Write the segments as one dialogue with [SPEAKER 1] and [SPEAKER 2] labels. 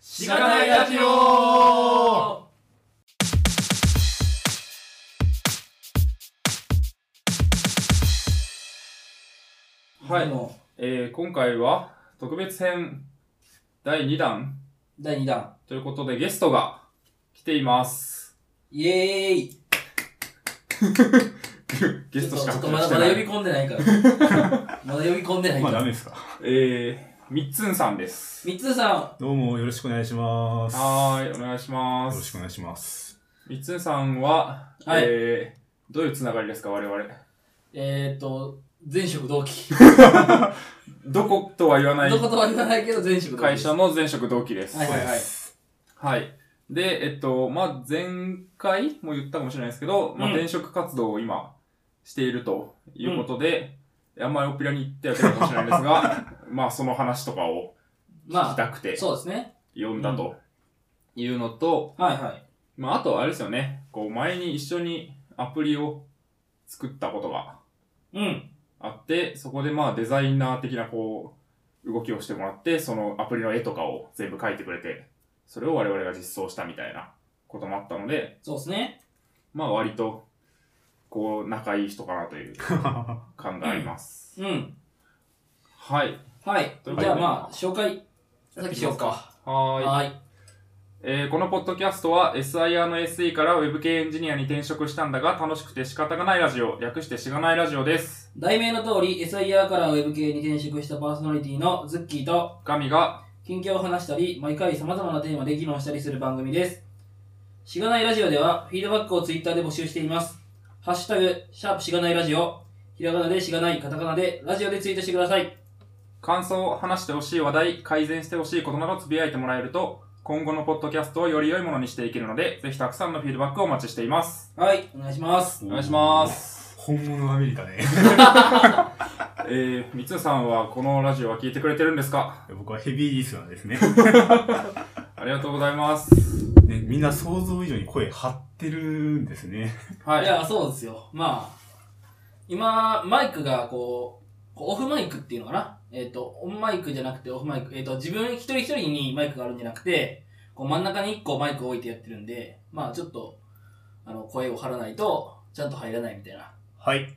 [SPEAKER 1] し
[SPEAKER 2] がないラジオ
[SPEAKER 1] はい
[SPEAKER 2] も
[SPEAKER 1] えー、今回は特別編第2弾
[SPEAKER 2] う第2弾。
[SPEAKER 1] ということでゲストが来ています。
[SPEAKER 2] イエーイ
[SPEAKER 1] ゲストし
[SPEAKER 2] ち
[SPEAKER 1] か
[SPEAKER 2] ょっ
[SPEAKER 1] 発
[SPEAKER 2] とま
[SPEAKER 1] 表
[SPEAKER 2] だ
[SPEAKER 1] して
[SPEAKER 2] まだ
[SPEAKER 1] な
[SPEAKER 2] 呼び
[SPEAKER 1] い。
[SPEAKER 2] 込んでないから。 まだ呼び込んでないか
[SPEAKER 3] まあダ
[SPEAKER 2] ら。
[SPEAKER 3] メですか。
[SPEAKER 1] えー、みっつんさんです。
[SPEAKER 2] 三つさ
[SPEAKER 3] どうもよろしくお願いします。
[SPEAKER 1] はーい、お願いしま
[SPEAKER 3] よろしく
[SPEAKER 1] す
[SPEAKER 3] お。願いします。
[SPEAKER 1] みっつんさんは、
[SPEAKER 2] はい
[SPEAKER 1] えー、どういうつながりですか、我々。
[SPEAKER 2] ん、えーっと、前職同期。
[SPEAKER 1] どことは言わない
[SPEAKER 2] のことは言わないけど、前職同期で
[SPEAKER 1] 会
[SPEAKER 2] す。
[SPEAKER 1] 社の前職同期です。
[SPEAKER 2] はいはいはい。
[SPEAKER 1] はい。で、えっと、まあ、前回も言ったかもしれないですけど、まあ、
[SPEAKER 2] うん
[SPEAKER 1] 転職活動を今しているということで、あんまりオペラに行ってはくれないかもしれないですが、 まあ、その話とかを聞
[SPEAKER 2] ま
[SPEAKER 1] きたく
[SPEAKER 2] あ、
[SPEAKER 1] て
[SPEAKER 2] そうですね。
[SPEAKER 1] 呼んだというのと、
[SPEAKER 2] はいはい。
[SPEAKER 1] まあ、あと、あれですよね、こう、前に一緒にアプリを作ったことが
[SPEAKER 2] うん。
[SPEAKER 1] あって、そこでまあ、デザイナー的なこう、動きをしてもらって、そのアプリの絵とかを全部描いてくれて、それを我々が実装したみたいなこともあったので、
[SPEAKER 2] そうですね。
[SPEAKER 1] まあ割と、こう、仲いい人かなという感があります。
[SPEAKER 2] うん。
[SPEAKER 1] はい。
[SPEAKER 2] はい。
[SPEAKER 1] ということで
[SPEAKER 2] じゃあまあ、紹介、さっきしようか。
[SPEAKER 1] はーい。
[SPEAKER 2] はい。
[SPEAKER 1] えーこのポッドキャストは SIR の SE から Web 系エンジニアに転職したんだが楽しくて仕方がないラジオ、略してしがないラジオです。
[SPEAKER 2] 題名の通り、SIR から Web 系に転職したパーソナリティのズッキーと、
[SPEAKER 1] 神が、
[SPEAKER 2] 近況を話したり、毎回様々なテーマで議論したりする番組です。しがないラジオでは、フィードバックをツイッターで募集しています。ハッシュタグ、シャープしがないラジオ、ひらがなでしがない、カタカナで、ラジオでツイートしてください。
[SPEAKER 1] 感想を話してほしい話題、改善してほしいことなどつぶやいてもらえると、今後のポッドキャストをより良いものにしていけるので、ぜひたくさんのフィードバックをお待ちしています。
[SPEAKER 2] はい、お願いします。
[SPEAKER 1] お願いします。
[SPEAKER 3] 本物アメリカね。
[SPEAKER 1] えー、みつさんはこのラジオは聞いてくれてるんですか
[SPEAKER 3] 僕はヘビーリスナーです ね
[SPEAKER 1] ありがとうございます。
[SPEAKER 3] ね。みんな想像以上に声張ってるんですね。
[SPEAKER 1] はいい。
[SPEAKER 2] や、そうですよ。まあ、今、マイクがこう、こうオフマイクっていうのかなえっ、と、オンマイクじゃなくてオフマイク。えっ、と、自分一人一人にマイクがあるんじゃなくて、こう真ん中に一個マイクを置いてやってるんで、まあちょっと、あの、声を張らないと、ちゃんと入らないみたいな
[SPEAKER 3] はい。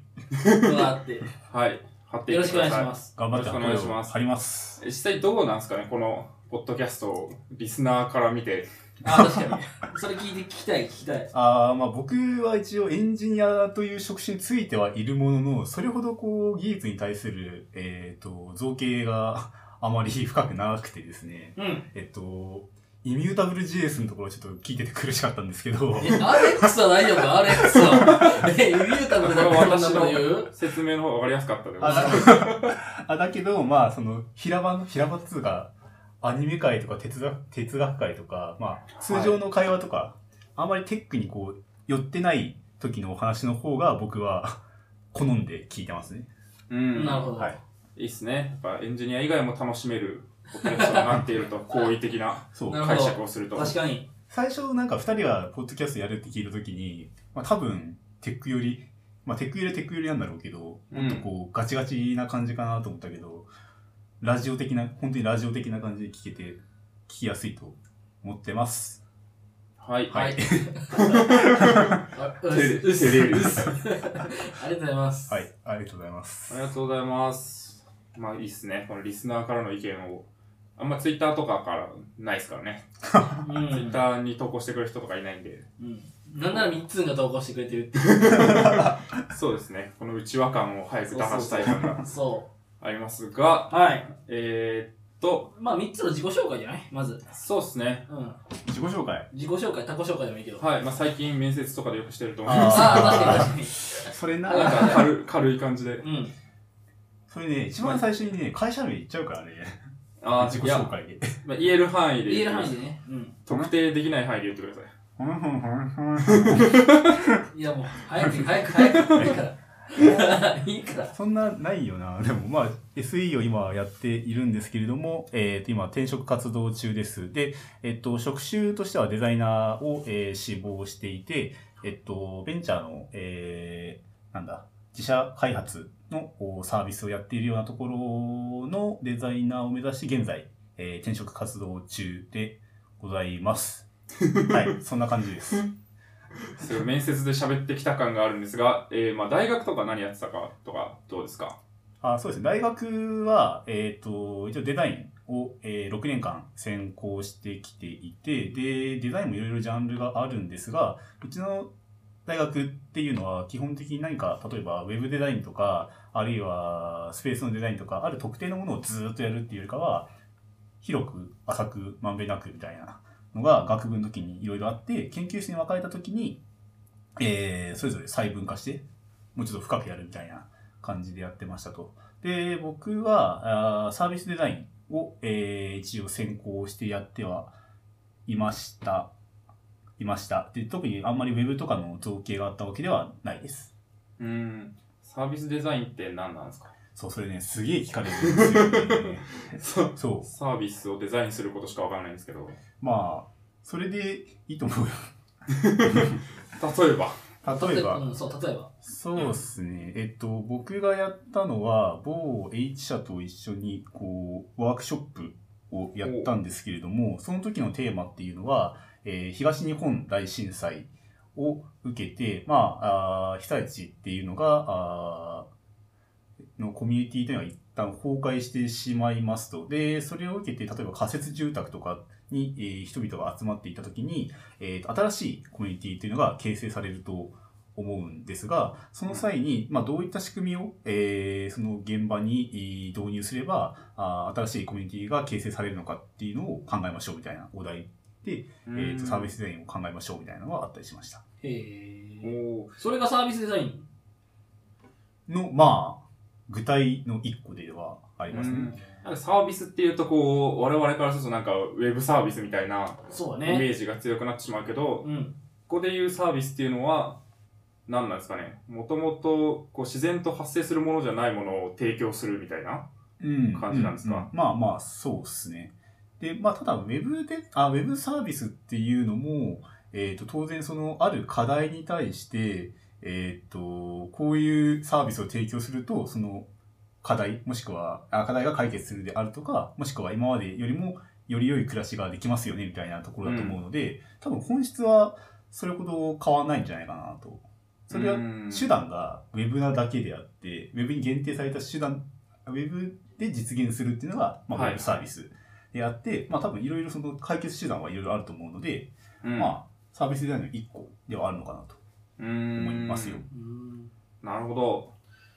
[SPEAKER 2] のがあ って、
[SPEAKER 1] はい。貼ってい
[SPEAKER 2] よ
[SPEAKER 1] っ
[SPEAKER 2] ろ
[SPEAKER 1] て
[SPEAKER 2] しく
[SPEAKER 1] くだ
[SPEAKER 2] お願いし
[SPEAKER 1] さい。
[SPEAKER 2] ます。
[SPEAKER 3] 頑張って
[SPEAKER 1] よろしくお願いします
[SPEAKER 3] 声を張ります。
[SPEAKER 1] 実際どうなんですかね、この、ポッドキャストを、リスナーから見て。
[SPEAKER 2] あ、確かに。それ聞いて、聞きたい、聞きたい。
[SPEAKER 3] あーまあ僕は一応エンジニアという職種についてはいるものの、それほどこう技術に対する、えっ、と、造形が あまり深くなくてですね。
[SPEAKER 2] うん。
[SPEAKER 3] えっと、イミュータブル JS のところちょっと聞いてて苦しかったんですけど。
[SPEAKER 2] え、アレックスは大丈夫アレックスは。 え、ゆうたくんだからこんなこと言う
[SPEAKER 1] 説明の方が分かりやすかったで
[SPEAKER 3] あだあだけど、まあ、その、平場の、平場っつうか、アニメ界とか哲学哲学界とか、まあ、通常の会話とか、あんまりテックにこう、寄ってない時のお話の方が僕は好んで聞いてますね。
[SPEAKER 1] うん。
[SPEAKER 2] なるほど
[SPEAKER 1] はい。いいっすね。やっぱエンジニア以外も楽しめる、ポッドキャストになっている と、好意的な
[SPEAKER 3] そ
[SPEAKER 2] なる
[SPEAKER 3] う。
[SPEAKER 2] ほど
[SPEAKER 1] 解釈をすると。
[SPEAKER 2] 確かに。
[SPEAKER 3] 最初なんか二人がポッドキャストやるって聞いた時に、まあ多分、テックより、まあテックよりはテックよりなんだろうけど、
[SPEAKER 1] うん
[SPEAKER 3] もっとこう、ガチガチな感じかなと思ったけど、ラジオ的な、本当にラジオ的な感じで聞けて、聞きやすいと思ってます。
[SPEAKER 1] はい。
[SPEAKER 2] はい。
[SPEAKER 1] テレ
[SPEAKER 2] うすうす
[SPEAKER 1] テレビ
[SPEAKER 2] うす ありがとうございます。
[SPEAKER 3] はい、ありがとうございます。
[SPEAKER 1] ありがとうございます。まあ、いいっすね。このリスナーからの意見を。あんまツイッターとかからないですからね。
[SPEAKER 2] う
[SPEAKER 1] ツイッ
[SPEAKER 2] ん。
[SPEAKER 1] ターに投稿してくれる人とかいないんで。
[SPEAKER 2] うん。なんなら3つんが投稿してくれてるってい
[SPEAKER 1] そうですね。この内輪感を早く打破したい感が
[SPEAKER 2] う。そ
[SPEAKER 1] ありますが、
[SPEAKER 2] う。はい。
[SPEAKER 1] えー、っと、
[SPEAKER 2] まあ3つの自己紹介じゃないまず。
[SPEAKER 1] そうっすね。
[SPEAKER 2] うん。
[SPEAKER 3] 自己紹介。
[SPEAKER 2] 自己紹介、他己紹介でもいいけど。
[SPEAKER 1] はい、まあ、最近面接とかでよくしてると思います。
[SPEAKER 2] ああ、確かに確か
[SPEAKER 3] それ
[SPEAKER 1] なん
[SPEAKER 3] な、
[SPEAKER 1] か軽 軽い感じで。
[SPEAKER 2] に。うん。
[SPEAKER 3] それね、一番最初にね、会社名言っちゃうからね。
[SPEAKER 1] あ
[SPEAKER 3] 自己紹。介 で。
[SPEAKER 1] まあ、言える範囲で
[SPEAKER 2] 言える
[SPEAKER 1] くだ
[SPEAKER 2] 範
[SPEAKER 1] さ
[SPEAKER 2] 囲
[SPEAKER 1] い
[SPEAKER 2] でね。うん。
[SPEAKER 1] 特定できない範囲で言ってください。
[SPEAKER 3] ふんふんふんふん
[SPEAKER 2] いやもう、早く早く早く。いいから。いいから。
[SPEAKER 3] そんなないよな。で もまあ、SE を今やっているんですけれども、えっ、と、今転職活動中です。で、えっ、と、職種としてはデザイナーを、えー志望していて、えっ、と、ベンチャーの、えーなんだ、自社開発のおサービスをやっているようなところのデザイナーを目指して現在、えー転職活動中でございます。はい、そんな感じです。
[SPEAKER 1] それを面接で喋ってきた感があるんですが、えー、まあ大学とか何やってたかとかどうですか
[SPEAKER 3] あそうですね。大学は、えっ、と、一応デザインを、えー6年間専攻してきていて、で、デザインもいろいろジャンルがあるんですが、うちの大学っていうのは基本的に何か、例えばウェブデザインとか、あるいはスペースのデザインとか、ある特定のものをずーっとやるっていうよりかは、広く、浅く、まんべんなくみたいなのが学部の時にいろいろあって、研究室に分かれた時に、えーそれぞれ細分化して、もうちょっと深くやるみたいな感じでやってましたと。で、僕はあーサービスデザインを、えー一応専攻してやってはいました。いました。で、特にあんまりウェブとかの造形があったわけではないです。
[SPEAKER 1] うーんサービスデザインって何なんですか
[SPEAKER 3] そう、それね、すげえ聞かれるんですよ、ね。
[SPEAKER 1] そう
[SPEAKER 3] そ
[SPEAKER 1] サービスをデザインすることしかわからないんですけど
[SPEAKER 3] う。まあ、それでいいと思うよ。
[SPEAKER 1] 例えば
[SPEAKER 3] 例えば、
[SPEAKER 2] うん、そう、例えば。
[SPEAKER 3] そうですね。えっと、僕がやったのは、某 H 社と一緒に、こう、ワークショップをやったんですけれども、その時のテーマっていうのは、えー東日本大震災を受けて、まあ、あー被災地っていうのが、あーのコミュニティというのは一旦崩壊してしまいますと。で、それを受けて、例えば仮設住宅とかに、えー人々が集まっていた時に、えーと新しいコミュニティというのが形成されると思うんですが、その際に、まあ、どういった仕組みを、えーその現場にえー導入すればあー新しいコミュニティが形成されるのかっていうのを考えましょうみたいなお題、
[SPEAKER 1] え
[SPEAKER 3] えーとサービスデザインを考えましょうみたいなのがあったりしました。
[SPEAKER 2] へえ。
[SPEAKER 1] おー
[SPEAKER 2] それがサービスデザイン。
[SPEAKER 3] の、まあ、具体の一個ではあります
[SPEAKER 1] う
[SPEAKER 3] ね
[SPEAKER 1] ん。なんかサービスっていうとこう我々からするとなんかウェブサービスみたいな
[SPEAKER 2] そう
[SPEAKER 1] イ
[SPEAKER 2] だ
[SPEAKER 1] メ
[SPEAKER 2] ね。
[SPEAKER 1] ージが強くなってしまうけど、
[SPEAKER 2] うん。
[SPEAKER 1] ここで言うサービスっていうのは何なんですかねもともとこう自然と発生するものじゃないものを提供するみたいな
[SPEAKER 3] うん
[SPEAKER 1] 感じなんですか
[SPEAKER 3] ううまあまあそうですねでまあただウェブであウェブサービスっていうのも、えー、と当然そのある課題に対して、えー、とこういうサービスを提供するとその課題もしくはあ課題が解決するであるとかもしくは今までよりもより良い暮らしができますよねみたいなところだと思うので、多分本質はそれほど変わらないんじゃないかなとそれは
[SPEAKER 1] うん
[SPEAKER 3] 手段がウェブなだけであって、ウェブに限定された手段、ウェブで実現するっていうのが、まあ、
[SPEAKER 1] はい
[SPEAKER 3] ウェブサービスであって、まあ多分いろいろその解決手段はいろいろあると思うので、
[SPEAKER 1] うん
[SPEAKER 3] まあサービスデザインの一個ではあるのかなと
[SPEAKER 1] うーん
[SPEAKER 3] 思いますよ。
[SPEAKER 2] うん。
[SPEAKER 1] なるほど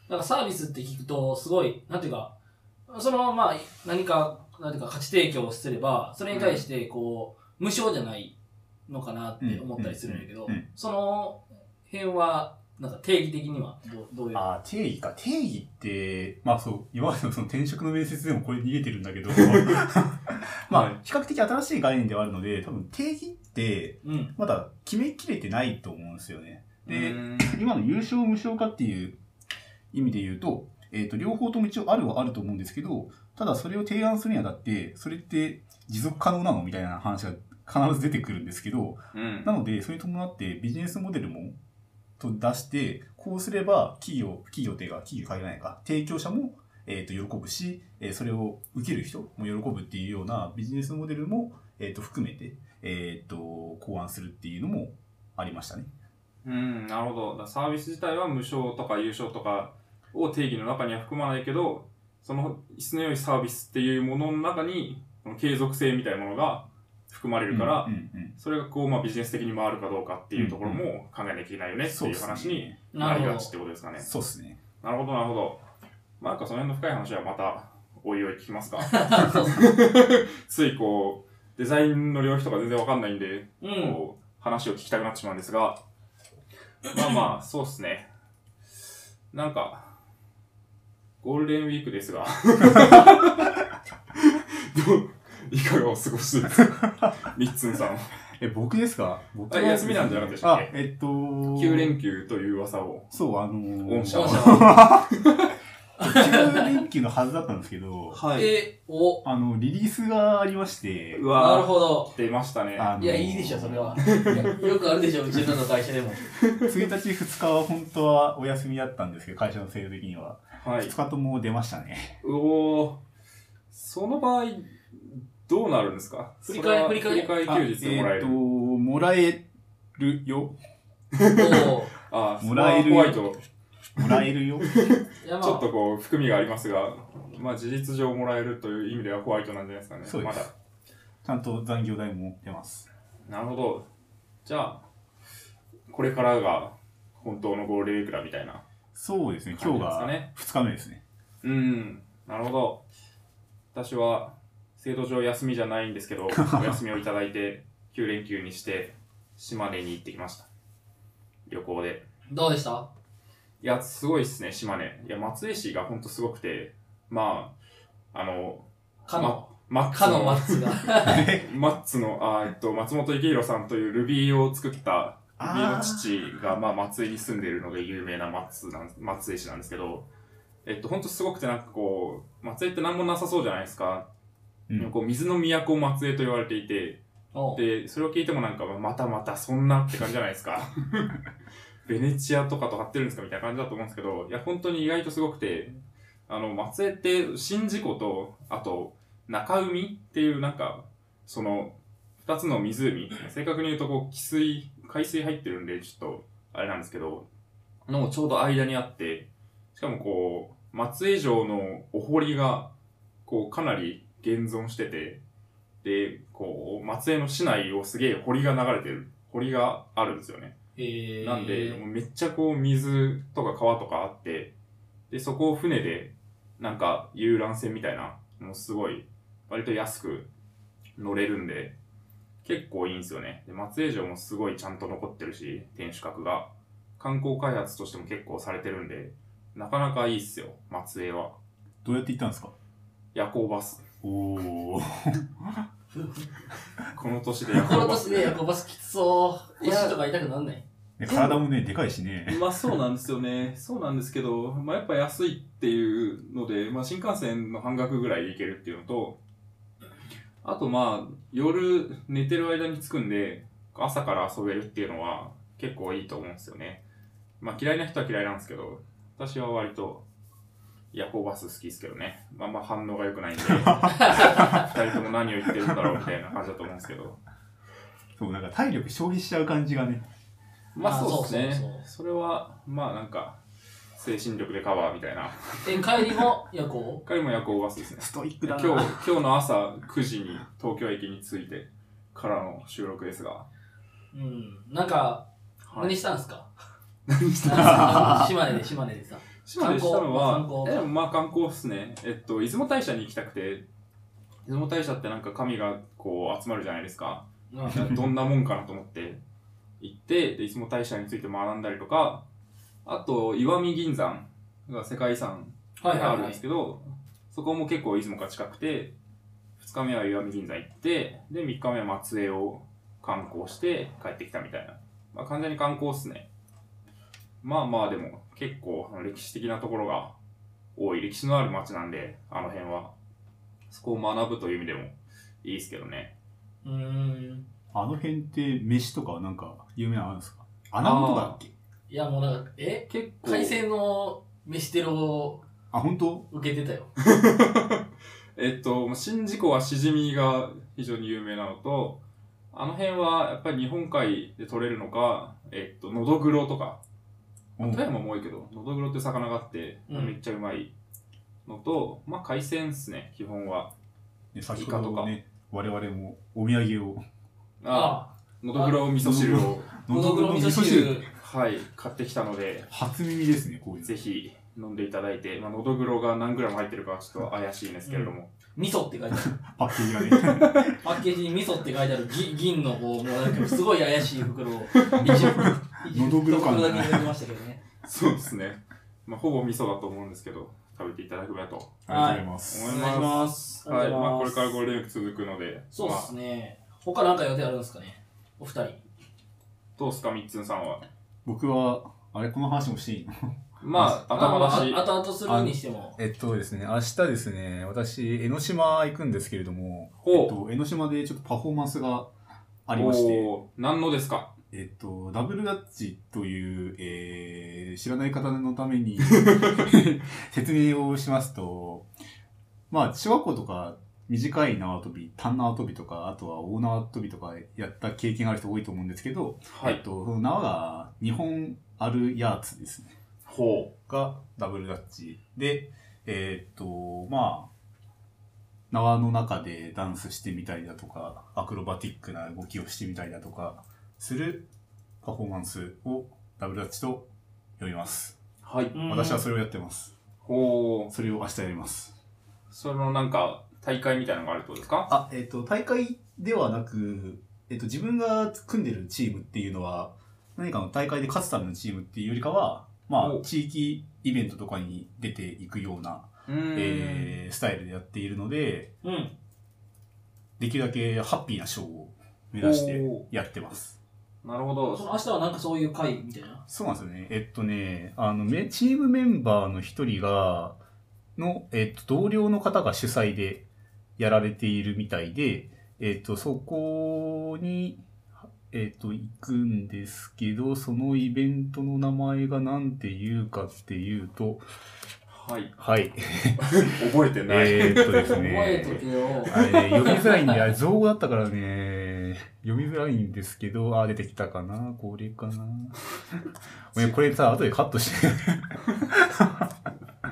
[SPEAKER 2] なんかサービスって聞くと、すごい、なんていうか、そのまあ、何か、なんていうか、価値提供をすれば、それに対して、こう、無償じゃないのかなって思ったりするんだけど
[SPEAKER 3] うんうんうん、
[SPEAKER 2] その辺は、なんか定義的にはどう、どういう。
[SPEAKER 3] ああ、定義か。定義って、まあそう、今までのその転職の面接でもこれ逃げてるん だけど、ま
[SPEAKER 1] はい
[SPEAKER 3] あ比較的新しい概念ではあるので、多分定義って
[SPEAKER 2] うん。
[SPEAKER 3] まだ決めきれてないと思うんですよね。で
[SPEAKER 1] うーん
[SPEAKER 3] 今の優勝無償化っていう意味で言うと,、えー、と両方とも一応あるはあると思うんですけどただそれを提案するにあたってそれって持続可能なのみたいな話が必ず出てくるんですけど
[SPEAKER 1] うん
[SPEAKER 3] なのでそれに伴ってビジネスモデルもと出してこうすれば企業企業というか企業限らないか提供者も、えー、と喜ぶし、えーそれを受ける人も喜ぶっていうようなビジネスモデルも、えー、と含めて、えー、と考案するっていうのもありましたね。
[SPEAKER 1] うん、なるほど。だからサービス自体は無償とか有償とかを定義の中には含まないけど、その質の良いサービスっていうものの中に、その継続性みたいなものが含まれるから、
[SPEAKER 3] うんうんうん
[SPEAKER 1] それがこう、まあ、ビジネス的に回るかどうかっていうところも考えなきゃいけないよねっていう話にな
[SPEAKER 2] な
[SPEAKER 1] り
[SPEAKER 2] る
[SPEAKER 1] が
[SPEAKER 2] ほ
[SPEAKER 1] ちっ
[SPEAKER 2] ど。
[SPEAKER 1] てことですかね。
[SPEAKER 3] そうですね。
[SPEAKER 1] なるほど、なるほど。まあ、なんかその辺の深い話はまた、おいおい聞きます か。
[SPEAKER 2] そうそう
[SPEAKER 1] ついこう、デザインの領域とか全然わかんないんで、
[SPEAKER 2] うん。
[SPEAKER 1] こう話を聞きたくなってしまうんですが、まあまあ、そうっすね。なんか、ゴールデンウィークです が、どう、いかがお過ごしですかみっつんさ んは。
[SPEAKER 3] え、僕ですか僕
[SPEAKER 1] あ休みなんじゃなかったでしたっけ
[SPEAKER 3] あ、えっと、
[SPEAKER 1] 9連休という噂を。
[SPEAKER 3] そう、あのー、
[SPEAKER 1] 御社
[SPEAKER 2] そう
[SPEAKER 1] は
[SPEAKER 2] そう
[SPEAKER 3] 9連休のはずだったんです けど、
[SPEAKER 1] は。
[SPEAKER 2] え、お、
[SPEAKER 3] あの、リリースがありまして
[SPEAKER 1] う、
[SPEAKER 2] なる
[SPEAKER 1] わ
[SPEAKER 2] ほど。
[SPEAKER 1] ー、出ましたね。
[SPEAKER 3] あのー
[SPEAKER 2] いや、いいでしょ、それは。いやよくあるでしょ、うちの会社でも。
[SPEAKER 3] 1日、2日は本当はお休みだったんですけど、会社の制度的には。
[SPEAKER 1] はい
[SPEAKER 3] 2。日とも出ましたね。
[SPEAKER 1] うおーその場合、どうなるんですか
[SPEAKER 2] 振り替え
[SPEAKER 1] それは
[SPEAKER 2] 振り替え
[SPEAKER 1] 振り替え休日もらえ
[SPEAKER 3] えっ
[SPEAKER 1] る
[SPEAKER 3] と、。もらえるよ。
[SPEAKER 2] おー
[SPEAKER 1] ああ、
[SPEAKER 3] もらえる
[SPEAKER 1] ホワイト。
[SPEAKER 3] もらえ るよ。
[SPEAKER 2] いやまあ
[SPEAKER 1] ちょっとこう、含みがありますが、まあ事実上もらえるという意味ではホワイトなんじゃないですかね。
[SPEAKER 3] そうです
[SPEAKER 1] まだ
[SPEAKER 3] ちゃんと残業代も出ます。
[SPEAKER 1] なるほど。じゃあ、これからが本当のゴールデンウィークだみたいな。
[SPEAKER 3] そうですね、今日が
[SPEAKER 1] 感じで
[SPEAKER 3] 2日目ですね。
[SPEAKER 1] うん、なるほど。私は、制度上休みじゃないんですけ ど、お休みをいただいて、9連休にして、島根に行ってきました。旅行で。
[SPEAKER 2] どうでした
[SPEAKER 1] いや、すごいですね、島根。いや、松江市がほんとすごくて、まあ、あの、
[SPEAKER 2] かの、
[SPEAKER 1] マッツ
[SPEAKER 2] かのマ
[SPEAKER 1] の、
[SPEAKER 2] ッツが。
[SPEAKER 1] マッツの、あえっと、松本幸宏さんというルビーを作った、ルビーの父が、まあ、松江に住んでいるので有名な松なん松江市なんですけど、えっと、ほんとすごくてなんかこう、松江って何もなさそうじゃないですか。
[SPEAKER 3] うん
[SPEAKER 1] こう水の都松江と言われていて
[SPEAKER 2] おう
[SPEAKER 1] でそれを聞いてもなんかまたまたそんなって感じじゃないですかベネチアとかと張ってるんですかみたいな感じだと思うんですけどいや本当に意外とすごくてあの松江って宍道湖とあと中海っていうなんかその2つの湖正確に言うとこう汽水海水入ってるんでちょっとあれなんですけどのちょうど間にあってしかもこう松江城のお堀がこうかなり現存しててでこう松江の市内をすげえ堀が流れてる堀があるんですよね
[SPEAKER 2] えー、
[SPEAKER 1] なんで、もうめっちゃこう水とか川とかあって、で、そこを船で、なんか遊覧船みたいな、もうすごい、割と安く乗れるんで、結構いいんですよね。で、松江城もすごいちゃんと残ってるし、天守閣が。観光開発としても結構されてるんで、なかなかいいっすよ、松江は。
[SPEAKER 3] どうやって行ったんですか
[SPEAKER 1] 夜行バス。
[SPEAKER 3] おー。
[SPEAKER 1] この年で夜
[SPEAKER 2] この
[SPEAKER 1] 行バス。
[SPEAKER 2] 年で夜行バスきつそう。
[SPEAKER 1] いや
[SPEAKER 2] 腰とか痛くなんない
[SPEAKER 3] ね体もね、でかいしね。
[SPEAKER 1] まあそうなんですよね。そうなんですけど、まあやっぱ安いっていうので、まあ新幹線の半額ぐらいで行けるっていうのと、あとまあ夜寝てる間に着くんで、朝から遊べるっていうのは結構いいと思うんですよね。まあ嫌いな人は嫌いなんですけど、私は割と夜行バス好きですけどね。まあまあ反応が良く ないんで、二人とも何を言ってるんだろうみたいな感じだと思うんですけど。
[SPEAKER 3] そう、なんか体力消費しちゃう感じがね。
[SPEAKER 1] まあ
[SPEAKER 2] あー
[SPEAKER 1] そうですね。そ
[SPEAKER 2] そうそうそう
[SPEAKER 1] れは、まあなんか、精神力でカバーみたいな。
[SPEAKER 2] え、帰りも夜行
[SPEAKER 1] 彼も夜行バス ですね。
[SPEAKER 3] ストイック
[SPEAKER 1] 今
[SPEAKER 3] だな。
[SPEAKER 1] 日、今日の朝9時に東京駅に着いてからの収録ですが。
[SPEAKER 2] うん。なんか、
[SPEAKER 1] はい
[SPEAKER 2] 何したんすか
[SPEAKER 1] 何し
[SPEAKER 2] あの島根で、島根でさ。
[SPEAKER 1] 島根したのは、
[SPEAKER 2] 観光
[SPEAKER 1] えでもまあ観光っすね。えっと、出雲大社に行きたくて、出雲大社ってなんか神がこう集まるじゃないです か。
[SPEAKER 2] うん
[SPEAKER 1] いやどんなもんかなと思って行って、で、出雲大社について学んだりとか、あと、石見銀山が世界遺産
[SPEAKER 2] はい
[SPEAKER 1] あ
[SPEAKER 2] はい
[SPEAKER 1] るん
[SPEAKER 2] は
[SPEAKER 1] です
[SPEAKER 2] い。
[SPEAKER 1] けど、そこも結構出雲から近くて、2日目は岩見銀山行って、で、3日目は松江を観光して帰ってきたみたいな。まあ、完全に観光っすね。まあまあでも、結構あの歴史的なところが多い、歴史のある町なんで、あの辺は。そこを学ぶという意味でもいいですけどね。
[SPEAKER 2] うーん。
[SPEAKER 3] あの辺って飯とかはなんか有名なのあるんですか穴子とかだっけ
[SPEAKER 2] いや、もうなんか、え
[SPEAKER 1] 結構、
[SPEAKER 2] 海鮮の飯テロを
[SPEAKER 3] あ、本当
[SPEAKER 2] 受けてたよ。
[SPEAKER 1] えっと、宍道湖はシジミが非常に有名なのと、あの辺はやっぱり日本海で取れるのか、えっと、ノドグロとか、
[SPEAKER 3] うん
[SPEAKER 1] 富山も多いけど、ノドグロっていう魚があって、
[SPEAKER 2] うん
[SPEAKER 1] めっちゃうまいのと、まあ海鮮っすね、基本は。
[SPEAKER 3] ね先ほどね、我々もお土産を、
[SPEAKER 1] ああ、ノドグロ味噌汁を、
[SPEAKER 2] あ、のどぐろ味噌
[SPEAKER 3] 汁。
[SPEAKER 2] 汁。
[SPEAKER 1] はい、買ってきたので、
[SPEAKER 3] 初耳ですね、こういうの。
[SPEAKER 1] ぜひ飲んでいただいて、まあ、ノドグロが何グラム入ってるかはちょっと怪しいんですけれども、
[SPEAKER 2] 味噌って書いてある。
[SPEAKER 3] パッケー ジがね。
[SPEAKER 2] パッケージに味噌って書いてあるぎ銀のこう、もうなんかすごい怪しい袋を、一応、
[SPEAKER 3] のどぐろ感
[SPEAKER 2] 一
[SPEAKER 3] が
[SPEAKER 2] 応袋だけ入れてましたけどね。
[SPEAKER 1] そうですね。まあほぼ味噌だと思うんですけど、食べていただければと思
[SPEAKER 3] ありがとうございます。
[SPEAKER 1] い
[SPEAKER 2] お願いし
[SPEAKER 1] ま。
[SPEAKER 2] ますす
[SPEAKER 1] はい、まあこ
[SPEAKER 2] ありがとうございます
[SPEAKER 1] れからゴールデンウィーク続くので、
[SPEAKER 2] そうで
[SPEAKER 1] まあ
[SPEAKER 2] すね。他なんか予定あるんですかねお二人。
[SPEAKER 1] どうすか、みっつんさんは。
[SPEAKER 3] 僕は、あれ、この話もしていいの
[SPEAKER 1] まあ、頭出し
[SPEAKER 2] まあ。ああとするにしても。
[SPEAKER 3] えっとですね、明日ですね、私、江ノ島行くんですけれども、えっ
[SPEAKER 1] ほう。
[SPEAKER 3] と、江ノ島でちょっとパフォーマンスがありまして、
[SPEAKER 1] おー何のですか
[SPEAKER 3] えっと、ダブルダッチという、えー、知らない方のため に説明をしますと、まあ、小学校とか短い縄跳び、単縄跳びとか、あとは大縄跳びとかやった経験がある人多いと思うんですけど、
[SPEAKER 1] は
[SPEAKER 3] えっ
[SPEAKER 1] い。
[SPEAKER 3] と、その縄が2本あるやつですね。
[SPEAKER 1] ほ
[SPEAKER 3] がダブルダッチで、えーっと、まあ、縄の中でダンスしてみたりだとか、アクロバティックな動きをしてみたりだとか、するパフォーマンスをダブルダッチと呼びます。
[SPEAKER 1] う。はい。
[SPEAKER 2] うん
[SPEAKER 3] 私はそれをやってます。
[SPEAKER 1] ほう。
[SPEAKER 3] それを明日やります。
[SPEAKER 1] そのなんか、大会みたいなのがあるってことですか
[SPEAKER 3] あ、えーっと、大会ではなく、えーっと、自分が組んでるチームっていうのは、何かの大会で勝つためのチームっていうよりかは、ま
[SPEAKER 1] お
[SPEAKER 3] あ、地域イベントとかに出ていくような
[SPEAKER 1] うーん。
[SPEAKER 3] えースタイルでやっているので、
[SPEAKER 2] うん。
[SPEAKER 3] できるだけハッピーなショーを目指して
[SPEAKER 1] お
[SPEAKER 3] やってます。
[SPEAKER 1] ーなるほ
[SPEAKER 2] そ
[SPEAKER 1] ど。
[SPEAKER 2] の明日はなんかそういう会みたいな。
[SPEAKER 3] そうなんですよね。えっとね、あの、めチームメンバーの一人が、の、えっと、同僚の方が主催でやられているみたいで、えっと、そこに、えっと、行くんですけど、そのイベントの名前が何て言うかっていうと、
[SPEAKER 1] はい。
[SPEAKER 3] はい、
[SPEAKER 1] 覚えてない。
[SPEAKER 3] えーっとです
[SPEAKER 2] 覚え
[SPEAKER 3] ね。
[SPEAKER 2] とけよ。
[SPEAKER 3] あれね、読みづらいんで、あれ、造語だったからね、読みづらいんですけど、あー、出てきたかな、これかな。お前これさ、後でカットして、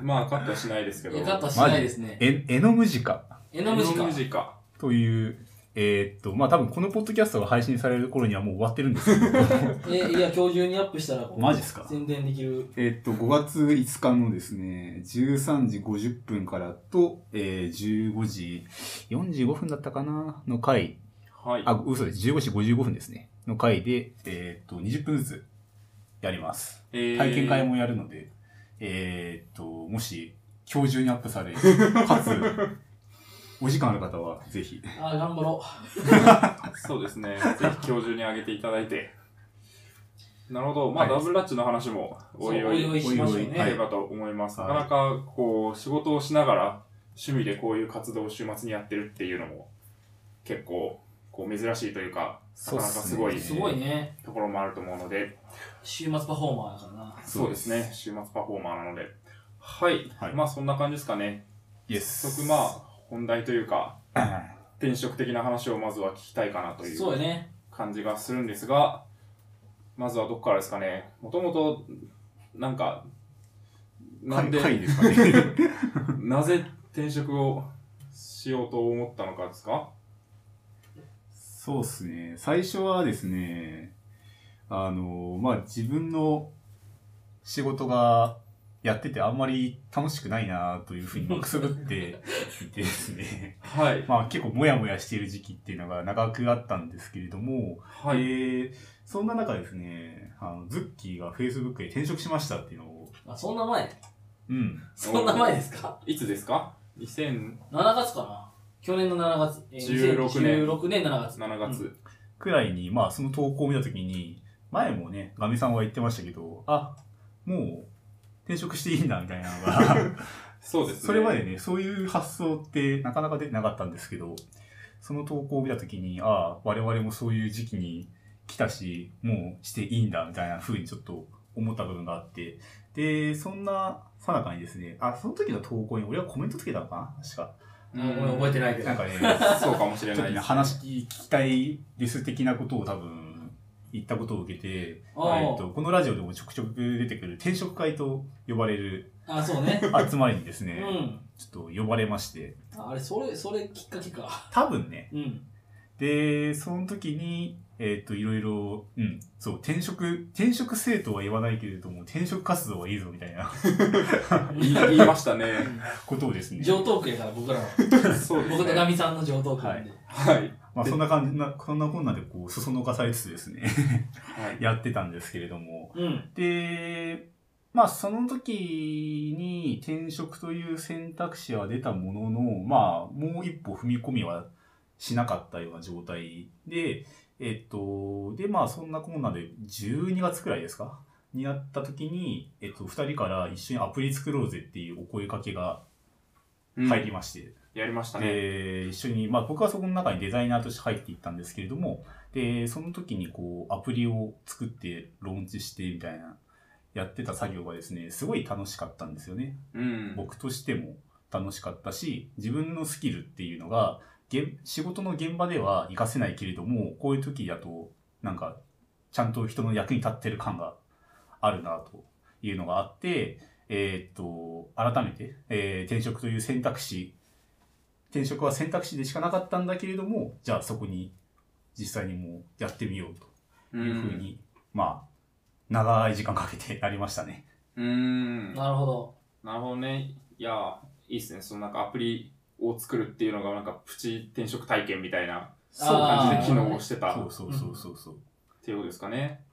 [SPEAKER 1] まあ、カットはしないですけど。
[SPEAKER 2] え、カットはしないですね。
[SPEAKER 3] え、エノムジカ
[SPEAKER 2] えの
[SPEAKER 1] の
[SPEAKER 2] む
[SPEAKER 1] ム
[SPEAKER 2] しか。
[SPEAKER 1] ジカ。
[SPEAKER 3] という、えーっと、まあ、多分このポッドキャストが配信される頃にはもう終わってるんですけど、
[SPEAKER 2] え、いや、今日中にアップしたらこう、
[SPEAKER 3] マジっすか
[SPEAKER 2] 宣伝できる。
[SPEAKER 3] えっと、5月5日のですね、13時50分からと、えー、15時45分だったかな、の回
[SPEAKER 1] はい。
[SPEAKER 3] あ、嘘です。15時55分ですね。の回で、えーっと、20分ずつやります。
[SPEAKER 1] えー
[SPEAKER 3] 体験会もやるので、えーっと、もし、今日中にアップされ、かつ、お時間ある方は、ぜひ。
[SPEAKER 2] あー、頑張ろ
[SPEAKER 1] そうですね。ぜひ教授にあげていただいて。なるほど。まあ、
[SPEAKER 3] はい
[SPEAKER 1] ダブルラッチの話も
[SPEAKER 2] う。
[SPEAKER 1] おいおい
[SPEAKER 2] そうおいおいしましょう
[SPEAKER 3] おいお
[SPEAKER 2] ね。
[SPEAKER 3] は
[SPEAKER 1] や
[SPEAKER 3] い
[SPEAKER 1] ればと思います。
[SPEAKER 3] は
[SPEAKER 1] ないかなか、こう、仕事をしながら、趣味でこういう活動を週末にやってるっていうのも、結構、こう、珍しいというか、なかなかすごい
[SPEAKER 2] すごいね。
[SPEAKER 1] ところもあると思うので、
[SPEAKER 2] 週末パフォーマーだからな。
[SPEAKER 1] そうですね。。週末パフォーマーなので。はい。
[SPEAKER 3] はい
[SPEAKER 1] まあ、そんな感じですかね。
[SPEAKER 3] イエ
[SPEAKER 1] 早
[SPEAKER 3] ス。
[SPEAKER 1] 速、まあ、本題というか、
[SPEAKER 3] あ。
[SPEAKER 1] 転職的な話をまずは聞きたいかなという。
[SPEAKER 2] そうよね。
[SPEAKER 1] 感じがするんですが、まずはどこからですかね。もともと、なんか、なんで、
[SPEAKER 3] 会ですかね。
[SPEAKER 1] なぜ転職をしようと思ったのかですか
[SPEAKER 3] そうですね。最初はですね、あの、まあ、自分の仕事がやっててあんまり楽しくないなというふうにまあくす ぶっていてですね。
[SPEAKER 1] はい。
[SPEAKER 3] まあ結構モヤモヤしている時期っていうのが長くあったんですけれども、
[SPEAKER 1] はい。
[SPEAKER 3] えーそんな中ですね、あのズッキーが Facebook へ転職しましたっていうのを、
[SPEAKER 2] あ、そんな前
[SPEAKER 3] うん、
[SPEAKER 2] そんな前ですか
[SPEAKER 1] いつですか ?2007
[SPEAKER 2] ?7 月かな去年の7月。えー
[SPEAKER 1] 16年
[SPEAKER 2] 16年7月。
[SPEAKER 1] 月。
[SPEAKER 3] くらいに、まあその投稿を見たときに、前もね、ガミさんは言ってましたけど、あ、もう転職していいんだみたいなのが、
[SPEAKER 1] そうですね。
[SPEAKER 3] それまでね、そういう発想ってなかなか出てなかったんですけど、その投稿を見たときに、あ我々もそういう時期に来たし、もうしていいんだみたいな風にちょっと思った部分があって、で、そんなさなかにですね、あ、その時の投稿に俺はコメントつけたのかな確か。
[SPEAKER 1] うん
[SPEAKER 2] うん、ごめん覚えてないけど
[SPEAKER 3] なん。かね、
[SPEAKER 1] そうかもしれ
[SPEAKER 3] ちょっ
[SPEAKER 1] ない
[SPEAKER 3] と
[SPEAKER 1] で
[SPEAKER 3] ね、
[SPEAKER 1] す。
[SPEAKER 3] 話聞きたいです的なことを多分、言ったことを受けて、
[SPEAKER 2] あー
[SPEAKER 3] えっとこのラジオでもちょくちょく出てくる転職会と呼ばれる
[SPEAKER 2] あ、そうね。
[SPEAKER 3] 集まりにです
[SPEAKER 2] う
[SPEAKER 3] ね、
[SPEAKER 2] ん。
[SPEAKER 3] ちょっと呼ばれまして、
[SPEAKER 2] ああれ、それ、それきっかけか。
[SPEAKER 3] 多分ね、
[SPEAKER 2] うん。
[SPEAKER 3] で、その時に、えっ、と、いろいろ、うん、そう、転職、転職生徒は言わないけれども、転職活動はいいぞみたいな
[SPEAKER 1] 言い言いましたね。
[SPEAKER 3] ことをです ね、
[SPEAKER 2] 上等区やから、僕らは。
[SPEAKER 1] そうです
[SPEAKER 2] 僕と
[SPEAKER 1] ね。
[SPEAKER 2] ガミさんの上等区なんで。
[SPEAKER 1] はい。
[SPEAKER 3] まあそんな感じな、こんなこんなでこう、そそのかされつつですね、
[SPEAKER 1] はい。
[SPEAKER 3] やってたんですけれども、
[SPEAKER 2] うん。
[SPEAKER 3] で、まあその時に転職という選択肢は出たものの、まあもう一歩踏み込みはしなかったような状態で、えっと、でまあそんなこんなで12月くらいですかになった時に、えっと、2人から一緒にアプリ作ろうぜっていうお声かけが
[SPEAKER 1] うん
[SPEAKER 3] 入りまして、
[SPEAKER 1] やりましたね。
[SPEAKER 3] で、一緒に、まあ僕はそこの中にデザイナーとして入っていったんですけれども、で、その時にこう、アプリを作って、ローンチして、みたいな、やってた作業がですね、すごい楽しかったんですよね。
[SPEAKER 1] うん。
[SPEAKER 3] 僕としても、楽しかったし、自分のスキルっていうのが、現仕事の現場では活かせないけれども、こういう時だと、なんか、ちゃんと人の役に立ってる感があるな、というのがあって、えーっと、改めて、えー転職という選択肢、転職は選択肢でしかなかったんだけれども、じゃあそこに実際にもうやってみようと
[SPEAKER 1] うん
[SPEAKER 3] いうふうに、まあ、長い時間かけてやりましたね。
[SPEAKER 1] うん
[SPEAKER 2] なるほど。
[SPEAKER 1] なるほどね。いや、いいっすね。そのなんかアプリを作るっていうのが、なんかプチ転職体験みたいな
[SPEAKER 3] そう
[SPEAKER 2] あー
[SPEAKER 1] 感じで機
[SPEAKER 3] 昨
[SPEAKER 1] 能をしてたっ
[SPEAKER 3] そうそうそうそうそう。
[SPEAKER 1] ていうことですかね。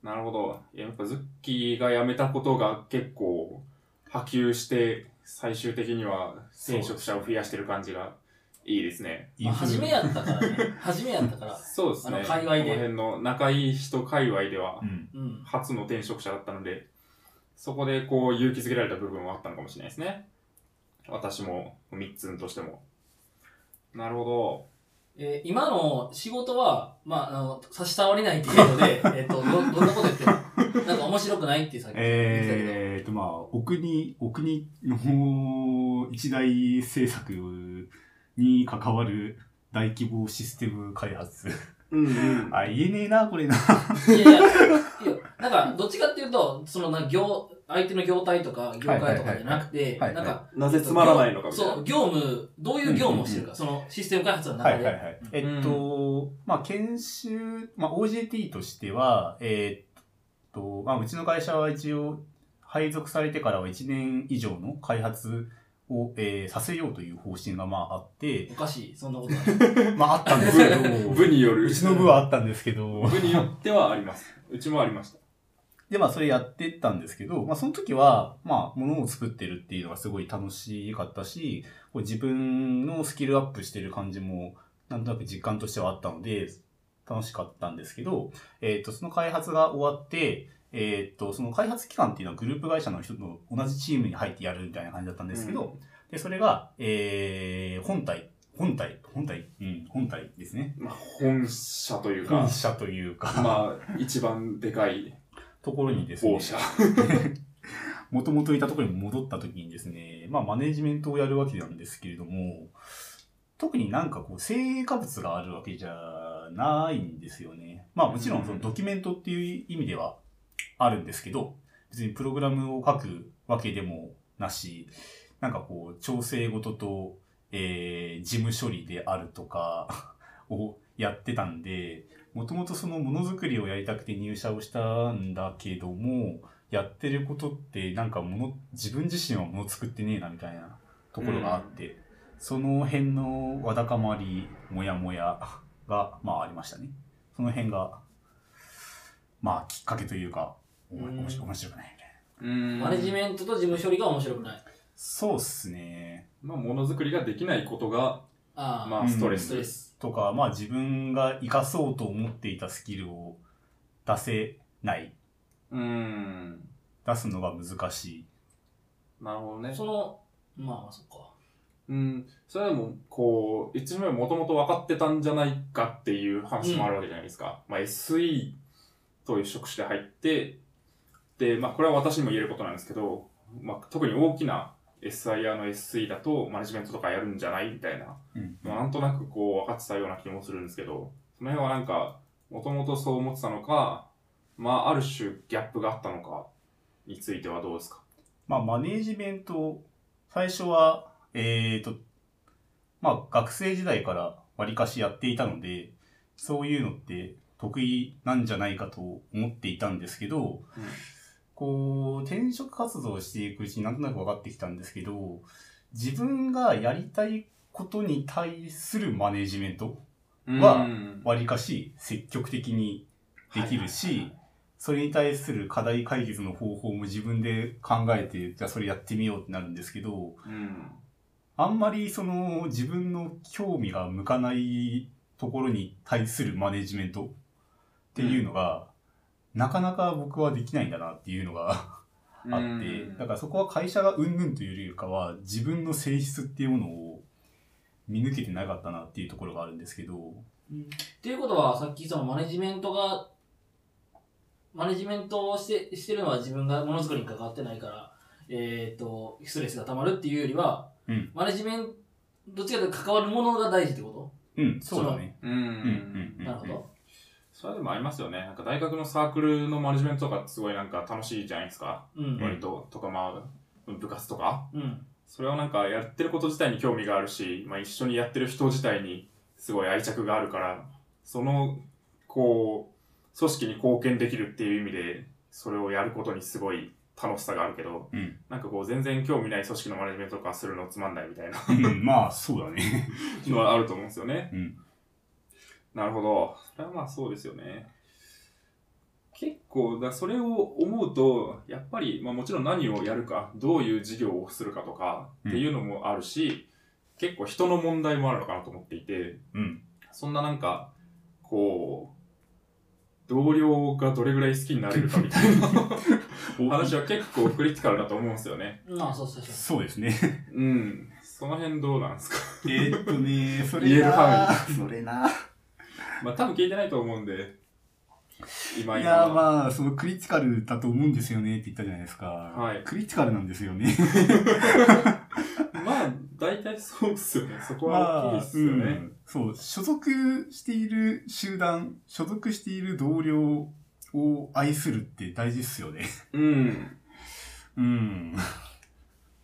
[SPEAKER 1] なるほど。いややっぱズッキーが辞めたことが結構波及して、最終的には転職者を増やしてる感じがいいですね。
[SPEAKER 3] いい
[SPEAKER 2] まあ、
[SPEAKER 3] 風
[SPEAKER 2] 初
[SPEAKER 3] に
[SPEAKER 2] めやったからね。 初めやったから。
[SPEAKER 1] そうです
[SPEAKER 2] あ
[SPEAKER 1] ね。
[SPEAKER 2] の界隈で
[SPEAKER 1] この辺の仲いい人界隈では
[SPEAKER 3] う、ん。
[SPEAKER 2] うん。
[SPEAKER 1] 初の転職者だったので、そこでこう勇気づけられた部分はあったのかもしれないですね。私も、三つんとしても。なるほ
[SPEAKER 2] えー今の仕事は、まあ、あの、差し障りない程度 で、えっと、ど、どんなこと言っても、なんか面白くないってさっき言ってたけど、
[SPEAKER 3] えー、と、まあ、お国、お国の一大政策に関わる大規模システム開発。
[SPEAKER 1] ど。うん、うん。
[SPEAKER 3] あ、言えねえな、これな。
[SPEAKER 2] いやいや、いや、なんか、どっちかっていうと、その、なんか業、相手の業態とか、業界とかじゃなくて、
[SPEAKER 3] はいはいはいはい
[SPEAKER 2] なんか、
[SPEAKER 1] なぜつまらないのかみたいな。
[SPEAKER 2] そう、業務、どういう業務をしてるか、その、システム開発の
[SPEAKER 3] は
[SPEAKER 2] 中
[SPEAKER 3] いはいは
[SPEAKER 2] で。
[SPEAKER 3] い。えっと、まあ、研修、まあ、OJT としては、えっと、まあ、うちの会社は一応、配属されてからは1年以上の開発を、えーさせようという方針がまああって、
[SPEAKER 2] おかしい、そんなことない。
[SPEAKER 3] まああったんですけ ど、
[SPEAKER 1] 部による。
[SPEAKER 3] うちの部はあったんですけど、
[SPEAKER 1] 部によってはあります。うちもありました。
[SPEAKER 3] で、まあ、それやってったんですけど、まあ、その時は、まあ、ものを作ってるっていうのがすごい楽しかったし、こう自分のスキルアップしてる感じも、なんとなく実感としてはあったので、楽しかったんですけど、えっ、と、その開発が終わって、えっ、と、その開発期間っていうのはグループ会社の人の同じチームに入ってやるみたいな感じだったんですけど、で、それが、えー、本体、本体、本体、うん、本体ですね。
[SPEAKER 1] まあ、本社というか
[SPEAKER 3] 本、社というか、
[SPEAKER 1] まあ、一番でかい
[SPEAKER 3] ところにですね、
[SPEAKER 1] 某社。
[SPEAKER 3] もともといたところに戻った時にですね、まあマネジメントをやるわけなんですけれども、特になんかこう成果物があるわけじゃないんですよね。まあもちろんそのドキュメントっていう意味ではあるんですけど、別にプログラムを書くわけでもなし、なんかこう調整事と、えー事務処理であるとか をやってたんで、もともとそのものづくりをやりたくて入社をしたんだけども、やってることってなんかもの自分自身はもの作ってねえなみたいなところがあって、その辺のわだかまりもやもや がまあありましたねその辺がまあきっかけというかおも
[SPEAKER 2] うん
[SPEAKER 3] 面白面白くないみたいな
[SPEAKER 1] うん
[SPEAKER 2] マネジメントと事務処理が面白くない。
[SPEAKER 3] そうっすね
[SPEAKER 1] まあ、ものづくりができないことが、
[SPEAKER 2] ああ、
[SPEAKER 1] ま
[SPEAKER 3] う
[SPEAKER 1] あ、
[SPEAKER 3] ん
[SPEAKER 1] ストレ
[SPEAKER 2] ス
[SPEAKER 1] ス。
[SPEAKER 2] トレス。
[SPEAKER 3] とかまあ自分が生かそうと思っていたスキルを出せない
[SPEAKER 1] うん。
[SPEAKER 3] 出すのが難しい
[SPEAKER 1] なるほどね。
[SPEAKER 2] その、まあまあ、そっか。
[SPEAKER 1] うん、それでも、こう、一目もともと分かってたんじゃないかっていう話もあるわけじゃないですか。まあ、SE という職種で入って、で、まあ、これは私にも言えることなんですけど、まあ、特に大きな SIR の SE だと、マネジメントとかやるんじゃないみたいな、
[SPEAKER 3] うん
[SPEAKER 1] まあ、なんとなくこう、分かってたような気もするんですけど、その辺はなんか、もともとそう思ってたのか、まあ、ある種ギャップがあったのか、についてはどうですか
[SPEAKER 3] まあ、マネージメント、最初は、えーと、まあ、学生時代から割かしやっていたので、そういうのって得意なんじゃないかと思っていたんですけど、
[SPEAKER 1] うん
[SPEAKER 3] こう、転職活動をしていくうちになんとなく分かってきたんですけど、自分がやりたいことに対するマネージメント、
[SPEAKER 1] う
[SPEAKER 3] は
[SPEAKER 1] ん
[SPEAKER 3] 割かし積極的にできる
[SPEAKER 1] はいはい
[SPEAKER 3] し、それに対する課題解決の方法も自分で考えて、じゃあそれやってみようってなるんですけど、
[SPEAKER 1] うん。
[SPEAKER 3] あんまりその自分の興味が向かないところに対するマネジメントっていうのが、なかなか僕はできないんだなっていうのがあ
[SPEAKER 1] う
[SPEAKER 3] って
[SPEAKER 1] ん、
[SPEAKER 3] だからそこは会社がうんぬんというよりかは、自分の性質っていうものを見抜けてなかったなっていうところがあるんですけど、
[SPEAKER 2] っていうことは、さっきそのマネジメントが、マネジメントをしてしてるのは自分がものづくりに関わってないから、えー、とストレスがたまるっていうよりは、
[SPEAKER 3] うん
[SPEAKER 2] マネジメントどっちかというと関わるものが大事ってこ
[SPEAKER 3] うん、そう だね。
[SPEAKER 1] うん
[SPEAKER 3] うん
[SPEAKER 2] と、なるほど、
[SPEAKER 1] それはでもありますよね。なんか大学のサークルのマネジメントとかってすごいなんか楽しいじゃないですか。
[SPEAKER 2] うんうん
[SPEAKER 1] 割と、とかまあ、部活とか。
[SPEAKER 2] うん
[SPEAKER 1] それはなんかやってること自体に興味があるし、まあ一緒にやってる人自体にすごい愛着があるから、その、こう、組織に貢献できるっていう意味で、それをやることにすごい楽しさがあるけど、
[SPEAKER 3] うん。
[SPEAKER 1] なんかこう全然興味ない組織のマネジメントとかするのつまんないみたいな
[SPEAKER 3] うんまあ、そうだね。
[SPEAKER 1] のはあると思うんですよね。
[SPEAKER 3] うん。
[SPEAKER 1] なるほど。それはまあそうですよね。結構、だそれを思うと、やっぱり、まあもちろん何をやるか、どういう事業をするかとか
[SPEAKER 3] うん
[SPEAKER 1] っていうのもあるし、結構人の問題もあるのかなと思っていて、
[SPEAKER 3] うん。
[SPEAKER 1] そんななんか、こう、同僚がどれぐらい好きになれるかみたいな話は結構クリティカルだと思うんですよね。
[SPEAKER 2] まあそうそうそ
[SPEAKER 3] そうですね。
[SPEAKER 1] うん。その辺どうなんですか
[SPEAKER 3] えーっとね、そ
[SPEAKER 1] 言え
[SPEAKER 3] れ
[SPEAKER 1] る
[SPEAKER 3] な
[SPEAKER 1] 範
[SPEAKER 3] それな
[SPEAKER 1] まあ多分聞いてないと思うんで、今
[SPEAKER 3] い
[SPEAKER 1] 今
[SPEAKER 3] や
[SPEAKER 1] は。
[SPEAKER 3] ーまあ、そのクリティカルだと思うんですよねって言ったじゃないですか。
[SPEAKER 1] はい
[SPEAKER 3] クリティカルなんですよね。
[SPEAKER 1] まあ、大体そうっすよね。そこは大きいっすよね。
[SPEAKER 3] うんそう、所属している集団、所属している同僚を愛するって大事っすよね。
[SPEAKER 1] うん。
[SPEAKER 3] うん。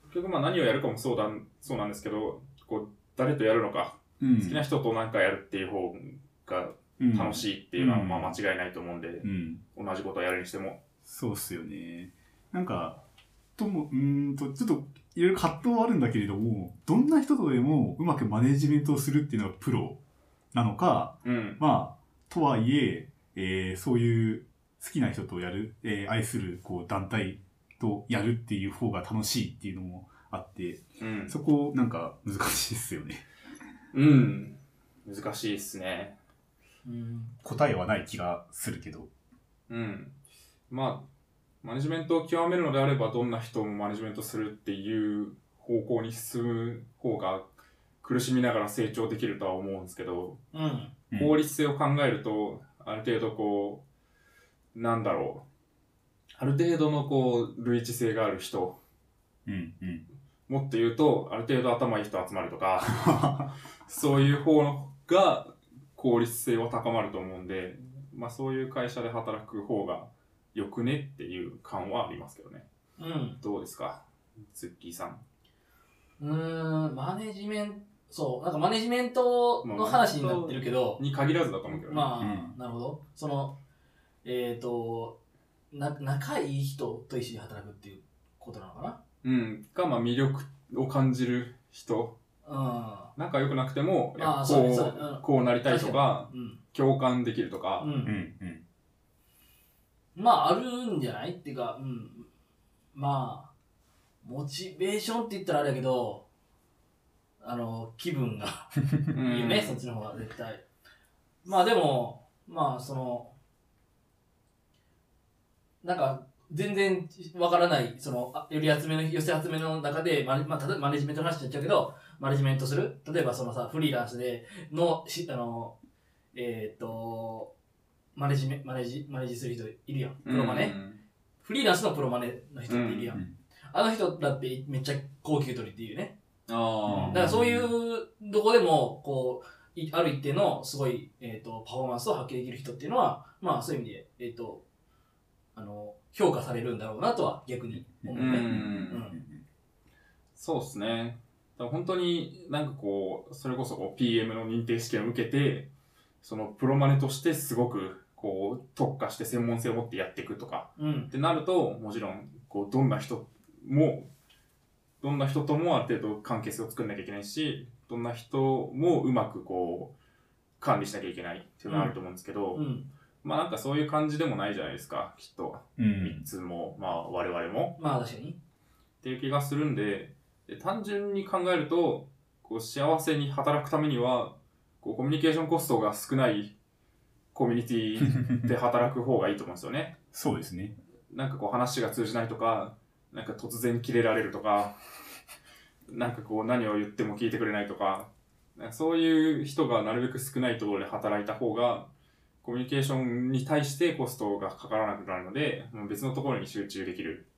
[SPEAKER 1] 結局まあ何をやるかもそうだん、そうなんですけど、こう、誰とやるのか、
[SPEAKER 3] うん。
[SPEAKER 1] 好きな人と何かやるっていう方が楽
[SPEAKER 3] い。
[SPEAKER 1] しいっていうのは
[SPEAKER 3] うん
[SPEAKER 1] まあ間違いないと思うんで
[SPEAKER 3] う、ん。
[SPEAKER 1] 同じことをやるにしても。
[SPEAKER 3] そうっすよね。なんか、とも、うーんと、ちょっと、いろいろ葛藤はあるんだけれども、どんな人とでもうまくマネジメントをするっていうのがプロなのか、
[SPEAKER 1] うん。
[SPEAKER 3] まあ、とはいえ、えーそういう好きな人とやる、えー愛するこう団体とやるっていう方が楽しいっていうのもあって、
[SPEAKER 1] うん。
[SPEAKER 3] そこなんか難しいですよね。
[SPEAKER 1] うん。難しいっすね。
[SPEAKER 2] う、うん、
[SPEAKER 3] 答えはない気がするけど。
[SPEAKER 1] うん。まあ、マネジメントを極めるのであれば、どんな人もマネジメントするっていう方向に進む方が苦しみながら成長できるとは思うんですけど、
[SPEAKER 2] うん
[SPEAKER 3] うん
[SPEAKER 1] 効率性を考えると、ある程度こう、なんだろう。ある程度のこう、類似性がある人。
[SPEAKER 3] うん、うん。
[SPEAKER 1] もっと言うと、ある程度頭いい人集まるとか、 そういう方のが効率性は高まると思うんで、まあそういう会社で働く方がよくねっていう感はありますけどね。
[SPEAKER 2] うん
[SPEAKER 1] どうですかツッキーさん。
[SPEAKER 2] うーんマネジメントそうなんかマネジメントの話になってるけど、
[SPEAKER 1] に限らずだと思うけどね。
[SPEAKER 2] まあ、
[SPEAKER 3] う
[SPEAKER 2] なるほど。その、えっ、とな、仲いい人と一緒に働くっていうことなのか
[SPEAKER 1] うん。が、まあ魅力を感じる人。
[SPEAKER 2] な
[SPEAKER 1] 仲良くなくても、いや
[SPEAKER 2] あーそうねそうねう
[SPEAKER 1] こ
[SPEAKER 2] ん
[SPEAKER 1] う、こうなりたいとか、
[SPEAKER 2] うん。うん。
[SPEAKER 1] 共感できるとか、
[SPEAKER 2] うん。
[SPEAKER 3] うん、うん。
[SPEAKER 2] まあ、あるんじゃないっていうか、うん。まあ、モチベーションって言ったらあれやけど、あの、気分が
[SPEAKER 1] うん
[SPEAKER 2] いいよね、そっちの方が絶対。まあでも、まあその、なんか全然わからない、その、あより集めの、寄せ集めの中で、マネまあ、例えばマネジメントの話になっちゃうけど、マネジメントする例えばそのさ、フリーランスでの、しあの、えーっ、と、マネジメ、マネジ、マネジする人いるやん。プロマネ。フリーランスのプロマネの人っているやん。
[SPEAKER 3] うん
[SPEAKER 2] あの人だってめっちゃ高給取りっていうね。
[SPEAKER 1] あ
[SPEAKER 3] う
[SPEAKER 1] あ。
[SPEAKER 2] だからそういう、どこでも、こう、いある一定の、すごい、えっ、と、パフォーマンスを発揮できる人っていうのは、まあ、そういう意味で、えっ、と、あの、評価されるんだろうなとは、逆に思う
[SPEAKER 1] う
[SPEAKER 2] ね。
[SPEAKER 3] ん
[SPEAKER 1] そうですね。だから本当になんかこう、それこそこう PM の認定試験を受けて、そのプロマネとしてすごくこう特化して専門性を持ってやっていくとか
[SPEAKER 2] うん
[SPEAKER 1] っ。てなると、もちろんこうどんな人も、どんな人ともある程度関係性を作んなきゃいけないし、どんな人もうまくこう管理しなきゃいけないっていうのがあると思うんですけど、
[SPEAKER 2] うん。
[SPEAKER 1] まあなんかそういう感じでもないじゃないですか、きっと。
[SPEAKER 3] う
[SPEAKER 1] い
[SPEAKER 3] ん
[SPEAKER 1] つも、まあ我々も。
[SPEAKER 2] まあ、確かに。
[SPEAKER 1] っていう気がするんでで単純に考えるとこう幸せに働くためにはこうコミュニケーションコストが少ないコミュニティで働く方がいいと思うんですよね。
[SPEAKER 3] そうですね。
[SPEAKER 1] なんかこう話が通じないとかなんか突然キレられるとかなんかこう何を言っても聞いてくれないとかなんかそういう人がなるべく少ないところで働いた方がコミュニケーションに対してコストがかからなくなるのでもう別のところに集中できる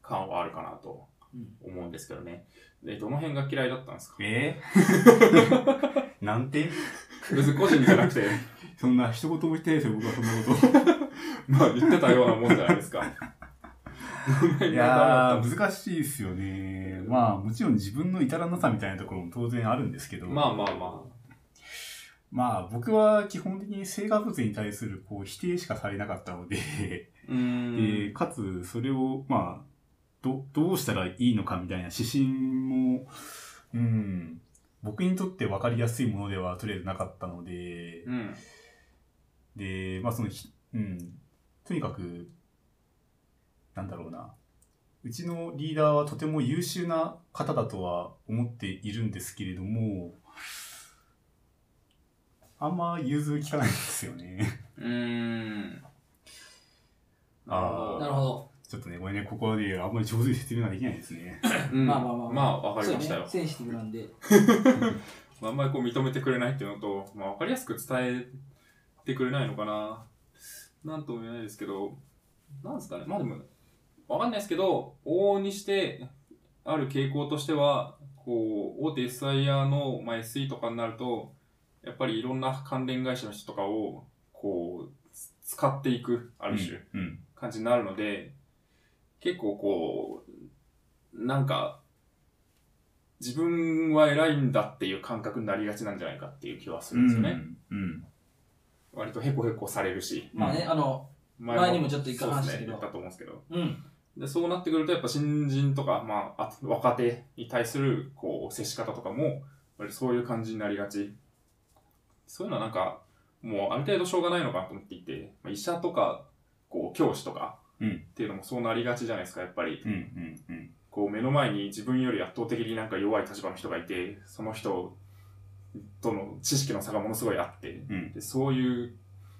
[SPEAKER 1] 感はあるかなと
[SPEAKER 2] うん
[SPEAKER 1] 思うんですけどね。で、どの辺が嫌いだったんですか
[SPEAKER 3] え なんて
[SPEAKER 1] 別に個人じゃなくて、
[SPEAKER 3] そんな一言も言ってないですよ、僕はそんなこ
[SPEAKER 1] まあ言ってたようなもんじゃないですか。
[SPEAKER 3] と。いや ー、難しいですよね。まあ、もちろん自分の至らなさみたいなところも当然あるんですけど、
[SPEAKER 1] まあまあま
[SPEAKER 3] まあ、僕は基本的に成果物に対するこう否定しかされなかったので、
[SPEAKER 1] あ。うーん。
[SPEAKER 3] でかつそれをまあどどうしたらいいのかみたいな指針もうん僕にとって分かりやすいものではとりあえずなかったので
[SPEAKER 1] うん。
[SPEAKER 3] でまあそのひうんとにかくなんだろうなうちのリーダーはとても優秀な方だとは思っているんですけれどもあんま融通きかないんですよね。
[SPEAKER 1] うーん。
[SPEAKER 3] あー
[SPEAKER 2] なるほど。
[SPEAKER 3] ちょっとね、ごめんね、ここであんまり上手に説明ができないですね。
[SPEAKER 1] うん
[SPEAKER 2] まあまあまあ
[SPEAKER 1] まあ、わかりました
[SPEAKER 2] そう
[SPEAKER 1] よ
[SPEAKER 2] ね。センシティブなんで。
[SPEAKER 1] あんまりこう認めてくれないっていうのと、まあ、わかりやすく伝えてくれないのかな。なんとも言えないですけど、なんですかね。まあでも、わかんないですけど、往々にして、ある傾向としては、こう、大手 SIR の、まあ、SE とかになると、やっぱりいろんな関連会社の人とかを、こう、つ使っていく、あ
[SPEAKER 3] あ
[SPEAKER 1] る種。。
[SPEAKER 3] うん。
[SPEAKER 1] 感じになるので、結構こう、なんか、自分は偉いんだっていう感覚になりがちなんじゃないかっていう気はするんですよね。。
[SPEAKER 3] うん。
[SPEAKER 1] 割とヘコヘコされるし。
[SPEAKER 2] まあね、あの、前にもちょっと一回
[SPEAKER 1] そうです
[SPEAKER 2] 話したけど
[SPEAKER 1] ね言ったと思うんですけど。
[SPEAKER 2] うん。
[SPEAKER 1] で、そうなってくるとやっぱ新人とか、まあ、あと若手に対する、こう、接し方とかも、割とそういう感じになりがち。そういうのはなんか、もうある程度しょうがないのかなと思っていて、まあ、医者とか、こう、教師とか、
[SPEAKER 3] うん
[SPEAKER 1] っていうのもそうなりがちじゃないですか、やっぱり。
[SPEAKER 3] うん。うん。うん。
[SPEAKER 1] こう目の前に自分より圧倒的になんか弱い立場の人がいて、その人との知識の差がものすごいあって、
[SPEAKER 3] うん。
[SPEAKER 1] でそういう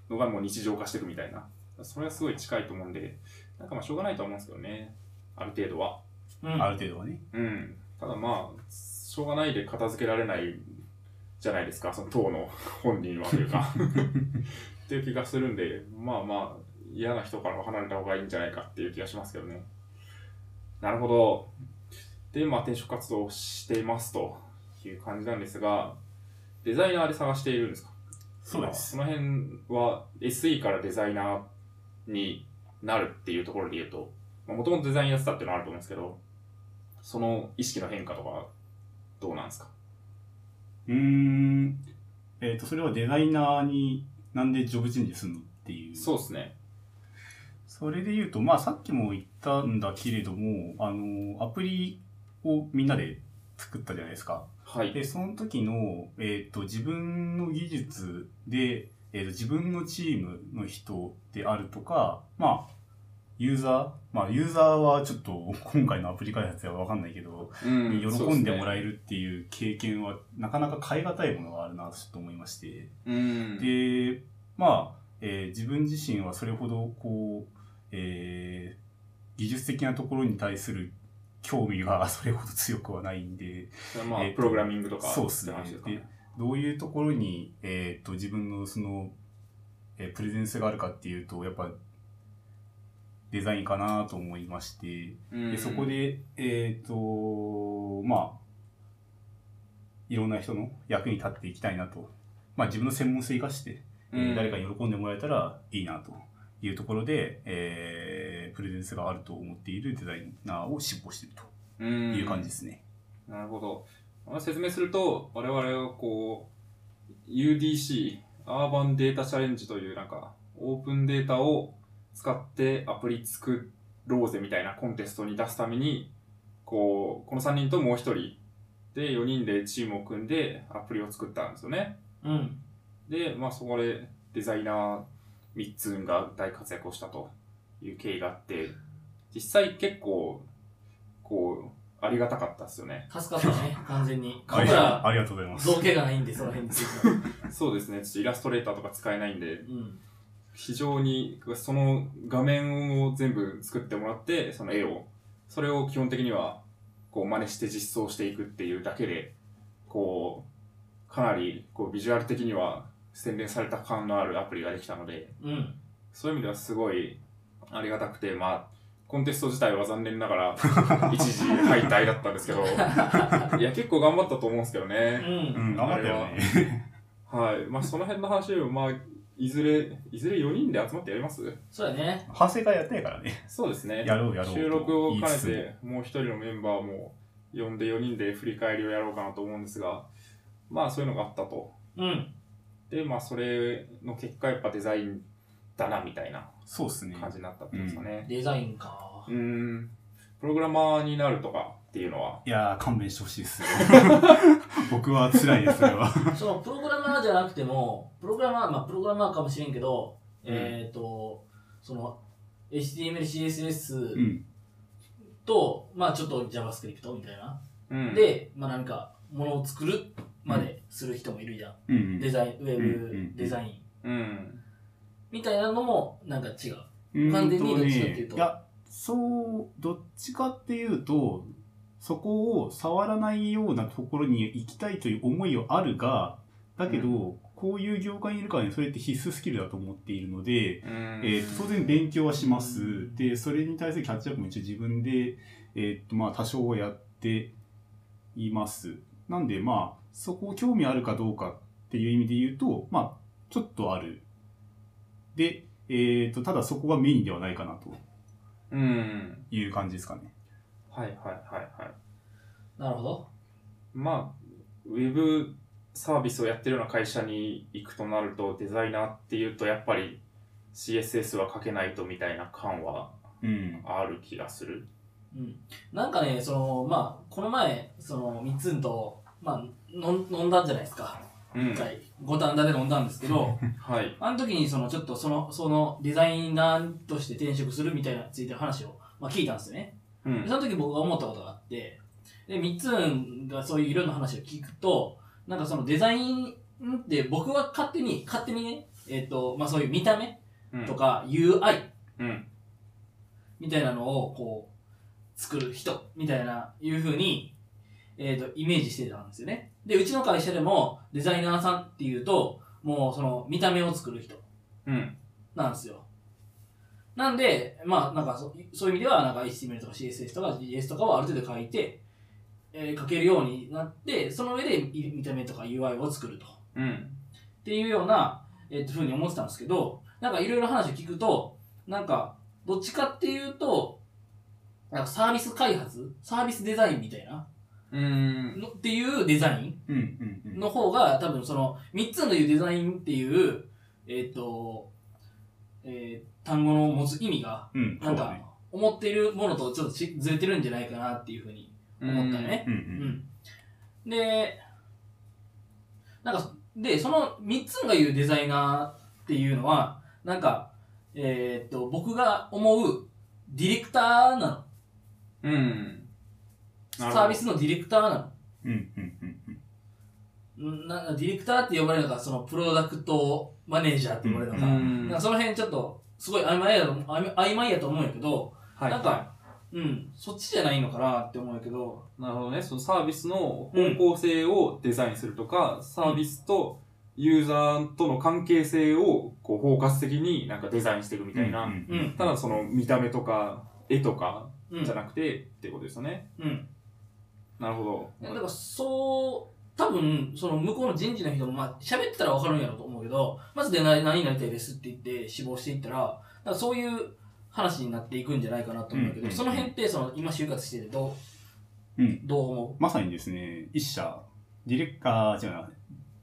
[SPEAKER 1] のがもう日常化していくみたいな。それはすごい近いと思うんで、なんかまあしょうがないとは思うんですけどね。ある程度は。
[SPEAKER 2] うん。
[SPEAKER 3] ある程度はね。
[SPEAKER 1] うん。ただまあ、しょうがないで片付けられないじゃないですか、その党の本人はというか。っていう気がするんで、まあまあ、嫌な人からは離れた方がいいんじゃないかっていう気がしますけどね。なるほど。で、まあ転職活動をしていますという感じなんですが、デザイナーで探しているんですか
[SPEAKER 3] そうです。
[SPEAKER 1] 今その辺は SE からデザイナーになるっていうところで言うと、もともとデザインやってたっていうのはあると思うんですけど、その意識の変化とかどうなんですか
[SPEAKER 3] うーん。えっと、それはデザイナーになんでジョブチェンジするのっていう。
[SPEAKER 1] そうですね。
[SPEAKER 3] それで言うと、まあさっきも言ったんだけれども、あの、アプリをみんなで作ったじゃないですか。
[SPEAKER 1] はい。
[SPEAKER 3] で、その時の、えっ、と、自分の技術で、えっ、と、自分のチームの人であるとか、まあ、ユーザー、まあ、ユーザーはちょっと今回のアプリ開発ではわかんないけど、
[SPEAKER 1] う
[SPEAKER 3] に喜んでもら
[SPEAKER 1] え
[SPEAKER 3] えるっていう経験は、なかなか変え難いものがあるなとちょっと思いまして。
[SPEAKER 1] る。うん。
[SPEAKER 3] で、まあ、えー自分自身はそれほどこう、えー技術的なところに対する興味がそれほど強くはないんで、
[SPEAKER 1] それはまあ
[SPEAKER 3] えっ、と
[SPEAKER 1] プログラミングとか
[SPEAKER 3] そうっすね
[SPEAKER 1] って話ですかね。
[SPEAKER 3] どういうところに、えーっと自分のその、えープレゼンスがあるかっていうとやっぱデザインかなと思いまして、
[SPEAKER 1] うん
[SPEAKER 3] でそこ、でえーっとまあいろんな人の役に立っていきたいなと、まあ、自分の専門性生かして、えー誰かに喜んでもらえたらいいなというところで、えープレゼンスがあると思っているデザイナーを志望している
[SPEAKER 1] う
[SPEAKER 3] と
[SPEAKER 1] ん
[SPEAKER 3] いう感じですね。
[SPEAKER 1] なるほど。まあ説明すると、我々はこう、UDC、アーバンデータチャレンジというなんか、オープンデータを使ってアプリ作ろうぜみたいなコンテストに出すために、こう、この3人ともう1人で4人でチームを組んでアプリを作ったんですよね。
[SPEAKER 2] うん。
[SPEAKER 1] で、まあそこでデザイナー3つが大活躍をしたという経緯があって、実際結構、こう、ありがたかったですよね。
[SPEAKER 2] 助かったね、完全 に。
[SPEAKER 3] あり
[SPEAKER 2] 僕ら、
[SPEAKER 3] ありがとうございます。
[SPEAKER 2] 造形がないんで、その辺について は。
[SPEAKER 1] そうですね、ちょっとイラストレーターとか使えないんで、
[SPEAKER 2] うん。
[SPEAKER 1] 非常にその画面を全部作ってもらって、その絵を、それを基本的にはこう真似して実装していくっていうだけで、こう、かなりこうビジュアル的には洗練された感のあるアプリができたので、
[SPEAKER 2] うん。
[SPEAKER 1] そういう意味ではすごいありがたくて、まあ、コンテスト自体は残念ながら、一時敗退だったんですけど、いや、結構頑張ったと思うんですけど
[SPEAKER 2] う。
[SPEAKER 1] ね。
[SPEAKER 3] うんん、頑張ったよね。
[SPEAKER 1] はい。まあ、その辺の話を、まあ、いずれ、いずれ4人で集まってやります
[SPEAKER 2] そうだね。
[SPEAKER 3] 反省会やってないからね。
[SPEAKER 1] そうですね。
[SPEAKER 3] やろうやろうと言いつつ。
[SPEAKER 1] 収録を兼ねて、もう一人のメンバーも呼んで4人で振り返りをやろうかなと思うんですが、まあ、そういうのがあったと。
[SPEAKER 2] うん。
[SPEAKER 1] で、まあ、それの結果、やっぱデザインだな、みたいな
[SPEAKER 3] そうですね。
[SPEAKER 1] 感じになったっていうんですかね。
[SPEAKER 2] デザインか
[SPEAKER 1] う。ーん、プログラマーになるとかっていうのは、
[SPEAKER 3] いやー、勘弁してほしいですよ。 僕は辛いです、それは。
[SPEAKER 2] そのプログラマーじゃなくても、プログラマー、まあ、プログラマーかもしれんけど、
[SPEAKER 1] うん
[SPEAKER 2] えっ、と、その、HTML、
[SPEAKER 3] う
[SPEAKER 2] CSS
[SPEAKER 3] ん。
[SPEAKER 2] と、まあちょっと JavaScript みたいな。
[SPEAKER 1] うん、
[SPEAKER 2] で、まあ何か、ものを作るまでする人もいるじゃん。
[SPEAKER 3] うん
[SPEAKER 2] デザイン、ウェ
[SPEAKER 3] うんうん
[SPEAKER 2] ブデザイン。
[SPEAKER 1] うん、
[SPEAKER 2] みたいなのも、なんか違う。
[SPEAKER 3] うん。
[SPEAKER 2] 完全に
[SPEAKER 3] うんと
[SPEAKER 2] どっ
[SPEAKER 3] ね
[SPEAKER 2] ちかっていうと
[SPEAKER 3] いや、そう、どっちかっていうと、そこを触らないようなところに行きたいという思いはあるが、だけど、
[SPEAKER 1] う
[SPEAKER 3] こういう業界にいるからね、それって必須スキルだと思っているので、
[SPEAKER 1] うん
[SPEAKER 3] えーと当然勉強はします。で、それに対するキャッチアップも一応自分で、えーっと、まあ、多少はやっています。なんで、まあ、そこを興味あるかどうかっていう意味で言うと、まあ、ちょっとある。で、えーっと、ただそこがメインではないかなと
[SPEAKER 1] うん、
[SPEAKER 3] いう感じですかね。
[SPEAKER 1] はいはいはいはい。
[SPEAKER 2] なるほど。
[SPEAKER 1] まあ、ウェブサービスをやってるような会社に行くとなると、デザイナーっていうと、やっぱり CSS は書けないとみたいな感は
[SPEAKER 3] うん。
[SPEAKER 1] ある気がする。
[SPEAKER 2] うん、なんかね、その、まあ、この前、その、みっつんと、まあ、飲ん飲んだじゃないですか。
[SPEAKER 1] うん
[SPEAKER 2] 一、回、五反田で飲んだんですけど、
[SPEAKER 1] はい。
[SPEAKER 2] あの時に、その、ちょっと、その、その、デザイナーとして転職するみたいな、ついての話を、まあ、聞いたんですよね。
[SPEAKER 1] う
[SPEAKER 2] で
[SPEAKER 1] ん、
[SPEAKER 2] その時僕が思ったことがあって、で、みっつんがそういういろんな話を聞くと、なんかその、デザインって、僕は勝手に、勝手にね、えっ、と、まあ、そういう見た目
[SPEAKER 1] うん
[SPEAKER 2] と、か、UI
[SPEAKER 1] うん、
[SPEAKER 2] みたいなのをこう作る人みたいないうふうに、えー、とイメージしてたんですよねでうちの会社でもデザイナーさんっていうともうその見た目を作る人
[SPEAKER 1] うん、
[SPEAKER 2] なんですよなんでまあなんかそそういう意味ではなんか HTML とか CSS とか GS とかをある程度書いて、えー書けるようになってその上でい見た目とか UI を作ると
[SPEAKER 1] うん、
[SPEAKER 2] っていうような、えっと、ふうに思ってたんですけど、なんかいろいろ話を聞くと、なんか、どっちかっていうと、なんかサービス開発サービスデザインみたいな
[SPEAKER 1] うん、
[SPEAKER 2] のっていうデザイン
[SPEAKER 3] うん、うん、うん。
[SPEAKER 2] の方が、多分その、3つのいうデザインっていう、えっと、えー単語の持つ意味が、
[SPEAKER 3] うん、
[SPEAKER 2] なん
[SPEAKER 3] そう
[SPEAKER 2] か
[SPEAKER 3] だね。、
[SPEAKER 2] 思っているものとちょっとちずれてるんじゃないかなっていうふうに思ったね。
[SPEAKER 3] うん、う。
[SPEAKER 2] うんん。で、なんか、で、その3つが言うデザイナーっていうのは、なんか、えーっと、僕が思うディレクターな
[SPEAKER 1] うん、うん。なるほ
[SPEAKER 2] の。
[SPEAKER 1] ど
[SPEAKER 2] サービスのディレクターな
[SPEAKER 3] うん、うん、うん。うん
[SPEAKER 2] の。んなディレクターって呼ばれるのか、そのプロダクトマネージャーって呼ばれるの
[SPEAKER 1] う
[SPEAKER 2] か。
[SPEAKER 1] ん
[SPEAKER 2] なんかその辺ちょっと、すごい曖昧やと思う曖昧曖昧やと思うんやけど、
[SPEAKER 1] はい
[SPEAKER 2] なんか、うん、そっちじゃないのかなって思うんやけど、
[SPEAKER 1] なるほどね。そのサービスの方向性をデザインするとか、サービスとユーザーとの関係性をこう包括的になんかデザインしていくみたいな。
[SPEAKER 3] うん
[SPEAKER 2] う
[SPEAKER 3] うんん、
[SPEAKER 1] ただその見た目とか絵とか
[SPEAKER 2] うん
[SPEAKER 1] じゃなくてっていうことですよね。
[SPEAKER 2] うん。
[SPEAKER 1] なるほど。
[SPEAKER 2] いやだからそう多分その向こうの人事の人もまあ喋ってたら分かるんやろうと思うけどまずで何何になりたいですって言って志望していったらだからそういう話になっていくんじゃないかなと思うけど、
[SPEAKER 3] うんうんうん
[SPEAKER 2] その辺ってその今就活しててどう、
[SPEAKER 3] うん
[SPEAKER 2] どう思
[SPEAKER 3] まさにですね、一社、ディレクター、じゃな、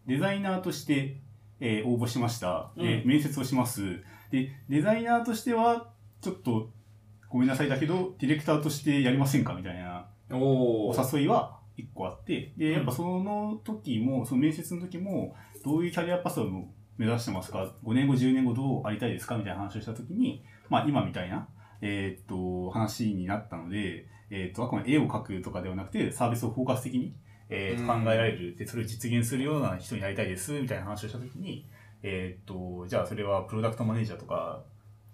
[SPEAKER 3] デザイナーとして、えー応募しました。で、
[SPEAKER 2] う
[SPEAKER 3] 面接をします。で、デザイナーとしては、ちょっと、ごめんなさいだけど、ディレクターとしてやりませんかみたいな
[SPEAKER 1] お
[SPEAKER 3] お
[SPEAKER 1] ー。
[SPEAKER 3] 誘いは1個あって、で、やっぱその時も、その面接の時も、どういうキャリアパスを目指してますか ?5 年後、10年後どうありたいですかみたいな話をした時に、まあ今みたいな、えーっと、話になったので、えーっと、あくまで絵を描くとかではなくて、サービスを包括的に、えーっと
[SPEAKER 1] うん
[SPEAKER 3] 考えられる。で、それを実現するような人になりたいです、みたいな話をした時に、えーっと、じゃあそれはプロダクトマネージャーとか、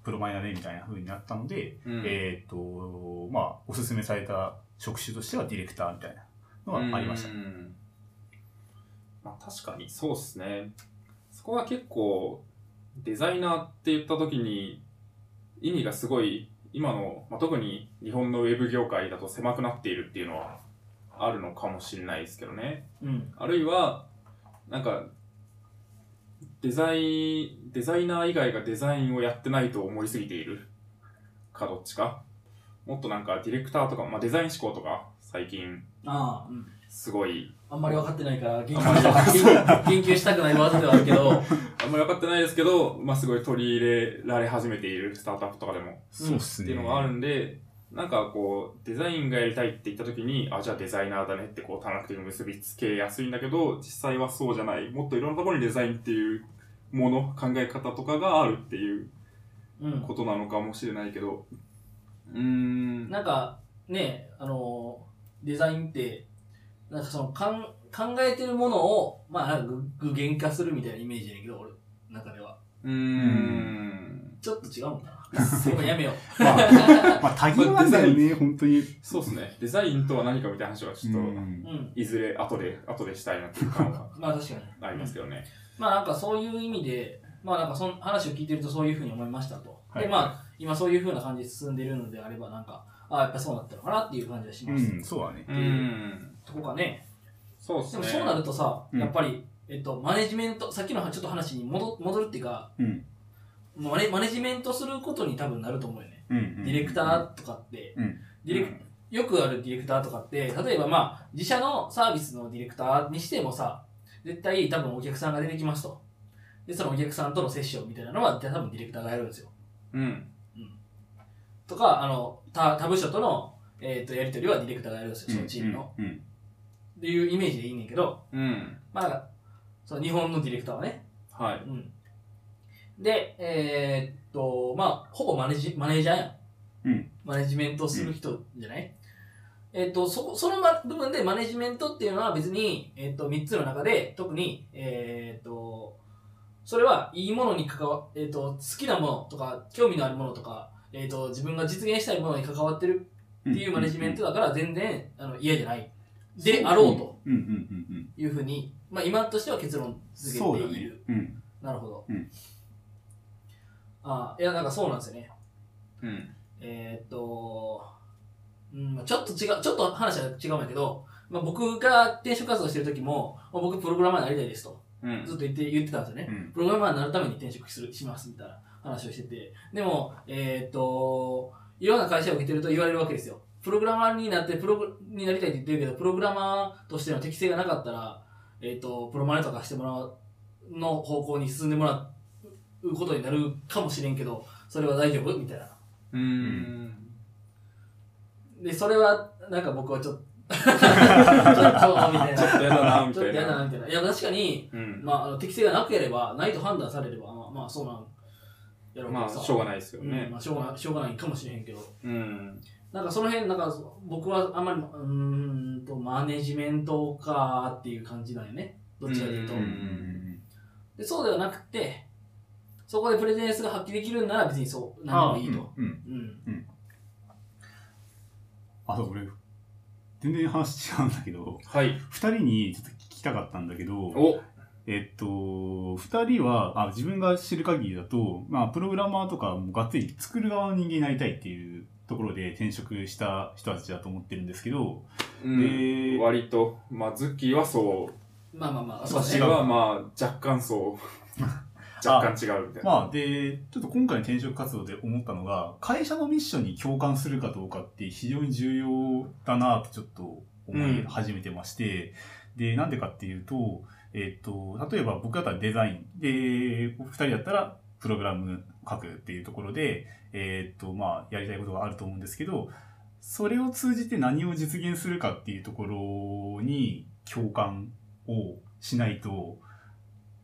[SPEAKER 3] プロマイナーでみたいな風になったので、
[SPEAKER 1] うん
[SPEAKER 3] えっ、と、まあ、おすすめされた職種としてはディレクターみたいなのがありました
[SPEAKER 1] う
[SPEAKER 3] ね。
[SPEAKER 1] んまあ、確かにそうですね。そこは結構デザイナーって言った時に意味がすごい今の、まあ、特に日本のウェブ業界だと狭くなっているっていうのはあるのかもしれないですけどね。
[SPEAKER 2] うん。
[SPEAKER 1] あるいは、なんか、デザイン、デザイナー以外がデザインをやってないと思いすぎているかどっちか。もっとなんかディレクターとか、まあ、デザイン思考とか最近
[SPEAKER 2] ああ、うん。
[SPEAKER 1] すごい
[SPEAKER 2] あんまり分かってないから、言及した、言及したくない技ではあるけど、
[SPEAKER 1] あんまり分かってないですけど、まあ、すごい取り入れられ始めているスタートアップとかでも
[SPEAKER 3] そうっす
[SPEAKER 1] っ
[SPEAKER 3] ね。
[SPEAKER 1] ていうのがあるんで、なんかこう、デザインがやりたいって言った時に、あ、じゃあデザイナーだねってこう、短絡的に結びつけやすいんだけど、実際はそうじゃない。もっといろんなところにデザインっていうもの、考え方とかがあるっていう
[SPEAKER 2] うん
[SPEAKER 1] こ。となのかもしれないけど、うーん、
[SPEAKER 2] なんか、ね、あの、デザインって、なんかその、かん考えてるものを、まあ、なんか具具現化するみたいなイメージだけど、俺、中では。
[SPEAKER 1] うーん、
[SPEAKER 2] ちょっと違うもんな。今やめよう。
[SPEAKER 3] まあ、 まあ、多義なんだよね、本当に。
[SPEAKER 1] そうですね。デザインとは何かみたいな話はちょっと、
[SPEAKER 3] うん
[SPEAKER 2] うん。
[SPEAKER 1] いずれ後で、後でしたいなっていう感は
[SPEAKER 2] まあ、確かに。
[SPEAKER 1] ありますけどね。
[SPEAKER 2] まあなんかそういう意味で、まあなんかその話を聞いてるとそういうふうに思いましたと。
[SPEAKER 3] はい
[SPEAKER 2] でまあ今そういうふうな感じで進んでいるのであればなんか、ああやっぱそうなったのかなっていう感じはし
[SPEAKER 3] う
[SPEAKER 2] ます。
[SPEAKER 3] ん、そうだね。
[SPEAKER 1] うーん、
[SPEAKER 2] とこかね。
[SPEAKER 1] そうです
[SPEAKER 2] で
[SPEAKER 1] ね。
[SPEAKER 2] もそうなるとさ、
[SPEAKER 3] うん
[SPEAKER 2] やっぱり、えっと、マネジメント、さっきのちょっと話に戻戻るっていうか、
[SPEAKER 3] うん。
[SPEAKER 2] マネマネジメントすることに多分なると思うよね。
[SPEAKER 3] うん
[SPEAKER 2] ディレクターとかって、
[SPEAKER 3] うん
[SPEAKER 2] ディレクよくあるディレクターとかって、例えばまあ、自社のサービスのディレクターにしてもさ、絶対多分お客さんが出てきますと。で、そのお客さんとのセッションみたいなのは多分ディレクターがやるんですよ。
[SPEAKER 1] うん。
[SPEAKER 2] とか、あの、他他部署との、えー、とやり取りはディレクターがやるんですよ、
[SPEAKER 3] うん
[SPEAKER 2] そのチームの。。
[SPEAKER 3] うん。
[SPEAKER 2] っていうイメージでいいねんけど、
[SPEAKER 1] うん。
[SPEAKER 2] まあなんか、その日本のディレクターはね、
[SPEAKER 1] はい。
[SPEAKER 2] うん。で、えーっと、まあ、ほぼマネジマネージャーやん。
[SPEAKER 3] うん
[SPEAKER 2] マネジメントする人じゃない、えーっと、そこ、そのま部分でマネジメントっていうのは別に、えーっと、3つの中で、特に、えーっと、それはいいものに関わ、えーっと、好きなものとか、興味のあるものとか、えーっと、自分が実現したいものに関わってる
[SPEAKER 3] うん
[SPEAKER 2] っていうマネジメントだから全然、あの、嫌じゃない。であろうと
[SPEAKER 3] うんうんうん
[SPEAKER 2] いうふうに、まあ、今としては結論
[SPEAKER 3] うん。
[SPEAKER 2] 付
[SPEAKER 3] そう
[SPEAKER 2] け
[SPEAKER 3] だ
[SPEAKER 2] てい
[SPEAKER 3] ね
[SPEAKER 2] る。。
[SPEAKER 3] うん。
[SPEAKER 2] なるほど。
[SPEAKER 3] うん
[SPEAKER 2] あいや、なんかそうなんですよね。
[SPEAKER 1] うん。
[SPEAKER 2] えーっと、うん、ちょっと違う、ちょっと話は違うんだけど、まあ、僕が転職活動してる時も、まあ、僕プログラマーになりたいですと、
[SPEAKER 1] うん
[SPEAKER 2] ずっと言って言ってたんですよね。
[SPEAKER 3] うん。
[SPEAKER 2] プログラマーになるために転職するしますみたいな話をしてて、でも、えーっと、いろんな会社を受けてると言われるわけですよ。プログラマーになって、プログになりたいって言ってるけど、プログラマーとしての適性がなかったら、えーっと、プロマネとかしてもらうの方向に進んでもらうことになるかもしれんけど、それは大丈夫みたいな。
[SPEAKER 1] うーん。
[SPEAKER 2] で、それは、なんか僕はちょっと、 ちょっと、みたいな。
[SPEAKER 1] ちょっとやだなみ
[SPEAKER 2] ちょ
[SPEAKER 1] た
[SPEAKER 2] っ
[SPEAKER 1] い
[SPEAKER 2] とやだ
[SPEAKER 1] な。
[SPEAKER 2] な、みたいな。いや、確かに、
[SPEAKER 1] うん。
[SPEAKER 2] まああの、適性がなければ、ないと判断されれば、まあ、まあ、そうなんやろうけ
[SPEAKER 1] ま
[SPEAKER 2] ど
[SPEAKER 1] あ、
[SPEAKER 2] さ、
[SPEAKER 1] しょうがないですよ
[SPEAKER 2] うん
[SPEAKER 1] ね。
[SPEAKER 2] まあ、しょうがないしょうがないかもしれへんけど、
[SPEAKER 1] うん。
[SPEAKER 2] なんかその辺、なんか僕はあんまり、うーんと、マネジメントかっていう感じなんよね、どっちかというと
[SPEAKER 1] う
[SPEAKER 3] うんん。
[SPEAKER 2] で。そうではなくて、そこでプレゼンスが発揮できるんなら別にそう、何でもいいと。。
[SPEAKER 3] うん。
[SPEAKER 2] うん。
[SPEAKER 3] あ、そう、俺、全然話違うんだけど、
[SPEAKER 1] はい。
[SPEAKER 3] 二人にちょっと聞きたかったんだけど、
[SPEAKER 1] お
[SPEAKER 3] えっと、二人は、あ、自分が知る限りだと、まあ、プログラマーとか、もうがっつり作る側の人間になりたいっていうところで転職した人たちだと思ってるんですけど、
[SPEAKER 1] うん。
[SPEAKER 3] で、
[SPEAKER 1] 割と、まあ、ズッキーはそう。
[SPEAKER 2] まあまあまあ、そう
[SPEAKER 1] 私
[SPEAKER 2] ね。
[SPEAKER 1] は、まあ、若干そう。若干違うみたいな。
[SPEAKER 3] まあ、で、ちょっと今回の転職活動で思ったのが、会社のミッションに共感するかどうかって非常に重要だなとちょっと思い始めてまして、で、なんでかっていうと、えっと、例えば僕だったらデザイン、で、二人だったらプログラム書くっていうところで、えっと、まあ、やりたいことがあると思うんですけど、それを通じて何を実現するかっていうところに共感をしないと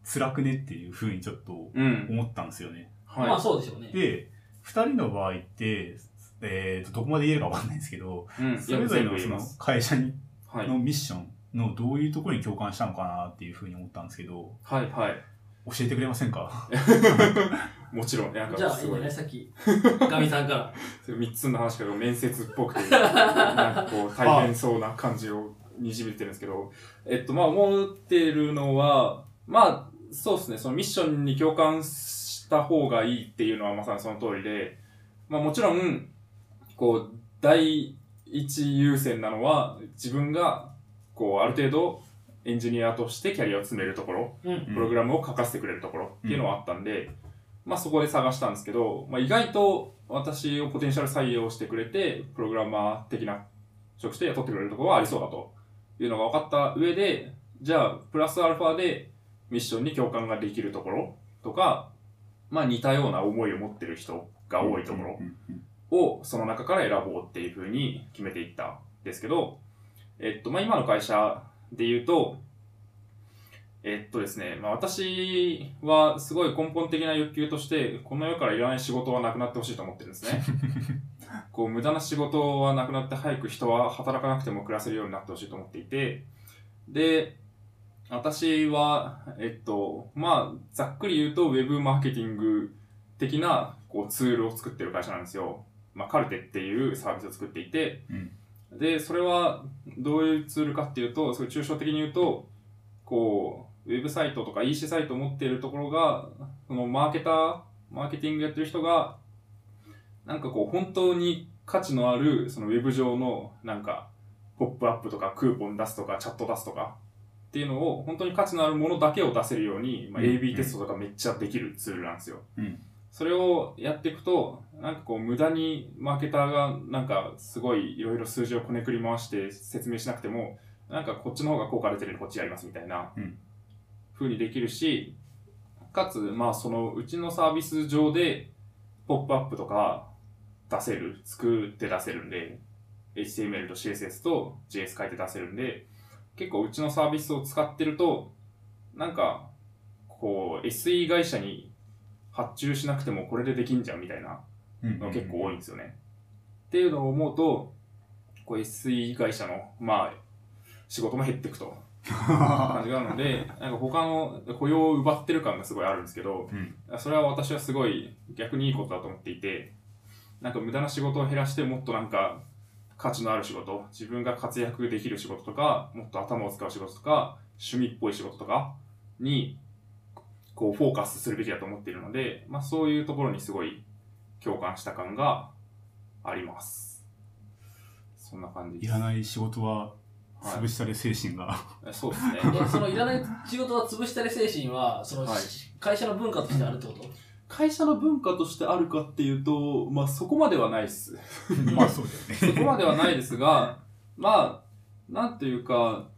[SPEAKER 3] 辛くねっていうふうにちょっと
[SPEAKER 1] うん。
[SPEAKER 3] 思ったんですよね。
[SPEAKER 2] まあ、
[SPEAKER 1] は
[SPEAKER 2] そうでしょうね。
[SPEAKER 3] で、二人の場合って、えー、とどこまで言えるかわかんないんですけど、
[SPEAKER 1] い。うん。
[SPEAKER 3] それぞれの
[SPEAKER 1] いや全部言
[SPEAKER 3] そ
[SPEAKER 1] い
[SPEAKER 3] の
[SPEAKER 1] ます。
[SPEAKER 3] 会社に
[SPEAKER 1] はい。
[SPEAKER 3] のミッションのどういうところに共感したのかなっていうふうに思ったんですけど、
[SPEAKER 1] はい、はい。
[SPEAKER 3] 教えてくれませんか
[SPEAKER 1] もちろん、なん
[SPEAKER 2] じゃ
[SPEAKER 1] か
[SPEAKER 2] あ、い
[SPEAKER 1] す
[SPEAKER 2] いん
[SPEAKER 1] ご
[SPEAKER 2] じ
[SPEAKER 1] い
[SPEAKER 2] ゃない。さっき、ガミさんから。
[SPEAKER 1] 三つの話から面接っぽくて、なんかこう、大変そうな感じをにじみ出てるんですけど、えっと、まあ、思ってるのは、まあ、そうですね、そのミッションに共感した方がいいっていうのはまさにその通りで、まあ、もちろん、こう、第一優先なのは、自分が、こう、ある程度、エンジニアとしてキャリアを詰めるところ、
[SPEAKER 2] うん。
[SPEAKER 1] プログラムを書かせてくれるところっていうのはあったんで、まあそこで探したんですけど、まあ、意外と私をポテンシャル採用してくれて、プログラマー的な職種で雇ってくれるところはありそうだというのが分かった上で、じゃあ、プラスアルファでミッションに共感ができるところとか、まあ似たような思いを持ってる人が多いところ
[SPEAKER 3] うんうん
[SPEAKER 1] をその中から選ぼうっていうふうに決めていったんですけど、えっと、まあ、今の会社で言うと、えっとですね、まあ、私はすごい根本的な欲求として、この世からいらない仕事はなくなってほしいと思ってるんですね。こう、無駄な仕事はなくなって、早く人は働かなくても暮らせるようになってほしいと思っていて、で、私は、えっと、まあ、ざっくり言うと、ウェブマーケティング的なこうツールを作ってる会社なんですよ。まあ、カルテっていうサービスを作っていて、
[SPEAKER 3] うん
[SPEAKER 1] で、それはどういうツールかっていうと、すごい抽象的に言うと、こう、ウェブサイトとか EC サイトを持っているところが、そのマーケター、マーケティングやってる人が、なんかこう、本当に価値のある、そのウェブ上の、なんか、ポップアップとかクーポン出すとか、チャット出すとか、っていうのを、本当に価値のあるものだけを出せるように、まあ、
[SPEAKER 3] うん
[SPEAKER 1] AB テストとかめっちゃできるツールなんですよ。
[SPEAKER 3] うん
[SPEAKER 1] それをやっていくと、なんかこう無駄にマーケターがなんかすごいいろいろ数字をこねくり回して説明しなくても、なんかこっちの方が効果出てるんでこっちやりますみたいな
[SPEAKER 3] うん
[SPEAKER 1] 風にできるし、かつ、まあそのうちのサービス上でポップアップとか出せる、作って出せるんで、HTML と CSS と JS 書いて出せるんで、結構うちのサービスを使ってると、なんかこう SE 会社に発注しなくてもこれでできんじゃんみたいな
[SPEAKER 3] うん
[SPEAKER 1] のが結構多いんですよね。っていうのを思うと、こう SE 会社の、まあ、仕事も減っていく と感じがあるので、なんか他の雇用を奪ってる感がすごいあるんですけど、
[SPEAKER 3] うん
[SPEAKER 1] それは私はすごい逆にいいことだと思っていて、なんか無駄な仕事を減らしてもっとなんか価値のある仕事、自分が活躍できる仕事とか、もっと頭を使う仕事とか、趣味っぽい仕事とかに、こうフォーカスするべきだと思っているので、まあそういうところにすごい共感した感があります。そんな感じ
[SPEAKER 3] い
[SPEAKER 1] です。
[SPEAKER 3] らない仕事は潰したれ精 神が。
[SPEAKER 1] そうですね。
[SPEAKER 2] えそのいらない仕事は潰したり精神は、その、
[SPEAKER 1] はい
[SPEAKER 2] 会社の文化としてあるってこと
[SPEAKER 1] 会社の文化としてあるかっていうと、まあそこまではないです。
[SPEAKER 3] まあそうだよ
[SPEAKER 1] そこ
[SPEAKER 3] ね。
[SPEAKER 1] まではないですが、まあ、なんというか、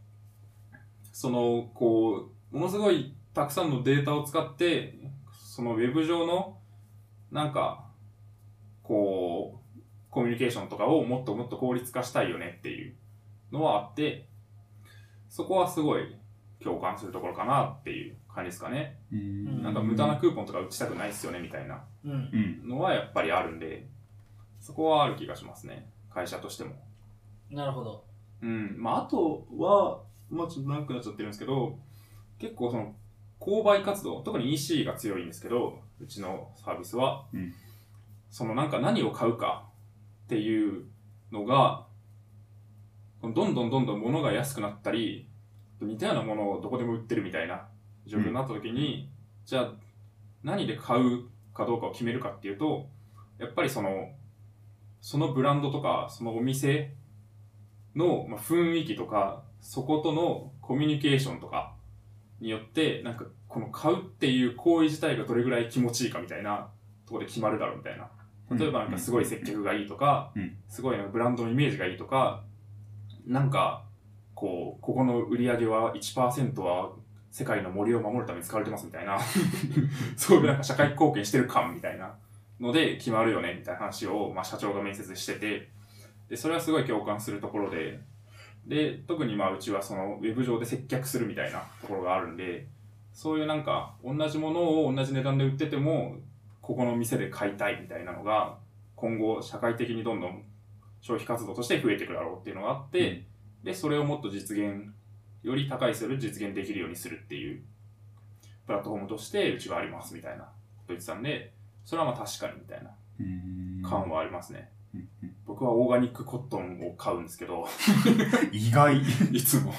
[SPEAKER 1] その、こう、ものすごいたくさんのデータを使って、そのウェブ上の、なんか、こう、コミュニケーションとかをもっともっと効率化したいよねっていうのはあって、そこはすごい共感するところかなっていう感じですかね。
[SPEAKER 3] うん
[SPEAKER 1] なんか無駄な。クーポンとか打ちたくないっすよねみたいな
[SPEAKER 2] うん。
[SPEAKER 3] うん。
[SPEAKER 1] のはやっぱりあるんで、そこはある気がしますね。会社としても。
[SPEAKER 2] なるほど。
[SPEAKER 1] うん、まあ、あとは、まあ、ちょっと長くなっちゃってるんですけど、結構その、購買活動、特に EC が強いんですけど、うちのサービスは、
[SPEAKER 3] うん
[SPEAKER 1] そのなんか何を買うかっていうのが、どんどんどんどん物が安くなったり、似たようなものをどこでも売ってるみたいな状況になった時に、じゃあ何で買うかどうかを決めるかっていうと、やっぱりその、そのブランドとか、そのお店のまあ雰囲気とか、そことのコミュニケーションとかによって、なんかこの買うっていう行為自体がどれぐらい気持ちいいかみたいなところで決まるだろうみたいな。例えばなんかすごい接客がいいとか、
[SPEAKER 3] うん
[SPEAKER 1] すごいなんかブランドのイメージがいいとか、なんかこう、ここの売り上げは1%は世界の森を守るために使われてますみたいな、そういうなんか社会貢献してる感みたいなので決まるよねみたいな話を、まあ、社長が面接してて、で、それはすごい共感するところで、で、特にまあうちはそのウェブ上で接客するみたいなところがあるんで、そういうなんか同じものを同じ値段で売ってても、ここの店で買いたいみたいなのが、今後社会的にどんどん消費活動として増えていくだろうっていうのがあって、で、それをもっと実現、より高いする実現できるようにするっていう、プラットフォームとしてうちがありますみたいなこと言ってたんで、それはまあ確かにみたいな
[SPEAKER 3] うん
[SPEAKER 1] 感はありますね。
[SPEAKER 3] うんうん
[SPEAKER 1] 僕はオーガニックコットンを買うんですけど、
[SPEAKER 3] 意外。
[SPEAKER 1] いつも。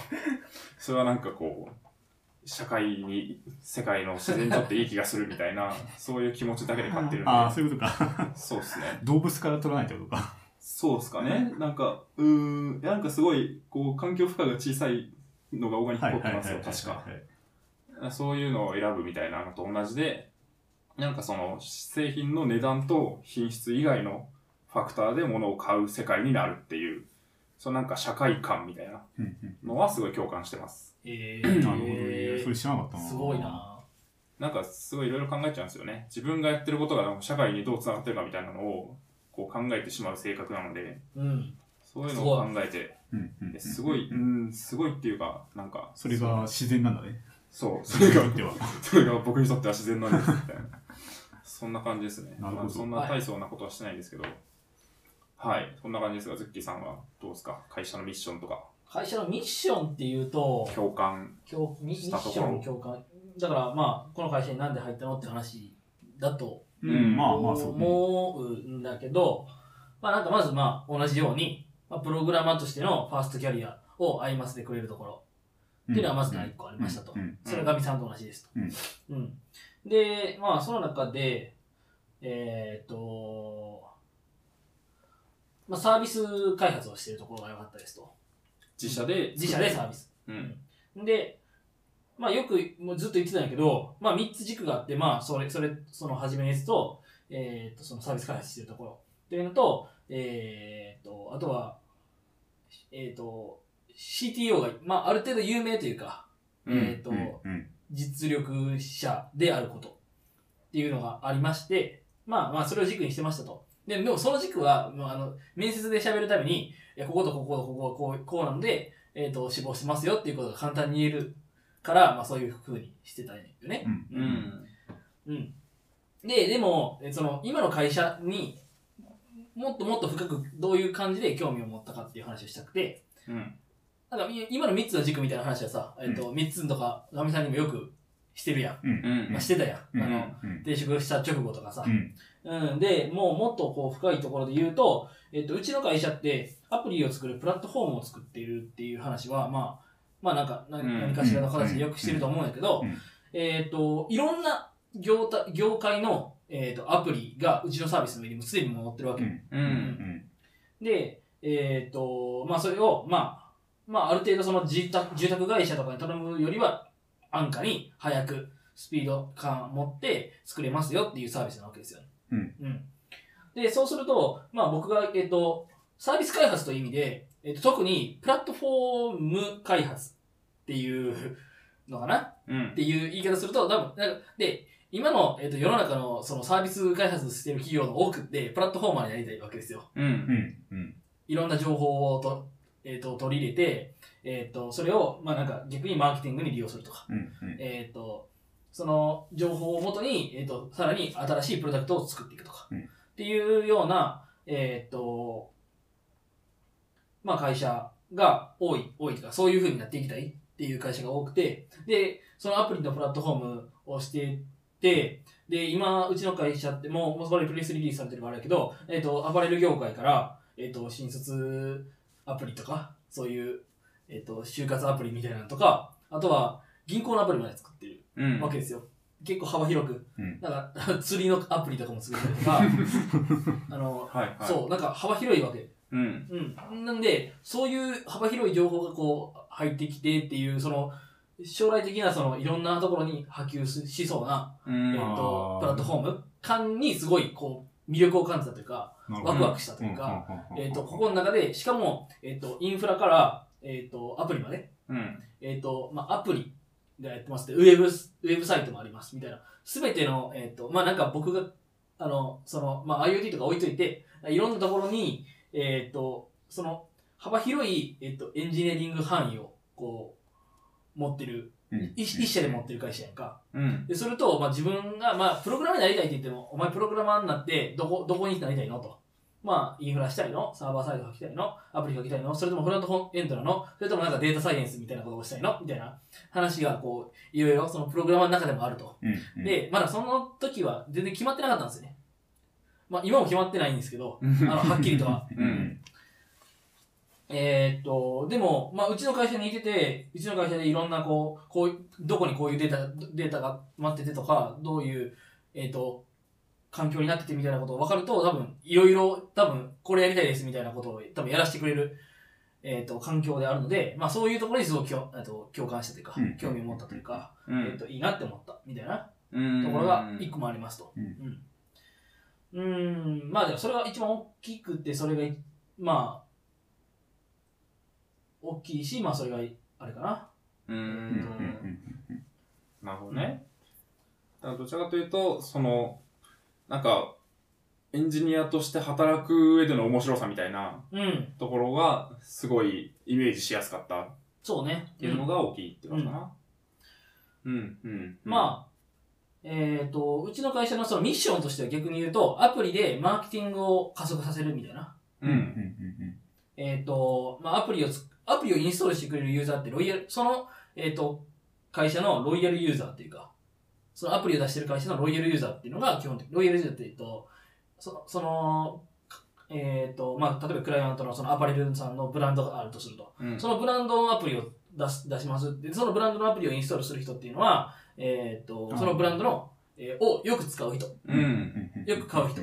[SPEAKER 1] それはなんかこう、社会に、世界の自然にとっていい気がするみたいな、そういう気持ちだけで買ってるんで、
[SPEAKER 3] ああ、そういうことか。
[SPEAKER 1] そうですね。
[SPEAKER 3] 動物から取らないってことか。
[SPEAKER 1] そうですかね。なんか、うーん、いやなんかすごい、こう、環境負荷が小さいのがオーガニック
[SPEAKER 3] はい
[SPEAKER 1] に
[SPEAKER 3] は
[SPEAKER 1] なっ
[SPEAKER 3] い
[SPEAKER 1] て
[SPEAKER 3] は
[SPEAKER 1] ま
[SPEAKER 3] い
[SPEAKER 1] す
[SPEAKER 3] はい
[SPEAKER 1] よ、
[SPEAKER 3] はい
[SPEAKER 1] 確か。そういうのを選ぶみたいなのと同じで、なんかその製品の値段と品質以外のファクターで物を買う世界になるっていう、そのなんか社会観みたいな
[SPEAKER 3] うんうん
[SPEAKER 1] のはすごい共感してます。
[SPEAKER 2] え
[SPEAKER 3] な
[SPEAKER 2] ー、
[SPEAKER 3] るほどね。それ知らなかったな。
[SPEAKER 2] すごい。な
[SPEAKER 1] なんかすごいいろいろ考えちゃうんですよね。自分がやってることが社会にどうつながってるかみたいなのをこう考えてしまう性格なので、
[SPEAKER 2] うん。
[SPEAKER 1] そういうのを考えて、
[SPEAKER 3] うんうんうん
[SPEAKER 1] すごい、うん、すごいっていうか、なんか、
[SPEAKER 3] それが自然なんだね。
[SPEAKER 1] そう、そ
[SPEAKER 3] それ
[SPEAKER 1] れ
[SPEAKER 3] に
[SPEAKER 1] が
[SPEAKER 3] とっては。
[SPEAKER 1] それが僕にとっては自然なんですみたいな。そんな感じですね。
[SPEAKER 3] なるほど
[SPEAKER 1] まあそんな大層なことはしてないんですけど。はい。そんな感じですが、ズッキーさんはどうですか会社のミッションとか、
[SPEAKER 2] 会社のミッションっていうと、
[SPEAKER 1] 共感。
[SPEAKER 2] 共ミミ
[SPEAKER 1] した
[SPEAKER 2] ッ
[SPEAKER 1] と
[SPEAKER 2] シ
[SPEAKER 1] こ
[SPEAKER 2] ョ
[SPEAKER 1] ろ
[SPEAKER 2] ン共感。だからまあ、この会社になんで入ったのって話だと
[SPEAKER 3] う
[SPEAKER 1] うん
[SPEAKER 3] ん、まあまあそうね。
[SPEAKER 2] 思うんだけど、まあなんかまずまあ同じように、まあ、プログラマーとしてのファーストキャリアをアイマスでくれるところ
[SPEAKER 3] うん
[SPEAKER 2] っていうのはまず1個ありましたと。
[SPEAKER 3] うん
[SPEAKER 2] それがみさんと同じですと。うんで、まあその中で、えーっと、まあ、サービス開発をしているところが良かったですと。
[SPEAKER 1] 自社で。
[SPEAKER 2] 自社でサービス。
[SPEAKER 1] うん。
[SPEAKER 2] で、まあよくもうずっと言ってたんだけど、まあ3つ軸があって、まあそれ、それ、その初めのやつと、えーっと、そのサービス開発してるところっていうのと、えーっと、あとは、えーっと、CTO が、まあある程度有名というか、
[SPEAKER 1] うん。
[SPEAKER 2] えーっと、
[SPEAKER 3] うん
[SPEAKER 2] 実力者であることっていうのがありまして、まあまあそれを軸にしてましたと。で、でもその軸は、まあ、あの、面接で喋るために、いやこことこことここはこう、こうなんで、えっ、と、死亡してますよっていうことが簡単に言えるから、まあそういう風にしてたんよね。
[SPEAKER 3] うん
[SPEAKER 1] う。ん。
[SPEAKER 2] うん。で、でも、えその、今の会社に、もっともっと深くどういう感じで興味を持ったかっていう話をしたくて、
[SPEAKER 1] うん。
[SPEAKER 2] なんかみ今の3つの軸みたいな話はさ、えっと3つとか、ガミさんにもよくしてるやん。
[SPEAKER 3] うんうん
[SPEAKER 1] う
[SPEAKER 2] ま
[SPEAKER 1] ん
[SPEAKER 2] あ、してたやん。
[SPEAKER 3] うん
[SPEAKER 2] あの
[SPEAKER 3] うん
[SPEAKER 2] 転職した直後とかさ
[SPEAKER 3] う。ん
[SPEAKER 2] うん、で、もうもっとこう深いところで言うと、えっと、うちの会社ってアプリを作るプラットフォームを作っているっていう話は、まあ、まあなんか、な
[SPEAKER 1] うん
[SPEAKER 2] 何かしらの形でよくしてると思うんだけど
[SPEAKER 3] うんうん、
[SPEAKER 2] えっと、いろんな業態業界の、えっと、アプリがうちのサービスの上にもすでにもう載ってるわけ。
[SPEAKER 1] うん。う。
[SPEAKER 3] うんん
[SPEAKER 2] で、えっ、と、まあ、それを、まあ、まあ、ある程度その住宅住宅会社とかに頼むよりは、安価に早くスピード感を持って作れますよっていうサービスなわけですよね。
[SPEAKER 3] うん。
[SPEAKER 2] で、そうすると、まあ、僕が、えっ、と、サービス開発という意味で、えっと特にプラットフォーム開発っていうのかな
[SPEAKER 1] うん
[SPEAKER 2] っていう言い方すると、多分、なんか、で、今の、えっと世の中のそのサービス開発してる企業の多くって、プラットフォーマーになりたいわけですよ。
[SPEAKER 1] うん。う。
[SPEAKER 3] うんんうん
[SPEAKER 2] いろんな情報をと、えー、と取り入れて、えー、とそれを、まあ、なんか逆にマーケティングに利用するとか、
[SPEAKER 3] うんうん
[SPEAKER 2] えー、とその情報をもとに、えー、とさらに新しいプロダクトを作っていくとか、
[SPEAKER 3] うん
[SPEAKER 2] っていうような、えーとまあ、会社が多い多いというかそういうふうになっていきたいっていう会社が多くてでそのアプリのプラットフォームをしててで今うちの会社ってもうもうこれプレスリリースされてるからあれだけど、えー、とアパレル業界からえっ、と、新卒アプリとか、そういう、えっ、と、就活アプリみたいなのとか、あとは銀行のアプリまで作ってる
[SPEAKER 1] うん。
[SPEAKER 2] わけですよ。結構幅広く。
[SPEAKER 3] うん
[SPEAKER 2] なんか、 釣りのアプリとかも作ったりとか、あの、
[SPEAKER 1] はいはい。
[SPEAKER 2] そう、なんか幅広いわけ。
[SPEAKER 1] う。うん。
[SPEAKER 2] うん。なんで、そういう幅広い情報がこう、入ってきてっていう、その、将来的なそのいろんなところに波及ししそうな、
[SPEAKER 1] う
[SPEAKER 2] えっ、
[SPEAKER 1] ん。
[SPEAKER 2] と
[SPEAKER 3] あー、
[SPEAKER 2] プラットフォーム感にすごいこう、魅力を感じたというか、
[SPEAKER 3] なるほ
[SPEAKER 2] ワ
[SPEAKER 3] ど
[SPEAKER 2] クワクしたというか、えっ、と、ここの中で、しかも、えっ、と、インフラから、えっ、と、アプリまで、
[SPEAKER 1] うん。
[SPEAKER 2] えっ、と、まあ、アプリがやってますって、ウェブ、ウェブサイトもあります、みたいな。すべての、えっ、と、まあ、なんか僕が、あの、その、まあ、IoT とか置いといて、いろんなところに、えっ、と、その、幅広い、えっ、と、エンジニアリング範囲を、こう、持ってる、
[SPEAKER 3] うん
[SPEAKER 2] い一社で持ってる会社やんか。
[SPEAKER 1] うん。
[SPEAKER 2] で、それと、まあ、自分が、まあ、プログラマーになりたいって言っても、お前プログラマーになって、どこ、どこになりたいのと。まあ、インフラしたいのサーバーサイド書きたいのアプリ書きたいのそれともフロントエンドなのそれともなんかデータサイエンスみたいなことをしたいのみたいな話が、こう、いろいろそのプログラマーの中でもあると。
[SPEAKER 3] うん
[SPEAKER 2] で、まだその時は全然決まってなかったんですよね。まあ、今も決まってないんですけど、
[SPEAKER 1] う
[SPEAKER 2] あ
[SPEAKER 1] ん
[SPEAKER 2] の、はっきりとは。
[SPEAKER 3] うん
[SPEAKER 2] えーっと、でも、まあ、うちの会社にいてて、うちの会社でいろんな、こう、こうい、どこにこういうデータ、データが待っててとか、どういう、えーっと、環境になっててみたいなことを分かると、多分、いろいろ、多分、これやりたいですみたいなことを多分やらせてくれる、えっ、と、環境であるので、まあそういうところにすごくきょあと共感したというか、
[SPEAKER 3] うん
[SPEAKER 2] 興味を持ったというか、
[SPEAKER 1] う
[SPEAKER 2] えっ、
[SPEAKER 1] ん。
[SPEAKER 2] と、いいなって思った、みたいな
[SPEAKER 1] うん
[SPEAKER 2] ところが一個もありますと。
[SPEAKER 3] う
[SPEAKER 2] う
[SPEAKER 3] ん
[SPEAKER 2] ん。うん、んまあでもそれが一番大きくて、それがい、まあ、大きいし、まあそれがい、あれかな。
[SPEAKER 1] うん
[SPEAKER 3] うんうん
[SPEAKER 1] なるほどね。だからどちらかというと、その、なんか、エンジニアとして働く上での面白さみたいな
[SPEAKER 2] うん。
[SPEAKER 1] ところが、すごいイメージしやすかったっ
[SPEAKER 2] そうね。
[SPEAKER 1] ていうのが大きいってことかな。うん、うん。
[SPEAKER 2] まあ、えっ、と、うちの会社のそのミッションとしては逆に言うと、アプリでマーケティングを加速させるみたいな。
[SPEAKER 1] あ、う
[SPEAKER 3] うんうん
[SPEAKER 1] ん。
[SPEAKER 3] うん
[SPEAKER 2] えっ、と、まあ、アプリをつ、アプリをインストールしてくれるユーザーって、ロイヤル、その、えっ、と、会社のロイヤルユーザーっていうか、そのアプリを出してる会社のロイヤルユーザーっていうのが基本的、ロイヤルユーザーっていうと、その、その、えっ、と、まあ、例えばクライアントのそのアパレルさんのブランドがあるとすると、
[SPEAKER 1] うん
[SPEAKER 2] そのブランドのアプリを出す出します。で、そのブランドのアプリをインストールする人っていうのは、えーっと
[SPEAKER 3] う、ん
[SPEAKER 2] そのブランドの、えーをよく使う人。
[SPEAKER 1] うん。
[SPEAKER 3] うん
[SPEAKER 2] よく買う人。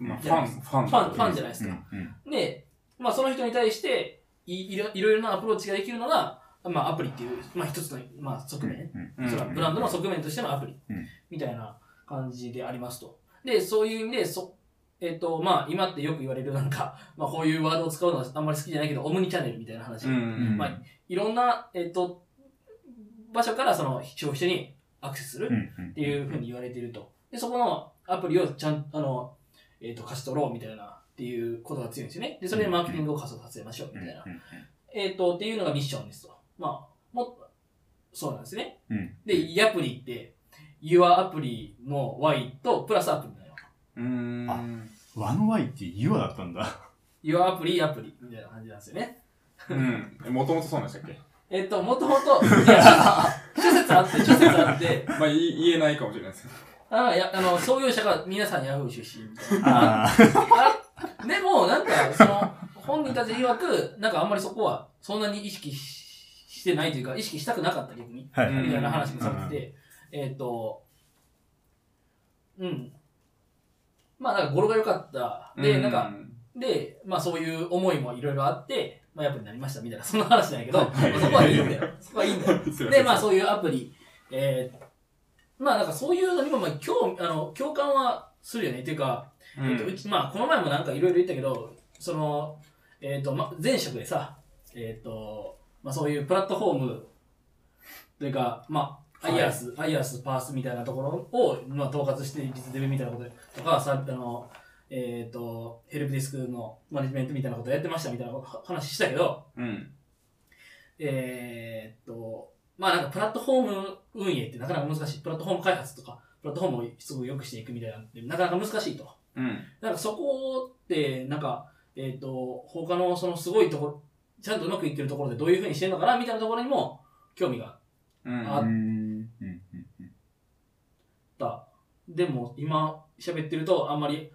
[SPEAKER 1] まあ、フ
[SPEAKER 2] じゃ
[SPEAKER 1] ァ
[SPEAKER 2] あ
[SPEAKER 1] ン、ファン。
[SPEAKER 2] ファン、ファン
[SPEAKER 1] ン。
[SPEAKER 2] じゃないですか。
[SPEAKER 3] うんうん
[SPEAKER 2] で、まあその人に対していいろ、いろいろなアプローチができるのが、まあアプリっていう、まあ一つの、まあ側面。
[SPEAKER 3] うん
[SPEAKER 1] うん
[SPEAKER 2] そのブランドの側面としてのアプリ
[SPEAKER 3] うん
[SPEAKER 2] みたいな感じでありますと。で、そういう意味で、そえっ、と、まあ、今ってよく言われるなんか、まあ、こういうワードを使うのはあんまり好きじゃないけど、オムニチャンネルみたいな話、
[SPEAKER 1] うん
[SPEAKER 2] まあ、いろんな、えっ、と、場所からその消費者にアクセスする
[SPEAKER 3] うんうん
[SPEAKER 2] っていうふうに言われていると。で、そこのアプリをちゃんあの、えっ、と、貸し取ろうみたいなっていうことが強いんですよね。で、それでマーケティングを加速させましょうみたいな。えっ、と、っていうのがミッションですと。まあ、もっと、そうなんですね。
[SPEAKER 3] うんうん
[SPEAKER 2] で、ヤプリって、Your アプリの Y とプラスアプリなの。
[SPEAKER 1] うん。
[SPEAKER 3] あワンワイってユアだったんだ
[SPEAKER 2] Your アプリ、アプリみたいな感じなんですよね。
[SPEAKER 1] うん。もともとそうなんでしたっけ
[SPEAKER 2] えっと、もともと、いや諸説あって、諸説あって、
[SPEAKER 1] まあ、い言えないかもしれないですけど。
[SPEAKER 2] あやあの創業者が皆さん Yahoo 出身みたいな。
[SPEAKER 3] あー
[SPEAKER 2] あでも、なんか、その、本人たち曰く、なんかあんまりそこはそんなに意識ししてないというか、意識したくなかった逆に。
[SPEAKER 3] はい
[SPEAKER 1] うん
[SPEAKER 2] みたいな話もされてて、えっ、と、うん。まあ、なんか語呂が良かった。で、なんか、、で、まあそういう思いもいろいろあって、まあやっぱりなりましたみたいな、そんな話じゃないけど、
[SPEAKER 1] はい
[SPEAKER 2] そこはいいんだよ。そこはいいんだよ。
[SPEAKER 1] すいませ
[SPEAKER 2] で、
[SPEAKER 1] ん
[SPEAKER 2] まあそういうアプリ、えーまあなんかそういうのにも、まあ今日、あの、共感はするよね。っていうか、
[SPEAKER 1] うん
[SPEAKER 2] えっと、うち、まあこの前もなんかいろいろ言ったけど、その、えっ、と、ま、前職でさ、えっ、と、まあそういうプラットフォーム、というか、まあ、
[SPEAKER 1] はい
[SPEAKER 2] アイアース、アイアース、パースみたいなところを、まあ、統括して、実デブみたいなこととか、さ、あの、えっ、と、ヘルプディスクのマネジメントみたいなことやってましたみたいなこと話したけど、
[SPEAKER 1] うん。
[SPEAKER 2] えーっと、まあなんかプラットフォーム運営ってなかなか難しい。プラットフォーム開発とか、プラットフォームをすごく良くしていくみたいなのってなかなか難しいと。
[SPEAKER 1] うん。
[SPEAKER 2] なんかそこって、なんか、えーっと、他のそのすごいところ、ちゃんとうまくいってるところでどういうふうにしてるのかなみたいなところにも興味があっ
[SPEAKER 1] うん。
[SPEAKER 2] あ
[SPEAKER 3] うんうん
[SPEAKER 2] た。でも今喋ってるとあんまり、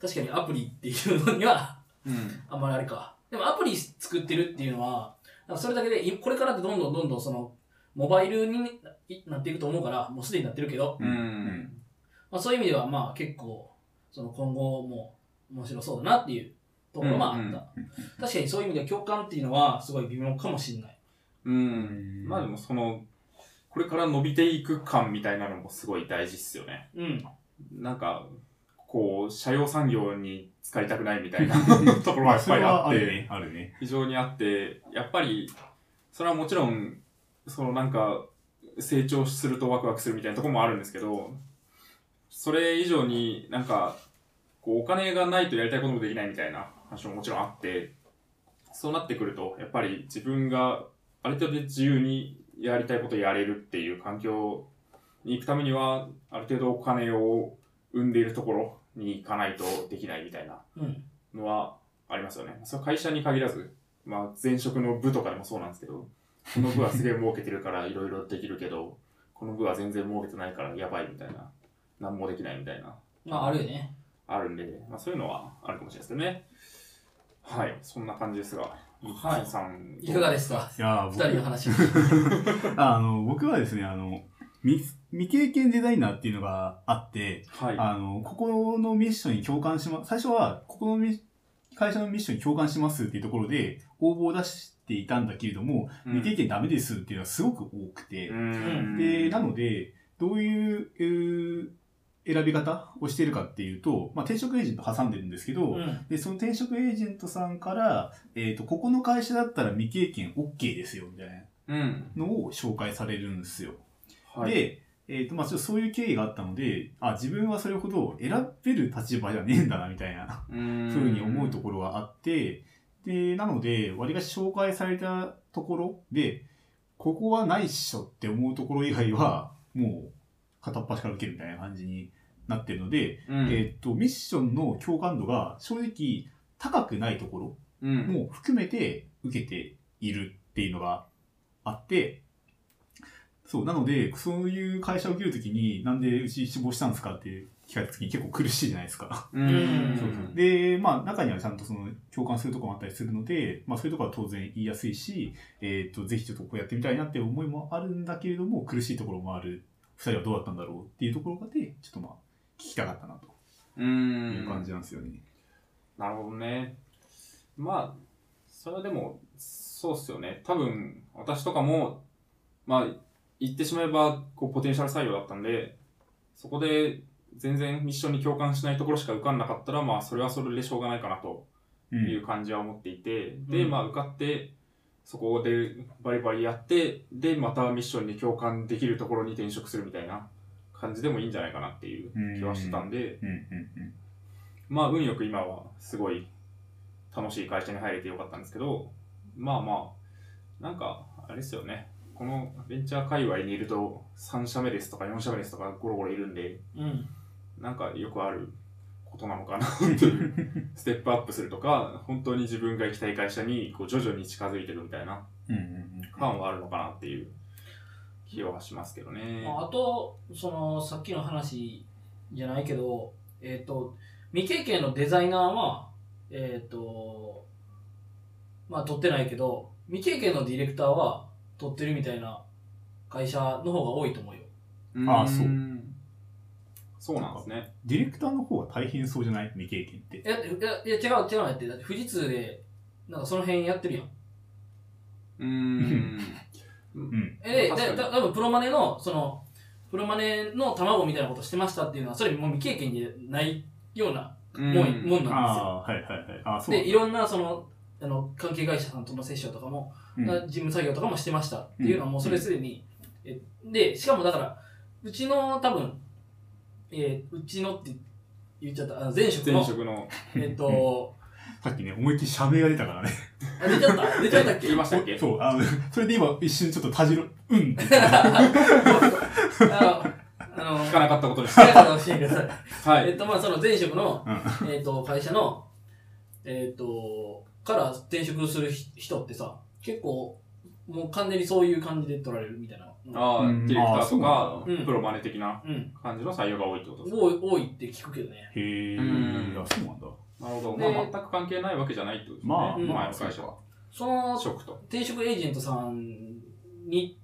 [SPEAKER 2] 確かにアプリっていうのには
[SPEAKER 1] うん。
[SPEAKER 2] あんまりあれか。でもアプリ作ってるっていうのは、なんかそれだけで、いこれからってどんどんどんどんその、モバイルにいなっていくと思うから、もうすでになってるけど、
[SPEAKER 1] うん。うん。
[SPEAKER 2] まあ、そういう意味ではまあ結構、その今後も面白そうだなっていうところはあった。
[SPEAKER 1] うんうん
[SPEAKER 2] 確かにそういう意味では共感っていうのはすごい微妙かもしれない。
[SPEAKER 1] う。
[SPEAKER 3] うんん
[SPEAKER 1] まあでもその、これから伸びていく感みたいなのもすごい大事っすよね。
[SPEAKER 2] うん。
[SPEAKER 1] なんか、こう、社用産業に使いたくないみたいな ところは
[SPEAKER 3] まあ
[SPEAKER 1] やっ
[SPEAKER 3] そ
[SPEAKER 1] ぱ
[SPEAKER 3] れ
[SPEAKER 1] り
[SPEAKER 3] は
[SPEAKER 1] あ
[SPEAKER 3] あ
[SPEAKER 1] っ
[SPEAKER 3] る
[SPEAKER 1] て、
[SPEAKER 3] ねあるね
[SPEAKER 1] 非常にあって、やっぱり、それはもちろん、そのなんか、成長するとワクワクするみたいなところもあるんですけど、それ以上になんか、こうお金がないとやりたいこともできないみたいな話ももちろんあって、そうなってくると、やっぱり自分がある程度自由にやりたいことやれるっていう環境に行くためには、ある程度お金を生んでいるところに行かないとできないみたいな
[SPEAKER 2] うん。
[SPEAKER 1] のはありますよね。それは会社に限らず、まあ、前職の部とかでもそうなんですけど、この部はすげえ儲けてるからいろいろできるけど、この部は全然儲けてないからやばいみたいな、なんもできないみたいな、
[SPEAKER 2] まああるよね。
[SPEAKER 1] あるんで、まあ、そういうのはあるかもしれないですけどね。はい、そんな感じですが、
[SPEAKER 2] はい
[SPEAKER 1] ミッキーさん、
[SPEAKER 2] いかがですか
[SPEAKER 3] いやー
[SPEAKER 2] 二
[SPEAKER 3] 僕
[SPEAKER 2] 人の話。
[SPEAKER 3] あの僕はですねあの未未経験デザイナーっていうのがあって、
[SPEAKER 1] はい。
[SPEAKER 3] あの、ここのミッションに共感しま、最初は、ここのミッ会社のミッションに共感しますっていうところで、応募を出していたんだけれども、
[SPEAKER 1] うん
[SPEAKER 3] 未経験ダメですっていうのはすごく多くて、
[SPEAKER 1] うん
[SPEAKER 3] で、なので、どういうえー、選び方をしているかっていうと、まあ、転職エージェント挟んでるんですけど、
[SPEAKER 2] うん。
[SPEAKER 3] で、その転職エージェントさんから、えっ、と、ここの会社だったら未経験 OK ですよ、みたい
[SPEAKER 1] うん。
[SPEAKER 3] なのを紹介されるんですよ。
[SPEAKER 1] はい、
[SPEAKER 3] で、えっ、と、まあ、ちょっとそういう経緯があったので、あ、自分はそれほど選べる立場じゃねえんだな、みたいな、
[SPEAKER 1] ふう
[SPEAKER 3] ふうに思うと
[SPEAKER 1] こ
[SPEAKER 3] ころがあって、で、なので、割がし紹介されたところで、ここはないっしょって思うところ以外は、もう、片っ端から受けるみたいな感じになってるので、
[SPEAKER 1] ろ、うん、
[SPEAKER 3] えっ、と、ミッションの共感度が正直高くないところ
[SPEAKER 1] うん、
[SPEAKER 3] も含めて受けているっていうのがあって、そう、なので、そういう会社を受けるときに、なんでうち志望したんですかって聞かれたときに結構苦しいじゃないですか。
[SPEAKER 1] うん、
[SPEAKER 2] うん
[SPEAKER 1] そ
[SPEAKER 3] そううそうで、まあ、中にはちゃんとその共感するところもあったりするので、まあ、そういうところは当然言いやすいし、えっ、と、ぜひちょっとこうやってみたいなって思いもあるんだけれども、苦しいところもある。二人はどうだったんだろうっていうところで、ちょっとまあ、聞きたかったなと
[SPEAKER 1] う、
[SPEAKER 3] いうん感じなんですよね。
[SPEAKER 1] なるほどね。まあ、それはでも、そうっすよね。多分、私とかも、まあ、言ってしまえば、こう、ポテンシャル採用だったんで、そこで、全然ミッションに共感しないところしか受かんなかったら、まあ、それはそれでしょうがないかなと
[SPEAKER 3] うん
[SPEAKER 1] いう感じは思っていて、で、
[SPEAKER 2] うん
[SPEAKER 1] まあ、受かって、そこでバリバリやって、で、またミッションに共感できるところに転職するみたいな感じでもいいんじゃないかなっていう気はしてたんで、
[SPEAKER 3] うんうんうん
[SPEAKER 1] まあ運よく今はすごい楽しい会社に入れてよかったんですけどまあまあなんかあれですよねこのベンチャー界隈にいると3社目ですとか4社目ですとかゴロゴロいるんで
[SPEAKER 2] うん。
[SPEAKER 1] なんかよくあることなのかなっていうステップアップするとか本当に自分が行きたい会社にこう徐々に近づいてるみたいな
[SPEAKER 3] うんうんうん
[SPEAKER 1] 感はあるのかなっていう気はしますけどね
[SPEAKER 2] まあ、あと、その、さっきの話じゃないけど、えっ、と、未経験のデザイナーは、えっ、と、まあ、取ってないけど、未経験のディレクターは取ってるみたいな会社の方が多いと思うよ。
[SPEAKER 3] あそうん
[SPEAKER 1] そうなんですね
[SPEAKER 3] ディレクターの方は大変そうじゃない未経験って。
[SPEAKER 2] え、いや、いや違う、違うなって、だって富士通で、なんかその辺やってるやん。
[SPEAKER 1] うーん
[SPEAKER 3] うん。
[SPEAKER 2] え、
[SPEAKER 1] まあ
[SPEAKER 2] で、
[SPEAKER 1] 確か
[SPEAKER 2] た
[SPEAKER 1] に
[SPEAKER 2] 多分プロマネの、その、プロマネの卵みたいなことしてましたっていうのは、それもう未経験じゃないような
[SPEAKER 1] うん
[SPEAKER 2] もん,、もんなんですよ。
[SPEAKER 3] ああー、はいはいはい。ああ、そうなん
[SPEAKER 2] で、
[SPEAKER 3] だ。
[SPEAKER 2] いろんな、その、あの関係会社さんとのセッションとかも、
[SPEAKER 3] うん
[SPEAKER 2] 事務作業とかもしてましたっていうのはもうそれすでに、えでしかもだからうちの多分、えーうちのって言っちゃったあの前職の
[SPEAKER 1] 前職の
[SPEAKER 2] えっ、と
[SPEAKER 3] さっきね、思いっきり社名が出たからね。
[SPEAKER 2] あ出ちゃった出ちゃったっけ
[SPEAKER 1] 言いましたっけ
[SPEAKER 3] そう、あの、それで今一瞬ちょっとたじろ、うんって。
[SPEAKER 2] あのあの
[SPEAKER 1] 聞かなかったことにし
[SPEAKER 2] 聞
[SPEAKER 1] て。
[SPEAKER 2] かなかったら教えてください
[SPEAKER 1] は
[SPEAKER 2] えっ
[SPEAKER 1] い。
[SPEAKER 2] とまあその前職の、
[SPEAKER 3] うん
[SPEAKER 2] えっと会社のえっ、とから転職するひ人ってさ結構もう完全にそういう感じで取られるみたいな
[SPEAKER 1] ああ、デ
[SPEAKER 3] うん
[SPEAKER 1] ィレクターと
[SPEAKER 3] あ
[SPEAKER 1] か
[SPEAKER 3] ー、
[SPEAKER 2] そうなんだ
[SPEAKER 1] プロマネ的な
[SPEAKER 2] うん
[SPEAKER 1] 感じの採用が多いってことですか。
[SPEAKER 2] 多い多いって聞くけどね
[SPEAKER 3] へえ、
[SPEAKER 1] うん
[SPEAKER 3] あ、そうなんだ。
[SPEAKER 1] なるほど。
[SPEAKER 2] で
[SPEAKER 1] まあ、全く関係ないわけじゃないってことですね。
[SPEAKER 3] まあ、
[SPEAKER 2] うん
[SPEAKER 3] ま
[SPEAKER 1] 前
[SPEAKER 3] あ、
[SPEAKER 1] の
[SPEAKER 3] そう
[SPEAKER 1] 会
[SPEAKER 3] か
[SPEAKER 1] 社は。
[SPEAKER 2] その
[SPEAKER 1] 職と。
[SPEAKER 2] 転職エージェントさんに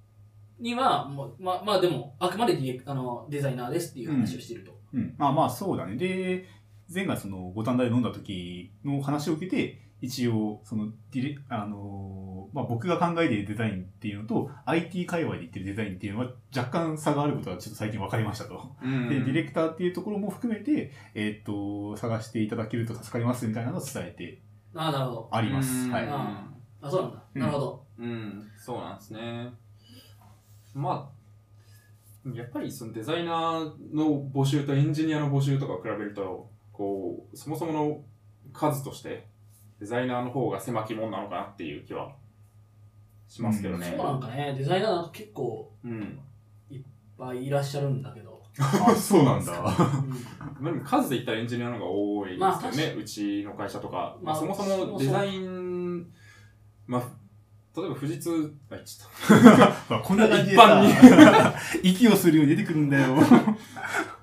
[SPEAKER 2] にはもうままあでもあくまでディレクあのデザイナーですっていう話をしてると、
[SPEAKER 3] うん。まあまあ、そうだね。で、前回その五反田で飲んだ時の話を受けて、一応、その、ディレ、あのーまあ僕が考えているデザインっていうのと、IT 界隈で言ってるデザインっていうのは若干差があることはちょっと最近分かりましたと。
[SPEAKER 1] うん
[SPEAKER 3] で、ディレクターっていうところも含めて、えっ、と、探していただけると助かりますみたいなのを伝えて
[SPEAKER 2] ああなるほど
[SPEAKER 3] あります
[SPEAKER 1] う。ん
[SPEAKER 3] はい。
[SPEAKER 2] ああそうなんだ、
[SPEAKER 3] うん
[SPEAKER 2] なるほど
[SPEAKER 1] うん、そうなんですね。まあ、やっぱりそのデザイナーの募集とエンジニアの募集とかを比べると、こう、そもそもの数として、デザイナーの方が狭き門なのかなっていう気はしますけどね。
[SPEAKER 2] そうなんかねデザイナーなんか結構
[SPEAKER 1] うん。
[SPEAKER 2] いっぱいいらっしゃるんだけ ど、
[SPEAKER 3] あ、そうなんだ。
[SPEAKER 2] う
[SPEAKER 1] まあでも数で言ったらエンジニアの方が多いですよね、
[SPEAKER 2] まあ確か
[SPEAKER 1] うちの会社とか、ま
[SPEAKER 2] まあ
[SPEAKER 1] あ、そもそ
[SPEAKER 2] そうそ
[SPEAKER 1] も
[SPEAKER 2] う
[SPEAKER 1] デザイン、まあ、例えば富士通、あ、言っちゃっ
[SPEAKER 3] まあ、こんな感じで
[SPEAKER 1] 一
[SPEAKER 3] さ、 息をするように出てくるんだよ。
[SPEAKER 1] た。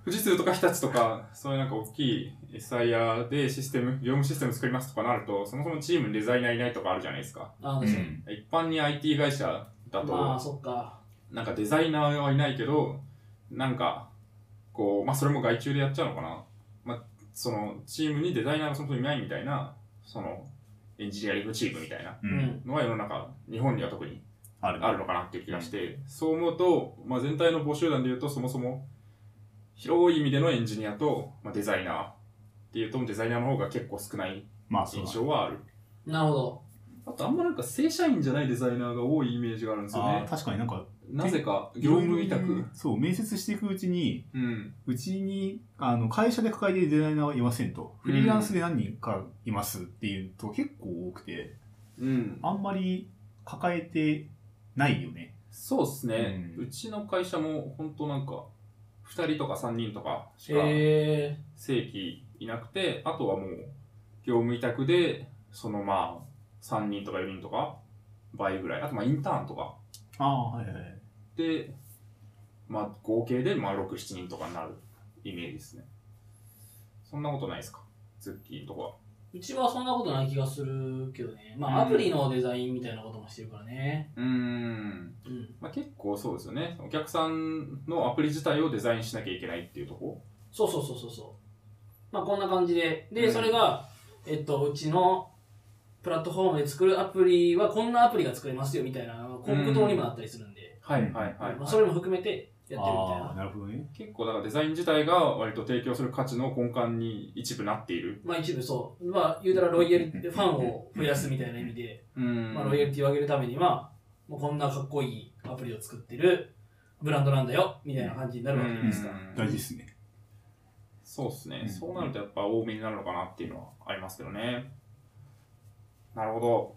[SPEAKER 1] 富士通とか 日立とか、そういうなんか大きい SIR でシステム、業務システム作りますとかなると、そもそもチームにデザイナーいないとかあるじゃないですか。
[SPEAKER 2] ん、ああ確かに、
[SPEAKER 1] 一般に IT 会社だと、
[SPEAKER 2] まあそっか
[SPEAKER 1] なんかデザイナーはいないけど、なんか、こう、まあ、それも外注でやっちゃうのかな。まあ、その、チームにデザイナーがそもそもいないみたいな、その、エンジニアリングチームみたいな
[SPEAKER 3] う。
[SPEAKER 2] うんん。
[SPEAKER 1] のが世の中、日本には特に
[SPEAKER 3] ある。
[SPEAKER 1] あるのかなっていう気がして、そう思うと、まあ、全体の募集団で言うと、そもそも、広い意味でのエンジニアと、まあ、デザイナーっていうと、デザイナーの方が結構少ない
[SPEAKER 3] まあ、そう
[SPEAKER 1] 印
[SPEAKER 3] だ。
[SPEAKER 1] 象はある。
[SPEAKER 2] なるほど。
[SPEAKER 1] あと、あんまなんか正社員じゃないデザイナーが多いイメージがあるんですよ
[SPEAKER 3] あ
[SPEAKER 1] ね
[SPEAKER 3] ー。確かになんか、
[SPEAKER 1] なぜか、業務委託。。
[SPEAKER 3] そう、面接していくうちに、
[SPEAKER 1] うん。
[SPEAKER 3] うちに、あの、会社で抱えているデザイナーはいませんと、フリーランスで何人かいますっていうと結構多くて、
[SPEAKER 1] うん。
[SPEAKER 3] あんまり抱えてないよね。
[SPEAKER 1] そうっすね。
[SPEAKER 3] う
[SPEAKER 1] うんちの会社も、ほんとなんか、2人とか3人とかしか
[SPEAKER 2] へえ
[SPEAKER 1] 正規いなくて、あとはもう、業務委託で、そのまあ、3人とか4人とか、倍ぐらい。あとまあ、インターンとか。
[SPEAKER 3] ああ、はいはいはい。
[SPEAKER 1] で、まあ、合計で、まあ、6、7人とかになるイメージですね。そんなことないですかズッキーのとこは。
[SPEAKER 2] うちはそんなことない気がするけどね。まあ、
[SPEAKER 1] うん
[SPEAKER 2] アプリのデザインみたいなこともしてるからね。
[SPEAKER 1] うーん。
[SPEAKER 2] うん。
[SPEAKER 1] まあ、結構そうですよね。お客さんのアプリ自体をデザインしなきゃいけないっていうとこ
[SPEAKER 2] そうそうそうそうそう。まあ、こんな感じで。で、
[SPEAKER 1] うん
[SPEAKER 2] それが、えっと、うちのプラットフォームで作るアプリは、こんなアプリが作れますよみたいな、広告塔にもなったりするんで、
[SPEAKER 1] はいはいはい、
[SPEAKER 2] まあ、それも含めてやってるみたい
[SPEAKER 3] あー
[SPEAKER 2] な。
[SPEAKER 3] なるほどね。
[SPEAKER 1] 結構だからデザイン自体が割と提供する価値の根幹に一部なっている。
[SPEAKER 2] まあ、一部そう。まあ、言うたらロイヤル、ファンを増やすみたいな意味で、
[SPEAKER 1] うん
[SPEAKER 2] まあ、ロイヤリティを上げるためには、もうこんなかっこいいアプリを作ってるブランドなんだよ、みたいな感じになるわけじゃないですか。
[SPEAKER 3] 大事ですね。
[SPEAKER 1] そうですね、
[SPEAKER 3] うん
[SPEAKER 1] そうなるとやっぱ多めになるのかなっていうのはありますけどね。なるほど。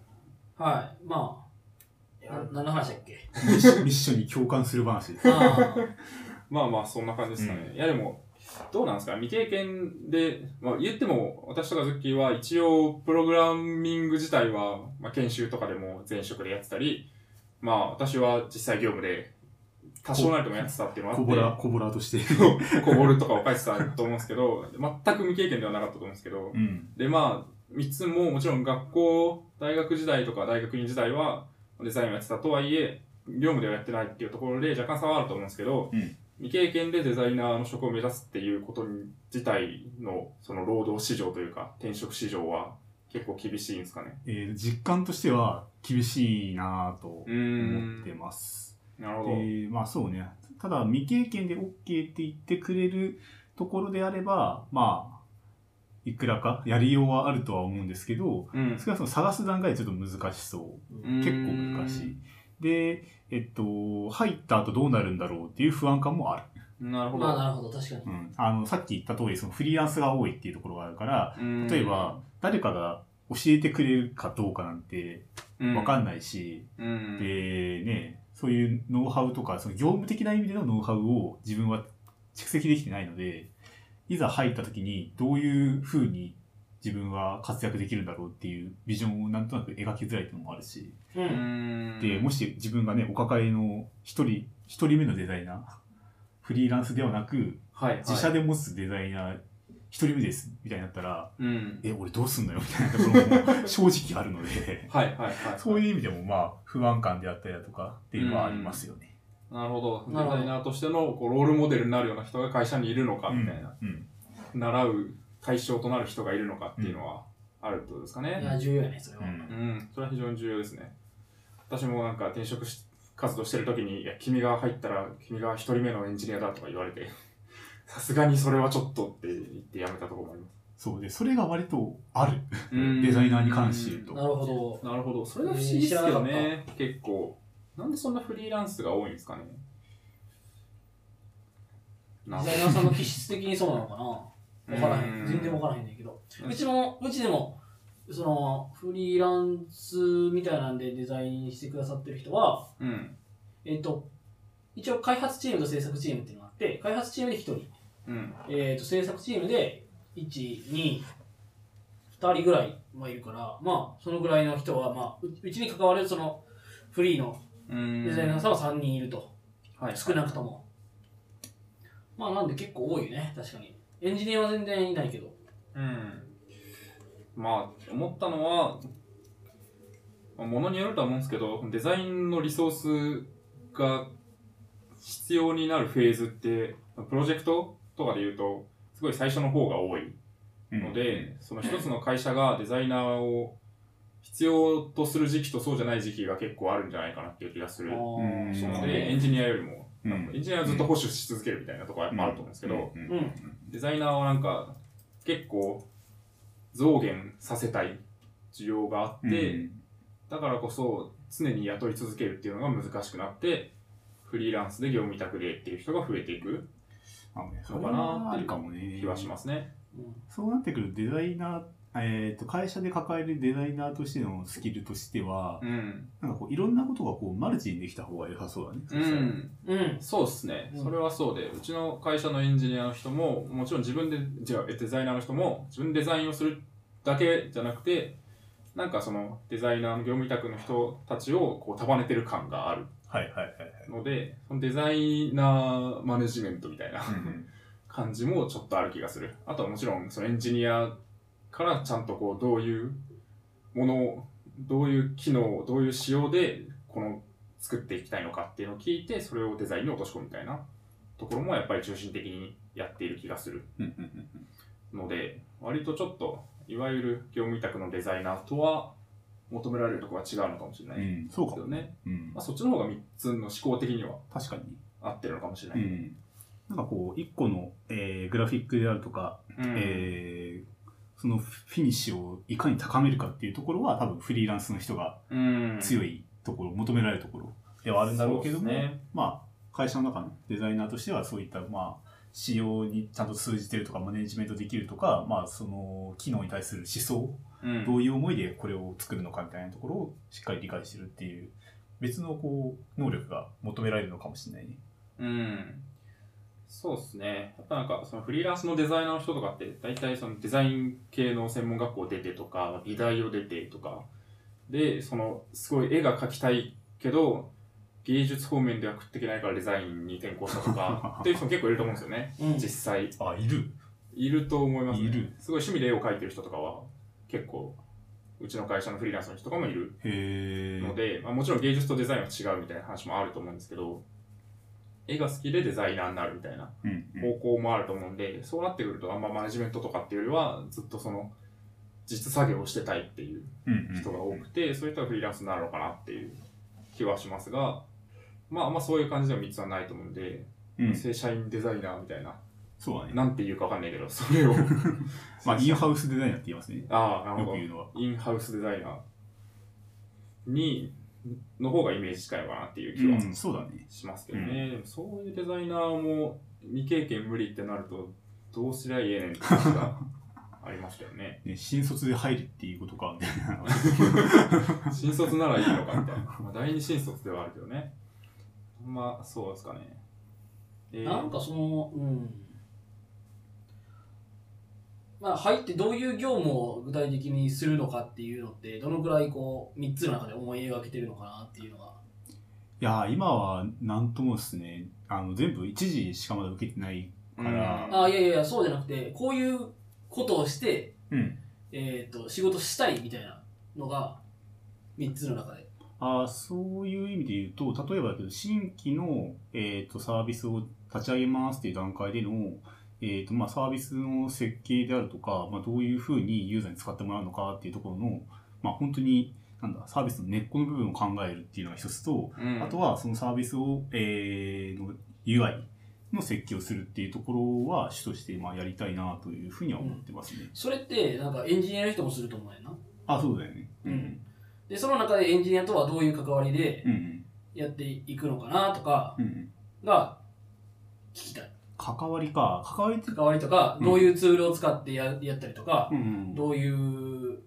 [SPEAKER 2] はい。まあ、な何の話だっけ
[SPEAKER 3] ミッションミッションに共感する話です。
[SPEAKER 2] あー
[SPEAKER 1] まあまあそんな感じですかね。いやでも、どうなんですか未経験で、まあ言っても私とかズッキーは一応プログラミング自体は、まあ、研修とかでも前職でやってたり、まあ私は実際業務で多少なりともやってたっていうのがあ
[SPEAKER 3] 小
[SPEAKER 1] って、
[SPEAKER 3] ぼら、小ぼらとして。
[SPEAKER 1] こぼるとかを書いてたと思うんですけど、全く未経験ではなかったと思うんですけど、
[SPEAKER 3] うん。
[SPEAKER 1] でまあ3つももちろん学校、大学時代とか大学院時代はデザインをやってたとはいえ、業務ではやってないっていうところで若干差はあると思うんですけど、
[SPEAKER 3] うん
[SPEAKER 1] 未経験でデザイナーの職を目指すっていうこと自体のその労働市場というか転職市場は結構厳しいんですかね。
[SPEAKER 3] えー実感としては厳しいなぁと
[SPEAKER 1] うーん
[SPEAKER 3] 思ってます。
[SPEAKER 1] なるほ
[SPEAKER 3] で
[SPEAKER 1] ど。
[SPEAKER 3] まあそうね。ただ未経験で OK って言ってくれるところであれば、まあ、いくらかやりようはあるとは思うんですけど、
[SPEAKER 1] うん
[SPEAKER 3] 少なくとも探す段階でちょっと難しそう
[SPEAKER 1] うん
[SPEAKER 3] う。結構難しい。で、えっと、入った後どうなるんだろうっていう不安感もある。
[SPEAKER 1] なるほど。
[SPEAKER 2] まあ、なるほど、確かに
[SPEAKER 3] う。ん。あの、さっき言った通り、そのフリーランスが多いっていうところがあるから、
[SPEAKER 1] うん
[SPEAKER 3] 例えば、誰かが教えてくれるかどうかなんて
[SPEAKER 1] うん、
[SPEAKER 3] わかん
[SPEAKER 1] ない。
[SPEAKER 3] ないし、
[SPEAKER 1] うん、
[SPEAKER 3] でねそういうノウハウとかその業務的な意味でのノウハウを自分は蓄積できてないのでいざ入った時にどういうふうに自分は活躍できるんだろうっていうビジョンをなんとなく描きづらいっていうのもあるし、
[SPEAKER 2] う。
[SPEAKER 1] うんん、
[SPEAKER 3] でもし自分がねお抱えの一人一人目のデザイナーフリーランスではなく
[SPEAKER 1] はいはい、
[SPEAKER 3] 自社で持つデザイナー一人目ですみたいになったら
[SPEAKER 1] うん、
[SPEAKER 3] え、俺どうすんのよみたいなところも正直あるので、
[SPEAKER 1] はいはいはい。
[SPEAKER 3] そういう意味でもまあ不安感であったりだとかっていうのはありますよね。
[SPEAKER 1] なるほど。デ
[SPEAKER 2] なるほど
[SPEAKER 1] ザイナーとしてのこうロールモデルになるような人が会社にいるのかみたいな、
[SPEAKER 3] うん。うん
[SPEAKER 1] 習う対象となる人がいるのかっていうのはあるってことですか
[SPEAKER 2] い
[SPEAKER 1] ね。
[SPEAKER 2] や、重要やね、それは。
[SPEAKER 3] うん
[SPEAKER 1] うん、それは非常に重要ですね。私もなんか転職し活動してるときに、いや、君が入ったら、君が一人目のエンジニアだとか言われて、 さすがにそれはちょっとって言ってやめたところもありま
[SPEAKER 3] そうで、それが割とある。
[SPEAKER 1] す。うん
[SPEAKER 3] デザイナーに関して言うと。
[SPEAKER 2] なるほど。
[SPEAKER 1] なるほど。それが不思議ですよね、結構。なんでそんなフリーランスが多いんですかね。な
[SPEAKER 2] デザイナーさんの気質的にそうなのかなわからへ。
[SPEAKER 1] うんん
[SPEAKER 2] 全然わからへんねんけど。
[SPEAKER 1] うん
[SPEAKER 2] うちも、うちでも、その、フリーランスみたいなんでデザインしてくださってる人は、
[SPEAKER 1] うん。
[SPEAKER 2] えっ、と、一応開発チームと制作チームっていうのがあって、開発チームで1人、
[SPEAKER 1] うん。
[SPEAKER 2] えっ、と、制作チームで1、2、2人ぐらいまあいるから、まあ、そのぐらいの人は、まあ、ううちに関わるその、フリーの
[SPEAKER 1] うん
[SPEAKER 2] デザイナーさんは3人いると、
[SPEAKER 1] はい、
[SPEAKER 2] 少なくとも。まあ、なんで結構多いよね、確かに。エンジニアは全然いないけど。
[SPEAKER 1] うん、まあ思ったのはまあものによるとは思うんですけどデザインのリソースが必要になるフェーズって、プロジェクトとかで言うと、すごい最初の方が多いので、その一つの会社がデザイナーを必要とする時期とそうじゃない時期が結構あるんじゃないかなっていう気がする。
[SPEAKER 2] あ
[SPEAKER 1] の
[SPEAKER 2] ー
[SPEAKER 3] うん
[SPEAKER 2] そうだ
[SPEAKER 1] で、エ
[SPEAKER 2] ね
[SPEAKER 1] ンジニアよりも、
[SPEAKER 3] うん、う
[SPEAKER 1] エンジニアはずっと保守し続けるみたいなところもあると思うんですけど、
[SPEAKER 3] うん
[SPEAKER 2] うん
[SPEAKER 1] デザイナーはなんか結構増減させたい需要があって、だからこそ常に雇い続けるっていうのが難しくなってフリーランスで業務委託でっていう人が増えていく
[SPEAKER 3] そうかなっていうかもね
[SPEAKER 1] 気はしますね。
[SPEAKER 2] うん
[SPEAKER 3] そうなってくるとデザイナー、えー、と会社で抱えるデザイナーとしてのスキルとしては、
[SPEAKER 1] うん。
[SPEAKER 3] なんかこういろんなことがこうマルチにできた方が良さそうだね。
[SPEAKER 1] う
[SPEAKER 3] そしたら
[SPEAKER 1] ん。
[SPEAKER 2] うん
[SPEAKER 1] そうですね、
[SPEAKER 2] うん
[SPEAKER 1] それはそうで、うちの会社のエンジニアの人も、もちろん自分で、じゃあデザイナーの人も、自分でデザインをするだけじゃなくて、なんかそのデザイナーの業務委託の人たちをこう束ねてる感がある
[SPEAKER 3] はいはいはいはい。
[SPEAKER 1] ので、そのデザイナーマネジメントみたいな感じもちょっとある気がする。あとはもちろん、そのエンジニアからちゃんとこう、どういうものを、どういう機能を、どういう仕様で、この、作っていきたいのかっていうのを聞いて、それをデザインに落とし込むみたいなところもやっぱり中心的にやっている気がする
[SPEAKER 3] うんうんうんうん
[SPEAKER 1] ので、割とちょっと、いわゆる業務委託のデザイナーとは求められるところは違うのかもしれないで
[SPEAKER 3] うんそうか
[SPEAKER 1] すよ
[SPEAKER 3] も、
[SPEAKER 1] ね。
[SPEAKER 3] うん
[SPEAKER 1] まあ、そっちの方が3つの思考的には
[SPEAKER 3] 確かに、
[SPEAKER 1] 合ってるのかもしれな
[SPEAKER 3] う
[SPEAKER 1] い。
[SPEAKER 3] ん、なんかこう一個の、えーグラフィックであるとか、
[SPEAKER 1] うん
[SPEAKER 3] えーそのフィニッシュをいかに高めるかっていうところは多分フリーランスの人が
[SPEAKER 1] うん
[SPEAKER 3] 強いところ、求められるところではあるんだろうけども、
[SPEAKER 1] そうですね
[SPEAKER 3] まあ、会社の中のデザイナーとしてはそういった、まあ、仕様にちゃんと通じてるとかマネジメントできるとか、まあ、その機能に対する思想
[SPEAKER 1] うん
[SPEAKER 3] どういう思いでこれを作るのかみたいなところをしっかり理解してるっていう別のこう能力が求められるのかもしれないね。
[SPEAKER 1] うん。そうですね。やっぱなんか、そのフリーランスのデザイナーの人とかって、大体そのデザイン系の専門学校出てとか、美大を出てとか、で、その、すごい絵が描きたいけど、芸術方面では食っていけないからデザインに転向したと か、っていう人も結構いると思うんですよね。
[SPEAKER 2] うん
[SPEAKER 1] 実際。
[SPEAKER 3] あいる
[SPEAKER 1] いると思います、ね。
[SPEAKER 3] いる
[SPEAKER 1] すごい趣味で絵を描いてる人とかは、結構、うちの会社のフリーランスの人とかもいる
[SPEAKER 3] へ
[SPEAKER 1] の
[SPEAKER 3] え。
[SPEAKER 1] で、まあ、もちろん芸術とデザインは違うみたいな話もあると思うんですけど絵が好きでデザイナーになるみたいな
[SPEAKER 3] うんうん
[SPEAKER 1] 方向もあると思うんで、そうなってくるとあんまマネジメントとかっていうよりはずっとその実作業をしてたいっていう
[SPEAKER 3] うんうん
[SPEAKER 1] 人が多くて、そういう人がフリーランスになるのかなっていう気はしますがまああんまそういう感じでは3つはないと思うんで、
[SPEAKER 3] うん
[SPEAKER 1] 正社員デザイナーみたいな
[SPEAKER 3] そうだね。
[SPEAKER 1] なんて言うかわかんないけどそれを
[SPEAKER 3] まあ、インハウスデザイナーって言いますね。よ
[SPEAKER 1] ああなる
[SPEAKER 3] く
[SPEAKER 1] ほど
[SPEAKER 3] 言うのは。
[SPEAKER 1] インハウスデザイナーにの方がイメージ近いのかなっていう気は
[SPEAKER 3] うんそうだね。
[SPEAKER 1] しますけどね、でもそういうデザイナーも未経験無理ってなるとどうすりゃいいねんって話 がありますけどね
[SPEAKER 3] ね新卒で入るっていうことかみた いな。
[SPEAKER 1] 新卒ならいいのかみたいな、 まあ、第二新卒ではあるけどねまあそうですかね、えー
[SPEAKER 2] なんかその、うん。まあ、入ってどういう業務を具体的にするのかっていうのって、どのくらいこう、3つの中で思い描けてるのかなっていうのが。
[SPEAKER 3] いやー今はなんともですねあの全部一時しかまだ受けてない、
[SPEAKER 1] うん
[SPEAKER 3] から
[SPEAKER 2] あ、いやいやいや、そうじゃなくて、こういうことをして、
[SPEAKER 3] うん、
[SPEAKER 2] えっ、と、仕事したいみたいなのが、3つの中で。
[SPEAKER 3] あーそういう意味で言うと例えばだけど新規の、えー、とサービスを立ち上げますっていう段階での、えーとまあ、サービスの設計であるとか、まあ、どういうふうにユーザーに使ってもらうのかっていうところの、まあ、本当になんだサービスの根っこの部分を考えるっていうのが一つと、
[SPEAKER 1] うん
[SPEAKER 3] あとはそのサービスを、えーの UI の設計をするっていうところは主としてまあやりたいなというふうには思ってますね。
[SPEAKER 2] それって、なんかエンジニアの人もすると思うよな。
[SPEAKER 3] あ、そうだよね。
[SPEAKER 2] うんで、その中でエンジニアとはどういう関わりで
[SPEAKER 3] うんうん
[SPEAKER 2] やっていくのかなとか
[SPEAKER 3] うんうん
[SPEAKER 2] が聞きたい。
[SPEAKER 3] 関わりか。関わりっていうか、
[SPEAKER 2] 関わりとか、
[SPEAKER 3] うん
[SPEAKER 2] どういうツールを使ってややったりとか、
[SPEAKER 3] うんうん
[SPEAKER 2] どういう、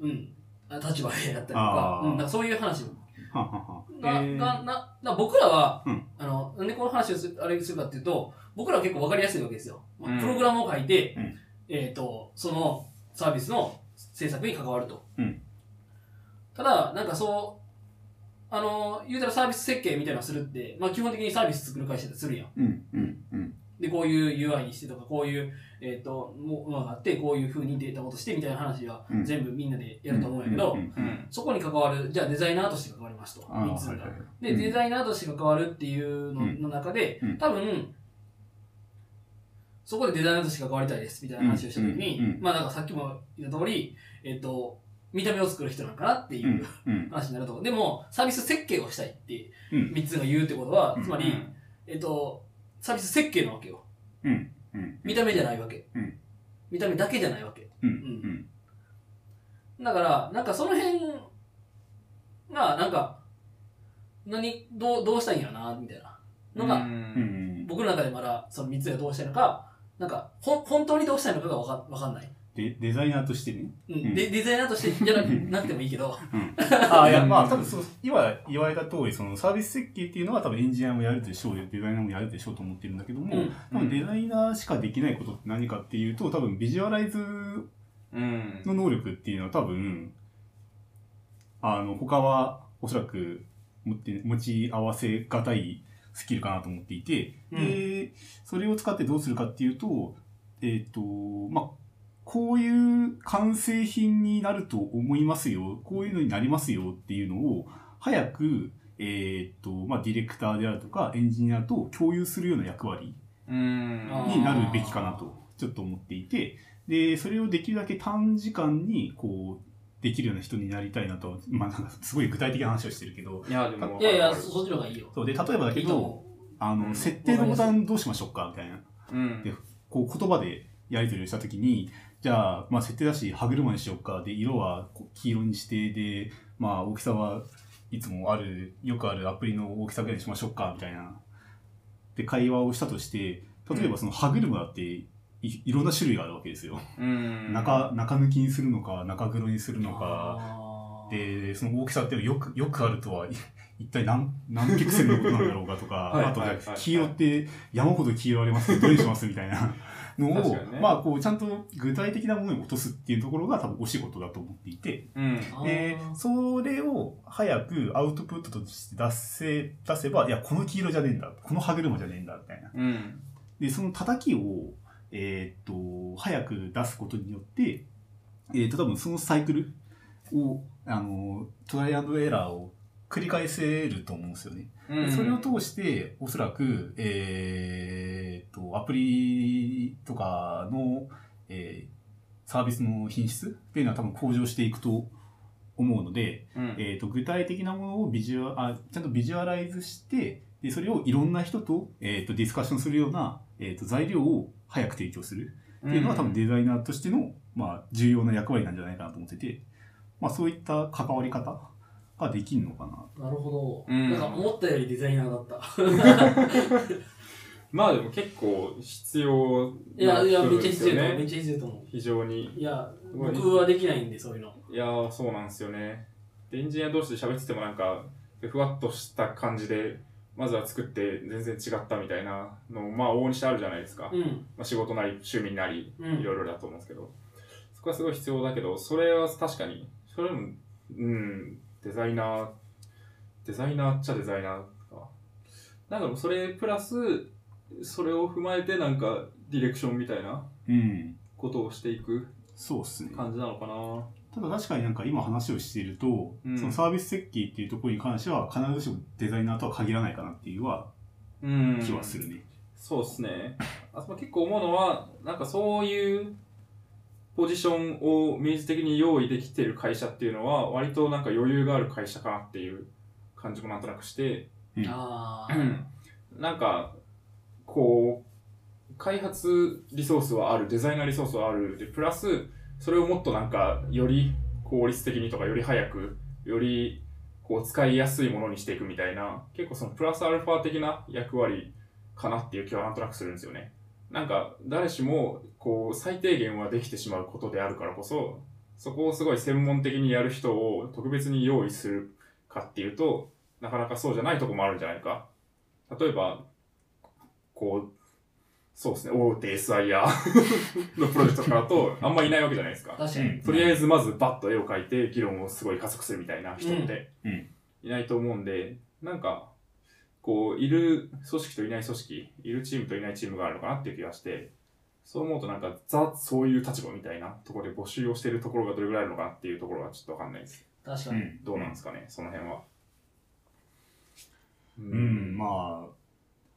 [SPEAKER 2] うん、あ立場でやったりとか
[SPEAKER 3] あ、ー
[SPEAKER 2] うん、だからそういう話も。
[SPEAKER 3] はは
[SPEAKER 2] が
[SPEAKER 3] はえー
[SPEAKER 2] がなな僕らは、
[SPEAKER 3] うん
[SPEAKER 2] あの、なんでこの話をすあれするかっていうと、僕らは結構わかりやすいわけですよ。まあ
[SPEAKER 1] うん
[SPEAKER 2] プログラムを書いて、
[SPEAKER 3] うん
[SPEAKER 2] えっ、と、そのサービスの制作に関わると。
[SPEAKER 3] うん
[SPEAKER 2] ただ、なんかそう、あの、言うたらサービス設計みたいなのするって、まあ基本的にサービス作る会社でするやん。
[SPEAKER 3] うんうんうん
[SPEAKER 2] で、こういう UI にしてとか、こういう、えっ、と、もものがあって、こういう風にデータごとしてみたいな話は
[SPEAKER 4] うん
[SPEAKER 2] 全部みんなでやると思うんやけど、
[SPEAKER 4] ん
[SPEAKER 1] うん。
[SPEAKER 2] そこに関わる、じゃあデザイナーとして関わりますと、
[SPEAKER 4] あー
[SPEAKER 2] 3つ
[SPEAKER 4] はい
[SPEAKER 2] が
[SPEAKER 4] はい。
[SPEAKER 2] で、デザイナーとして関わるっていうの,、
[SPEAKER 4] うん
[SPEAKER 2] の中で
[SPEAKER 4] うん、
[SPEAKER 2] 多分、そこでデザイナーとして関わりたいですみたいな話をしたときに、
[SPEAKER 4] うんうんうん
[SPEAKER 2] まあなんかさっきも言った通り、えっ、と、見た目を作る人なんかなっていううん
[SPEAKER 4] うん
[SPEAKER 2] 話になると思う。でも、サービス設計をしたいって
[SPEAKER 4] うん
[SPEAKER 2] 3つが言うってことは
[SPEAKER 4] うん、
[SPEAKER 2] つまり、えっ、と、サービス設計なわけよ。
[SPEAKER 4] うんうん
[SPEAKER 2] 見た目じゃないわけ。
[SPEAKER 4] うん
[SPEAKER 2] 見た目だけじゃないわけ。
[SPEAKER 4] うん
[SPEAKER 2] だから、なんかその辺が、なんか、何、どう、どうしたいんやろな、みたいなのが、
[SPEAKER 4] うんうん
[SPEAKER 2] 僕の中でまだその3つがどうしたいのか、なんか、ほん本当にどうしたいのかがわかわかんない。
[SPEAKER 4] でデザイナーとしてね
[SPEAKER 2] うん
[SPEAKER 4] うん
[SPEAKER 2] でデザイナーとしてじゃなくなくてもいいけど、
[SPEAKER 3] あいや、まあ、多分そう、今言われた通り、そのサービス設計っていうのは多分エンジニアもやるでしょう、デザイナーもやるでしょうと思ってるんだけども、
[SPEAKER 2] うん
[SPEAKER 3] 多分デザイナーしかできないことって何かっていうと、多分ビジュアライズ
[SPEAKER 1] うん。
[SPEAKER 3] の能力っていうのは多分、あの、他はおそらく持って、持ち合わせがたいスキルかなと思っていて、で、それを使ってどうするかっていうと、えっ、と、まあ、こういう完成品になると思いますよ、こういうのになりますよっていうのを、早く、えっ、と、まあ、ディレクターであるとか、エンジニアと共有するような役割
[SPEAKER 1] うん。
[SPEAKER 2] あー
[SPEAKER 3] になるべきかなとちょっと思っていてでそれをできるだけ短時間にこうできるような人になりたいなとまあなんかすごい具体的な話をしてるけど
[SPEAKER 1] いや、でも、
[SPEAKER 2] いやいや、そそっちの方がいいよ。
[SPEAKER 3] そうで例えばだ
[SPEAKER 2] い
[SPEAKER 3] け
[SPEAKER 2] いと
[SPEAKER 3] ど
[SPEAKER 2] 思
[SPEAKER 3] あ
[SPEAKER 1] う
[SPEAKER 3] の
[SPEAKER 1] ん
[SPEAKER 3] 設定のボタンどうしましょうかみたいな
[SPEAKER 1] うん。
[SPEAKER 3] こう言葉でやり取りをした時にじゃあまあ設定だし歯車にしようかで色はこう黄色にしてでまあ大きさはいつもあるよくあるアプリの大きさぐらいにしましょうかみたいなで会話をしたとして例えばその歯車だっていいろんな種類があるわけですよ。
[SPEAKER 1] うん。
[SPEAKER 3] 中中抜きにするのか中黒にする
[SPEAKER 2] う。
[SPEAKER 3] のか
[SPEAKER 2] あー
[SPEAKER 3] でその大きさっていうのはよくよくあるとはい 一体何何ピクセルのことなんだろうかとか
[SPEAKER 1] はい
[SPEAKER 3] あと
[SPEAKER 1] はいはいはい
[SPEAKER 3] 黄色って山ほど黄色ありますけどどれにしますみたいな の
[SPEAKER 1] 確
[SPEAKER 3] を、
[SPEAKER 1] かにね
[SPEAKER 3] まあこうちゃんと具体的なものに落とすっていうところが多分お仕事だと思っていて
[SPEAKER 1] うん。
[SPEAKER 2] あー
[SPEAKER 3] でそれを早くアウトプットとして出せ出せばいやこの黄色じゃねえんだこの歯車じゃねえんだみたいな
[SPEAKER 1] うん。
[SPEAKER 3] でその叩きを、えーっと早く出すことによって、えーっと多分そのサイクルをあのトライアンドエラーを繰り返せると思うんですよね。
[SPEAKER 1] う
[SPEAKER 3] で
[SPEAKER 1] ん。
[SPEAKER 3] それを通しておそらく、えーっとアプリとかの、えーサービスの品質っていうのは多分向上していくと思うので、
[SPEAKER 1] うん。
[SPEAKER 3] えー、と具体的なものをビジュアあちゃんとビジュアライズしてでそれをいろんな人と,、えー、とディスカッションするような、えー、と材料を早く提供するっていうのは、多分デザイナーとしての、まあ、重要な役割なんじゃないかなと思ってて、まあ、そういった関わり方ができるのかな。
[SPEAKER 2] なるほど。
[SPEAKER 1] うん
[SPEAKER 2] なんか思ったよりデザイナーだった。
[SPEAKER 1] まあでも結構必要
[SPEAKER 2] いや、いや、めっちゃ
[SPEAKER 1] です
[SPEAKER 2] 必要
[SPEAKER 1] よ
[SPEAKER 2] だと思う。め
[SPEAKER 1] ね。
[SPEAKER 2] っちゃ必要だと思
[SPEAKER 1] 非常に。
[SPEAKER 2] う。いや、
[SPEAKER 1] すごい
[SPEAKER 2] 僕はできないんで、そういうの。
[SPEAKER 1] いやー、そうなんですよね。でエンジニア同士で喋っててもなんか、ふわっとした感じで、まずは作って全然違ったみたいなのも、まあ往々にしてあるじゃないですか。
[SPEAKER 2] う
[SPEAKER 1] ま
[SPEAKER 2] ん。
[SPEAKER 1] あ、仕事なり、趣味なり、
[SPEAKER 2] うん
[SPEAKER 1] いろいろだと思うんですけど、そこはすごい必要だけど、それは確かに、それも、うん、デザイナー、デザイナーっちゃデザイナーか。なんかでもそれプラス、それを踏まえてなんかディレクションみたいな
[SPEAKER 3] うん
[SPEAKER 1] ことをしていく
[SPEAKER 3] そうっすね
[SPEAKER 1] 感じなのかな。
[SPEAKER 3] ただ確かになんか今話をしていると、
[SPEAKER 1] うん
[SPEAKER 3] そのサービス設計っていうところに関しては必ずしもデザイナーとは限らないかなっていうは
[SPEAKER 1] うん。
[SPEAKER 3] 気はするね。
[SPEAKER 1] そうですね。あその結構思うのは、なんかそういうポジションを明示的に用意できてる会社っていうのは、割となんか余裕がある会社かなっていう感じもなんとなくして、
[SPEAKER 3] うん
[SPEAKER 2] ああ。
[SPEAKER 1] なんか、こう、開発リソースはある、デザイナーリソースはある、で、プラス、それをもっとなんか、より効率的にとか、より早く、より、こう、使いやすいものにしていくみたいな、結構そのプラスアルファ的な役割かなっていう気はなんとなくするんですよね。なんか、誰しも、こう、最低限はできてしまうことであるからこそ、そこをすごい専門的にやる人を特別に用意するかっていうと、なかなかそうじゃないとこもあるんじゃないか例えば、こう、そうですね、大手 SIR のプロジェクトとかだと、あんまいないわけじゃないですか。
[SPEAKER 2] 確かに。
[SPEAKER 1] とりあえずまずバッと絵を描いて、議論をすごい加速するみたいな人って
[SPEAKER 3] うんうん
[SPEAKER 1] いないと思うんで、なんか、こう、いる組織といない組織、いるチームといないチームがあるのかなっていう気がして、そう思うとなんか、ザ・そういう立場みたいなところで募集をしているところがどれぐらいあるのかなっていうところはちょっとわかんないです。
[SPEAKER 2] 確か
[SPEAKER 4] う
[SPEAKER 2] に。
[SPEAKER 4] ん
[SPEAKER 1] どうなんですかね、その辺は。う
[SPEAKER 4] うん、ま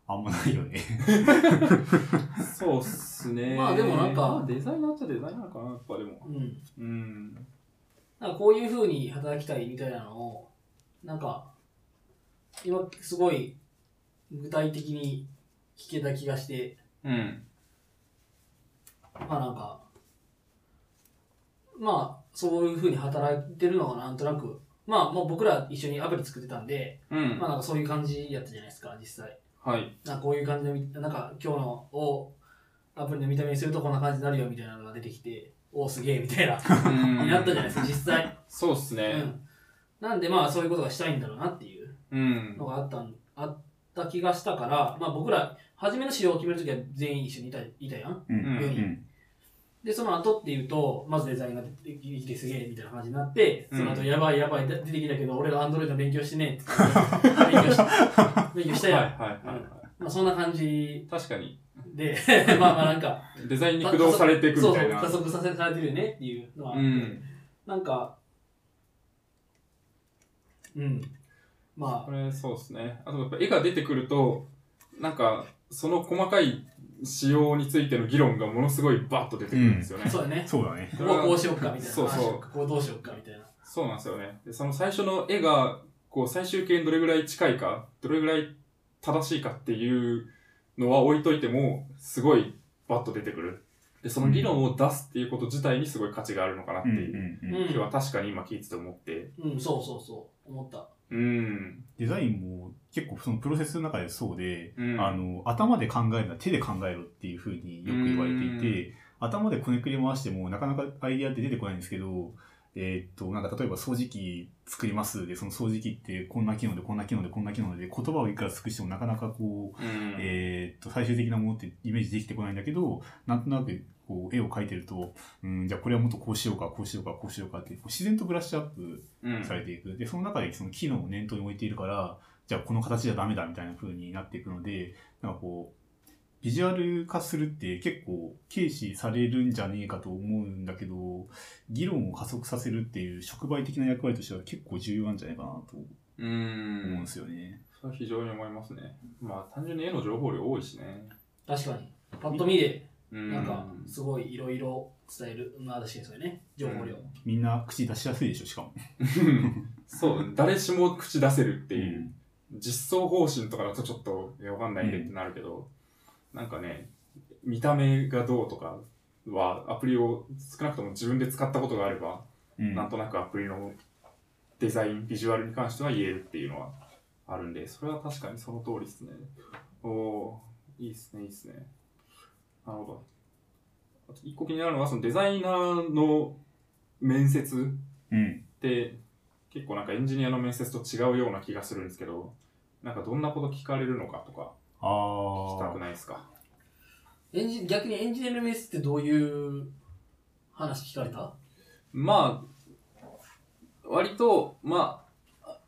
[SPEAKER 4] あ、あんまないよね。
[SPEAKER 1] あ、そうっすね。
[SPEAKER 2] まあでもなんか
[SPEAKER 1] まあデザイナーっちゃデザイナーかな、やっぱでも。
[SPEAKER 2] うん。
[SPEAKER 1] うん。
[SPEAKER 2] なんかこういう風に働きたいみたいなのを、なんか、今すごい具体的に聞けた気がして、
[SPEAKER 1] うん。
[SPEAKER 2] まあなんか、まあそういう風に働いてるのがなんとなく、まあもう僕ら一緒にアプリ作ってたんで、
[SPEAKER 1] うん
[SPEAKER 2] まあ。なんかそういう感じやったじゃないですか、実際。
[SPEAKER 1] はい。
[SPEAKER 2] なんかこういう感じのみ、なんか今日のをアプリの見た目にするとこんな感じになるよみたいなのが出てきて、おおすげえみたいな、 になったじゃないですか、実 際。
[SPEAKER 1] そうっす
[SPEAKER 2] う
[SPEAKER 1] ね。
[SPEAKER 2] ん、なんでまあそういうことがしたいんだろうなっていう
[SPEAKER 1] うん
[SPEAKER 2] の。があったんあった気がしたから、まあ、僕ら初めの仕様を決めるときは全員一緒にいたいたやん
[SPEAKER 4] うん、
[SPEAKER 1] うん
[SPEAKER 4] うん、
[SPEAKER 2] でその後っていうとまずデザインが出てきてすげえみたいな話になってその後やばいやばい出てきたけど俺らアンドロイド勉強してねえって言って勉強し勉強したやん、
[SPEAKER 1] はいはいはいはい。
[SPEAKER 2] まあ、そんな感じ
[SPEAKER 1] 確かに、
[SPEAKER 2] でまあまあなんか
[SPEAKER 1] デザインに駆動されていくみたいな。
[SPEAKER 2] そうそう加速させされてるよねっていうのはあっ
[SPEAKER 1] う
[SPEAKER 2] て、
[SPEAKER 1] ん。
[SPEAKER 2] なんかうんま
[SPEAKER 1] これ、そうですね。あと、やっぱ絵が出てくると、なんか、その細かい仕様についての議論がものすごいバッと出てくるんですよね。
[SPEAKER 2] あそうだね
[SPEAKER 3] そうだね。
[SPEAKER 1] そ
[SPEAKER 2] こ
[SPEAKER 1] れは
[SPEAKER 2] うこうしよっかみたいな。
[SPEAKER 1] そうそう
[SPEAKER 2] ああしよっかこうどうしよっかみたいな。
[SPEAKER 1] そうなんですよね。でその最初の絵が、こう、最終形にどれぐらい近いか、どれぐらい正しいかっていうのは置いといても、すごいバッと出てくる。で、その議論を出すっていうこと自体にすごい価値があるのかなって
[SPEAKER 4] うん、う
[SPEAKER 1] いう。
[SPEAKER 4] ん。うん
[SPEAKER 2] うん
[SPEAKER 1] 今日は確かに今聞いてて思って。
[SPEAKER 2] うん、そうそうそう。思った。
[SPEAKER 1] うん。
[SPEAKER 3] デザインも結構そのプロセスの中でそうで、
[SPEAKER 1] うん
[SPEAKER 3] あの、頭で考えるのは手で考えろっていうふうによく言われていて、頭でこねくり回してもなかなかアイディアって出てこないんですけど、えーっと、なんか例えば掃除機作りますで、その掃除機ってこんな機能でこんな機能でこんな機能で言葉をいくら尽くしてもなかなかこう、
[SPEAKER 1] うん
[SPEAKER 3] えーっと、最終的なものってイメージできてこないんだけど、なんとなく、こう、絵を描いてると、うん、じゃあこれはもっとこうしようか、こうしようか、こうしようかって、こう自然とブラッシュアップ
[SPEAKER 1] うん
[SPEAKER 3] されていく。で、その中でその機能を念頭に置いているから、じゃあこの形じゃダメだみたいな風になっていくので、なんかこう、ビジュアル化するって結構軽視されるんじゃねえかと思うんだけど、議論を加速させるっていう触媒的な役割としては結構重要なんじゃないかなと思
[SPEAKER 1] う
[SPEAKER 3] うん
[SPEAKER 1] ん
[SPEAKER 3] で。すよね。
[SPEAKER 1] それは非常に思いますね。まあ単純に絵の情報量多いしね。
[SPEAKER 2] 確かに。パッと見で、
[SPEAKER 1] うん
[SPEAKER 2] なんか、すごいいろいろ伝える。まあ、確かにそうよね。情報量。
[SPEAKER 3] みんな口出しやすいでしょ、しかも。
[SPEAKER 1] そう、誰しも口出せるって
[SPEAKER 4] う
[SPEAKER 1] いう。
[SPEAKER 4] ん
[SPEAKER 1] 実装方針とかだとちょっといやわかんないんでってなるけど、なんかね、見た目がどうとかはアプリを少なくとも自分で使ったことがあれば、
[SPEAKER 4] うん
[SPEAKER 1] なんとなくアプリのデザイン、ビジュアルに関しては言えるっていうのはあるんで、それは確かにその通りですね。おおいいっすね、いいっすね。なるほど。あと一個気になるのは、そのデザイナーの面接
[SPEAKER 4] うん。
[SPEAKER 1] って結構なんかエンジニアの面接と違うような気がするんですけど、なんかどんなこと聞かれるのかとか
[SPEAKER 3] あ
[SPEAKER 1] 聞きた
[SPEAKER 3] あ
[SPEAKER 1] く。ないですか
[SPEAKER 2] エンジ逆にエンジニアの面接ってどういう話聞かれた
[SPEAKER 1] まあ、割と、まあ、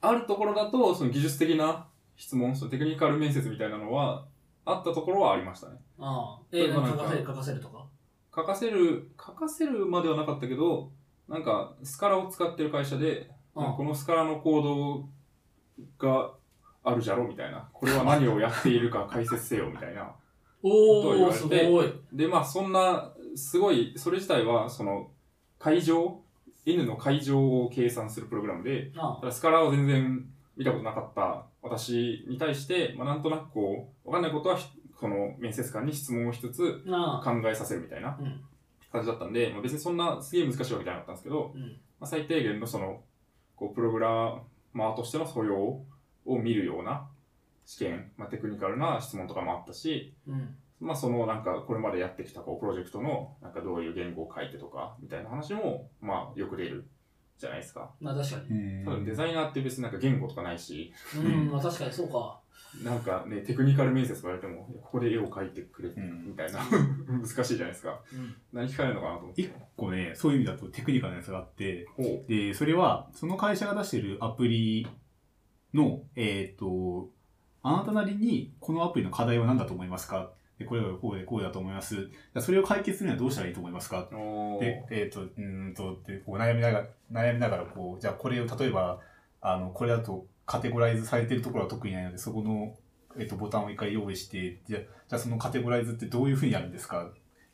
[SPEAKER 1] ああるところだと、その技術的な質問、そのテクニカル面接みたいなのは、あったところはありましたね。
[SPEAKER 2] ああ。
[SPEAKER 1] 例え
[SPEAKER 2] え、なん
[SPEAKER 1] ば
[SPEAKER 2] か
[SPEAKER 1] なん
[SPEAKER 2] 書
[SPEAKER 1] か
[SPEAKER 2] かせる、書かせるとか。
[SPEAKER 1] 書かせる、書かせるまではなかったけど、なんか、スカラを使ってる会社で、
[SPEAKER 2] うん
[SPEAKER 1] このスカラの行動があるじゃろみたいな、これは何をやっているか解説せよみたいな、ことを言
[SPEAKER 2] お
[SPEAKER 1] わ
[SPEAKER 2] ー、
[SPEAKER 1] れて
[SPEAKER 2] すごい。
[SPEAKER 1] で、まあ、そんな、すごい、それ自体は、その、会場、N の会場を計算するプログラムで、
[SPEAKER 2] あ
[SPEAKER 1] ただスカラーを全然見たことなかった私に対して、まあ、なんとなくこう、わかんないことはひ、その面接官に質問をしつつ、
[SPEAKER 2] あ。なあ。
[SPEAKER 1] 考えさせるみたいな
[SPEAKER 2] うん
[SPEAKER 1] 感じだったんで、まあ、別にそんなすげえ難しいわけじゃなかったんですけど、
[SPEAKER 2] うん。
[SPEAKER 1] まあ、最低限のその、こう、プログラマーとしての素養を見るような試験、まあ、テクニカルな質問とかもあったし、
[SPEAKER 2] うん。
[SPEAKER 1] まあそのなんかこれまでやってきたこうプロジェクトのなんかどういう言語を書いてとかみたいな話もまあよく出るじゃないですか。
[SPEAKER 2] まあ、確かに。
[SPEAKER 4] うん
[SPEAKER 1] 多分デザイナーって別になんか言語とかないし、
[SPEAKER 2] うん、まあ、確かにそうか。
[SPEAKER 1] なんかね、テクニカル面接言われても、いやここで絵を描いてくれ
[SPEAKER 4] うん
[SPEAKER 1] みたいな、 難しいじゃないですか。
[SPEAKER 2] うん。
[SPEAKER 1] 何聞かれるのかなと思って
[SPEAKER 3] 一。個ね、そういう意味だとテクニカルなやつがあって、
[SPEAKER 1] ほう。
[SPEAKER 3] で、それは、その会社が出してるアプリの、えっ、と、あなたなりにこのアプリの課題は何だと思いますかでこれはこうでこうだと思います。じゃあそれを解決するにはどうしたらいいと思いますか
[SPEAKER 1] おー
[SPEAKER 3] で、えっ、と、うーんと、でこう悩みながら、悩みながら、こう、じゃあこれを例えば、あの、これだとカテゴライズされてるところは特にないので、そこの、えっ、と、ボタンを一回用意して、じゃあ、じゃあそのカテゴライズってどういうふうにやるんですか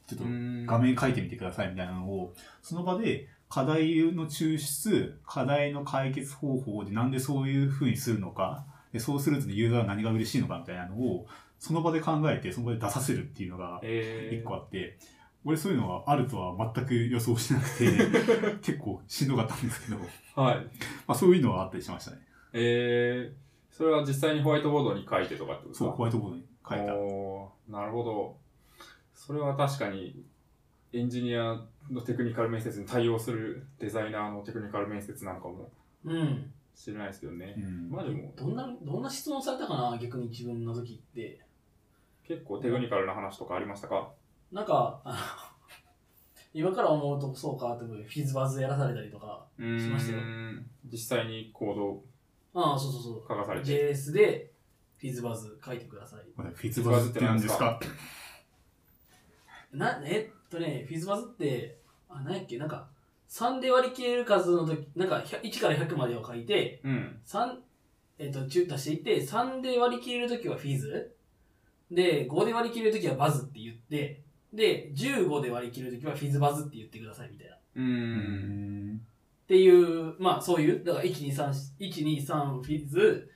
[SPEAKER 3] ちょっと画面書いてみてくださいみたいなのを、その場で課題の抽出、課題の解決方法でなんでそういう風にするのか、でそうするとユーザーは何が嬉しいのかみたいなのを、その場で考えて、その場で出させるっていうのが
[SPEAKER 1] えー
[SPEAKER 3] 一個あって、俺そういうのはあるとは全く予想してなくて、結構しんどかったんですけど、ま
[SPEAKER 1] はい。
[SPEAKER 3] あそういうのはあったりしましたね。
[SPEAKER 1] えー、それは実際にホワイトボードに書いてとかってことですか
[SPEAKER 3] そう、ホワイトボードに書いた。
[SPEAKER 1] おーなるほど。それは確かに、エンジニアのテクニカル面接に対応するデザイナーのテクニカル面接なんかも
[SPEAKER 2] うん。
[SPEAKER 1] しれないですけどね
[SPEAKER 3] う。ん
[SPEAKER 1] まあでも、
[SPEAKER 2] どんな、どんな質問されたかな逆に自分の時って。
[SPEAKER 1] 結構テクニカルな話とかありましたか
[SPEAKER 2] なんか、あの 今から思うとそうかって思うフィズバズやらされたりとか。
[SPEAKER 1] うーん
[SPEAKER 2] しましたよ
[SPEAKER 1] 実際にコードを
[SPEAKER 2] ああ、そうそうそう。
[SPEAKER 1] 書かされて。
[SPEAKER 2] JS でフィズバズ書いてください。
[SPEAKER 3] これフィッツバズって何ですか
[SPEAKER 2] な、えっとね、フィズバズって、あ、なんやっけ、なんか、3で割り切れる数の時、なんか100 1から100までを書いて、
[SPEAKER 1] うん。
[SPEAKER 2] 三えっ、と、中足していって、3で割り切れるときはフィーズ。で、5で割り切れるときはバズって言って、で、15で割り切るときはフィズバズって言ってくださいみたいな。っ
[SPEAKER 1] う。
[SPEAKER 3] うんん。
[SPEAKER 2] ていう、まあそういう、だから1、2、3、1、2、3、フィズ、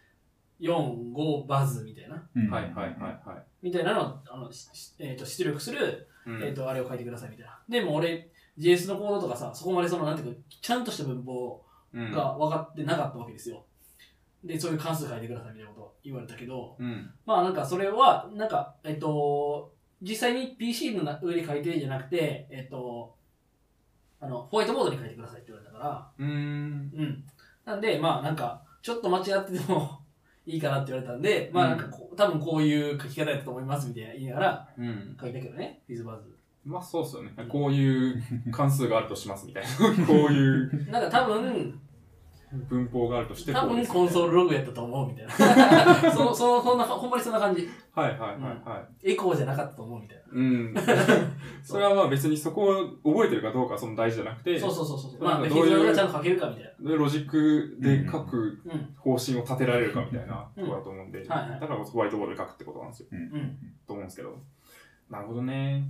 [SPEAKER 2] 4、5、バズみたいな。
[SPEAKER 1] はいはいはいは
[SPEAKER 2] みたいなのを、あの、ししえっ、と、出力する、
[SPEAKER 1] い。うん
[SPEAKER 2] えっ、と、あれを書いてくださいみたいな。でも俺、JS のコードとかさ、そこまでその、なんていうか、ちゃんとした文法
[SPEAKER 1] うん
[SPEAKER 2] が分かってなかったわけですよ。で、そういう関数書いてくださいみたいなことを言われたけど、
[SPEAKER 1] うん。
[SPEAKER 2] まあなんかそれは、なんか、えっと、実際に PC のな上に書いてるんじゃなくて、えっと、あの、ホワイトボードに書いてくださいって言われたか
[SPEAKER 1] うーん。
[SPEAKER 2] ら、うん。なんで、まあなんか、ちょっと間違ってても いいかなって言われたんで、まあなんかこう、多分こういう書き方やったと思いますみたいな言いながら
[SPEAKER 1] うん。
[SPEAKER 2] 書いたけどね、フィズバズ。
[SPEAKER 1] まあそうっすよね。こういう関数があるとしますみたい な。こういう
[SPEAKER 2] なんか多分、
[SPEAKER 1] 文法があるとして
[SPEAKER 2] 多
[SPEAKER 1] こうで
[SPEAKER 2] 分
[SPEAKER 1] す
[SPEAKER 2] コ
[SPEAKER 1] みたい
[SPEAKER 2] ン
[SPEAKER 1] な
[SPEAKER 2] ソールログやったと思うみたい な。その、その、そんな、ほんまにそんな感じ。
[SPEAKER 1] はいはいはいはい。
[SPEAKER 2] エコーじゃなかったと思うみたいな。
[SPEAKER 1] うん。それはまあ別にそこを覚えてるかどうかはその大事じゃなくて、
[SPEAKER 2] そうそうそうそう。
[SPEAKER 1] なん
[SPEAKER 2] まあ、
[SPEAKER 1] か
[SPEAKER 2] フ
[SPEAKER 1] どう
[SPEAKER 2] ィ
[SPEAKER 1] い
[SPEAKER 2] ズ
[SPEAKER 1] う
[SPEAKER 2] バズがちゃんと書けるかみたいな。
[SPEAKER 1] でロジックで書く
[SPEAKER 2] うん。
[SPEAKER 1] 方針を立てられるかみたいなとこだと思うんで、
[SPEAKER 2] ん
[SPEAKER 1] だ
[SPEAKER 2] はいはい
[SPEAKER 1] からホワイトボードで書くってことなんですよ。
[SPEAKER 2] うん。
[SPEAKER 1] と思うんですけど。なるほどね。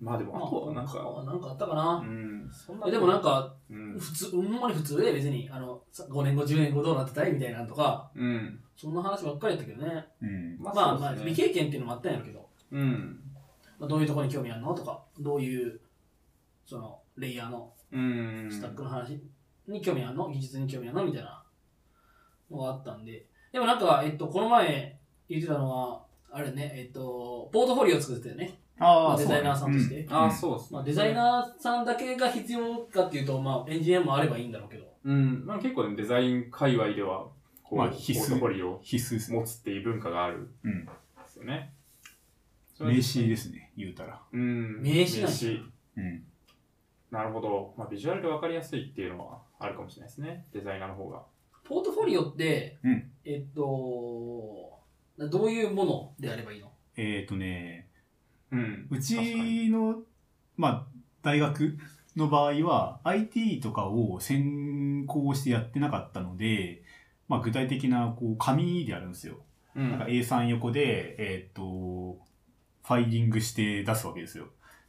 [SPEAKER 1] まあでも、あとはなん
[SPEAKER 2] ま
[SPEAKER 1] か、
[SPEAKER 2] あなんかあったかな
[SPEAKER 1] う。ん、そん
[SPEAKER 2] えでもな
[SPEAKER 1] か、
[SPEAKER 2] んか、
[SPEAKER 1] うん、
[SPEAKER 2] 普通、ほんまに普通で別に、あの、さ5年後、10年後どうなってたいみたいなのとか、
[SPEAKER 1] うん。
[SPEAKER 2] そんな話ばっかりやったけどね。
[SPEAKER 3] うん。
[SPEAKER 1] ま
[SPEAKER 2] まあま
[SPEAKER 1] そ
[SPEAKER 2] あ、
[SPEAKER 1] うですね
[SPEAKER 2] 未経験っていうのもあったんやろうけど、
[SPEAKER 1] うん。
[SPEAKER 2] まあ、どういうところに興味あるのとか、どういう、その、レイヤーの
[SPEAKER 1] うん。
[SPEAKER 2] スタックの話に興味あるの技術に興味あるのみたいなのがあったんで。でもなんか、えっと、この前言ってたのは、あれね、えっと、ポートフォリオを作ってたよね。ま
[SPEAKER 3] あ
[SPEAKER 2] あデザイナーさんとして。
[SPEAKER 1] ああ、そうですね。
[SPEAKER 2] まあ、デザイ
[SPEAKER 1] ー。
[SPEAKER 2] ナーさんだけが必要かっていうと、まあ、エンジニアもあればいいんだろうけど。
[SPEAKER 1] うん。まあ結構ね、デザイン界隈では、こう、
[SPEAKER 3] まあ必須
[SPEAKER 1] ポートフォリオを
[SPEAKER 3] 必須ですね。
[SPEAKER 1] 持つっていう文化があるん
[SPEAKER 3] うん。
[SPEAKER 1] ですよね。それは
[SPEAKER 3] 名刺ですね、言うたら。
[SPEAKER 1] うん。
[SPEAKER 2] 名刺なんだ
[SPEAKER 1] 刺
[SPEAKER 3] うん。
[SPEAKER 1] なるほど。まあ、ビジュアルで分かりやすいっていうのはあるかもしれないですね。デザイナーの方が。
[SPEAKER 2] ポートフォリオって、
[SPEAKER 3] うん
[SPEAKER 2] えっと、どういうものであればいいの
[SPEAKER 3] えっ、とね、
[SPEAKER 1] うん。
[SPEAKER 3] う
[SPEAKER 1] 確かに
[SPEAKER 3] ちの、まあ、大学の場合は IT とかを専攻してやってなかったので、まあ、具体的なこう紙であるんですよ。
[SPEAKER 1] うん
[SPEAKER 3] なんか A3 横で、えーっと、ファイリングして出すわけですよ。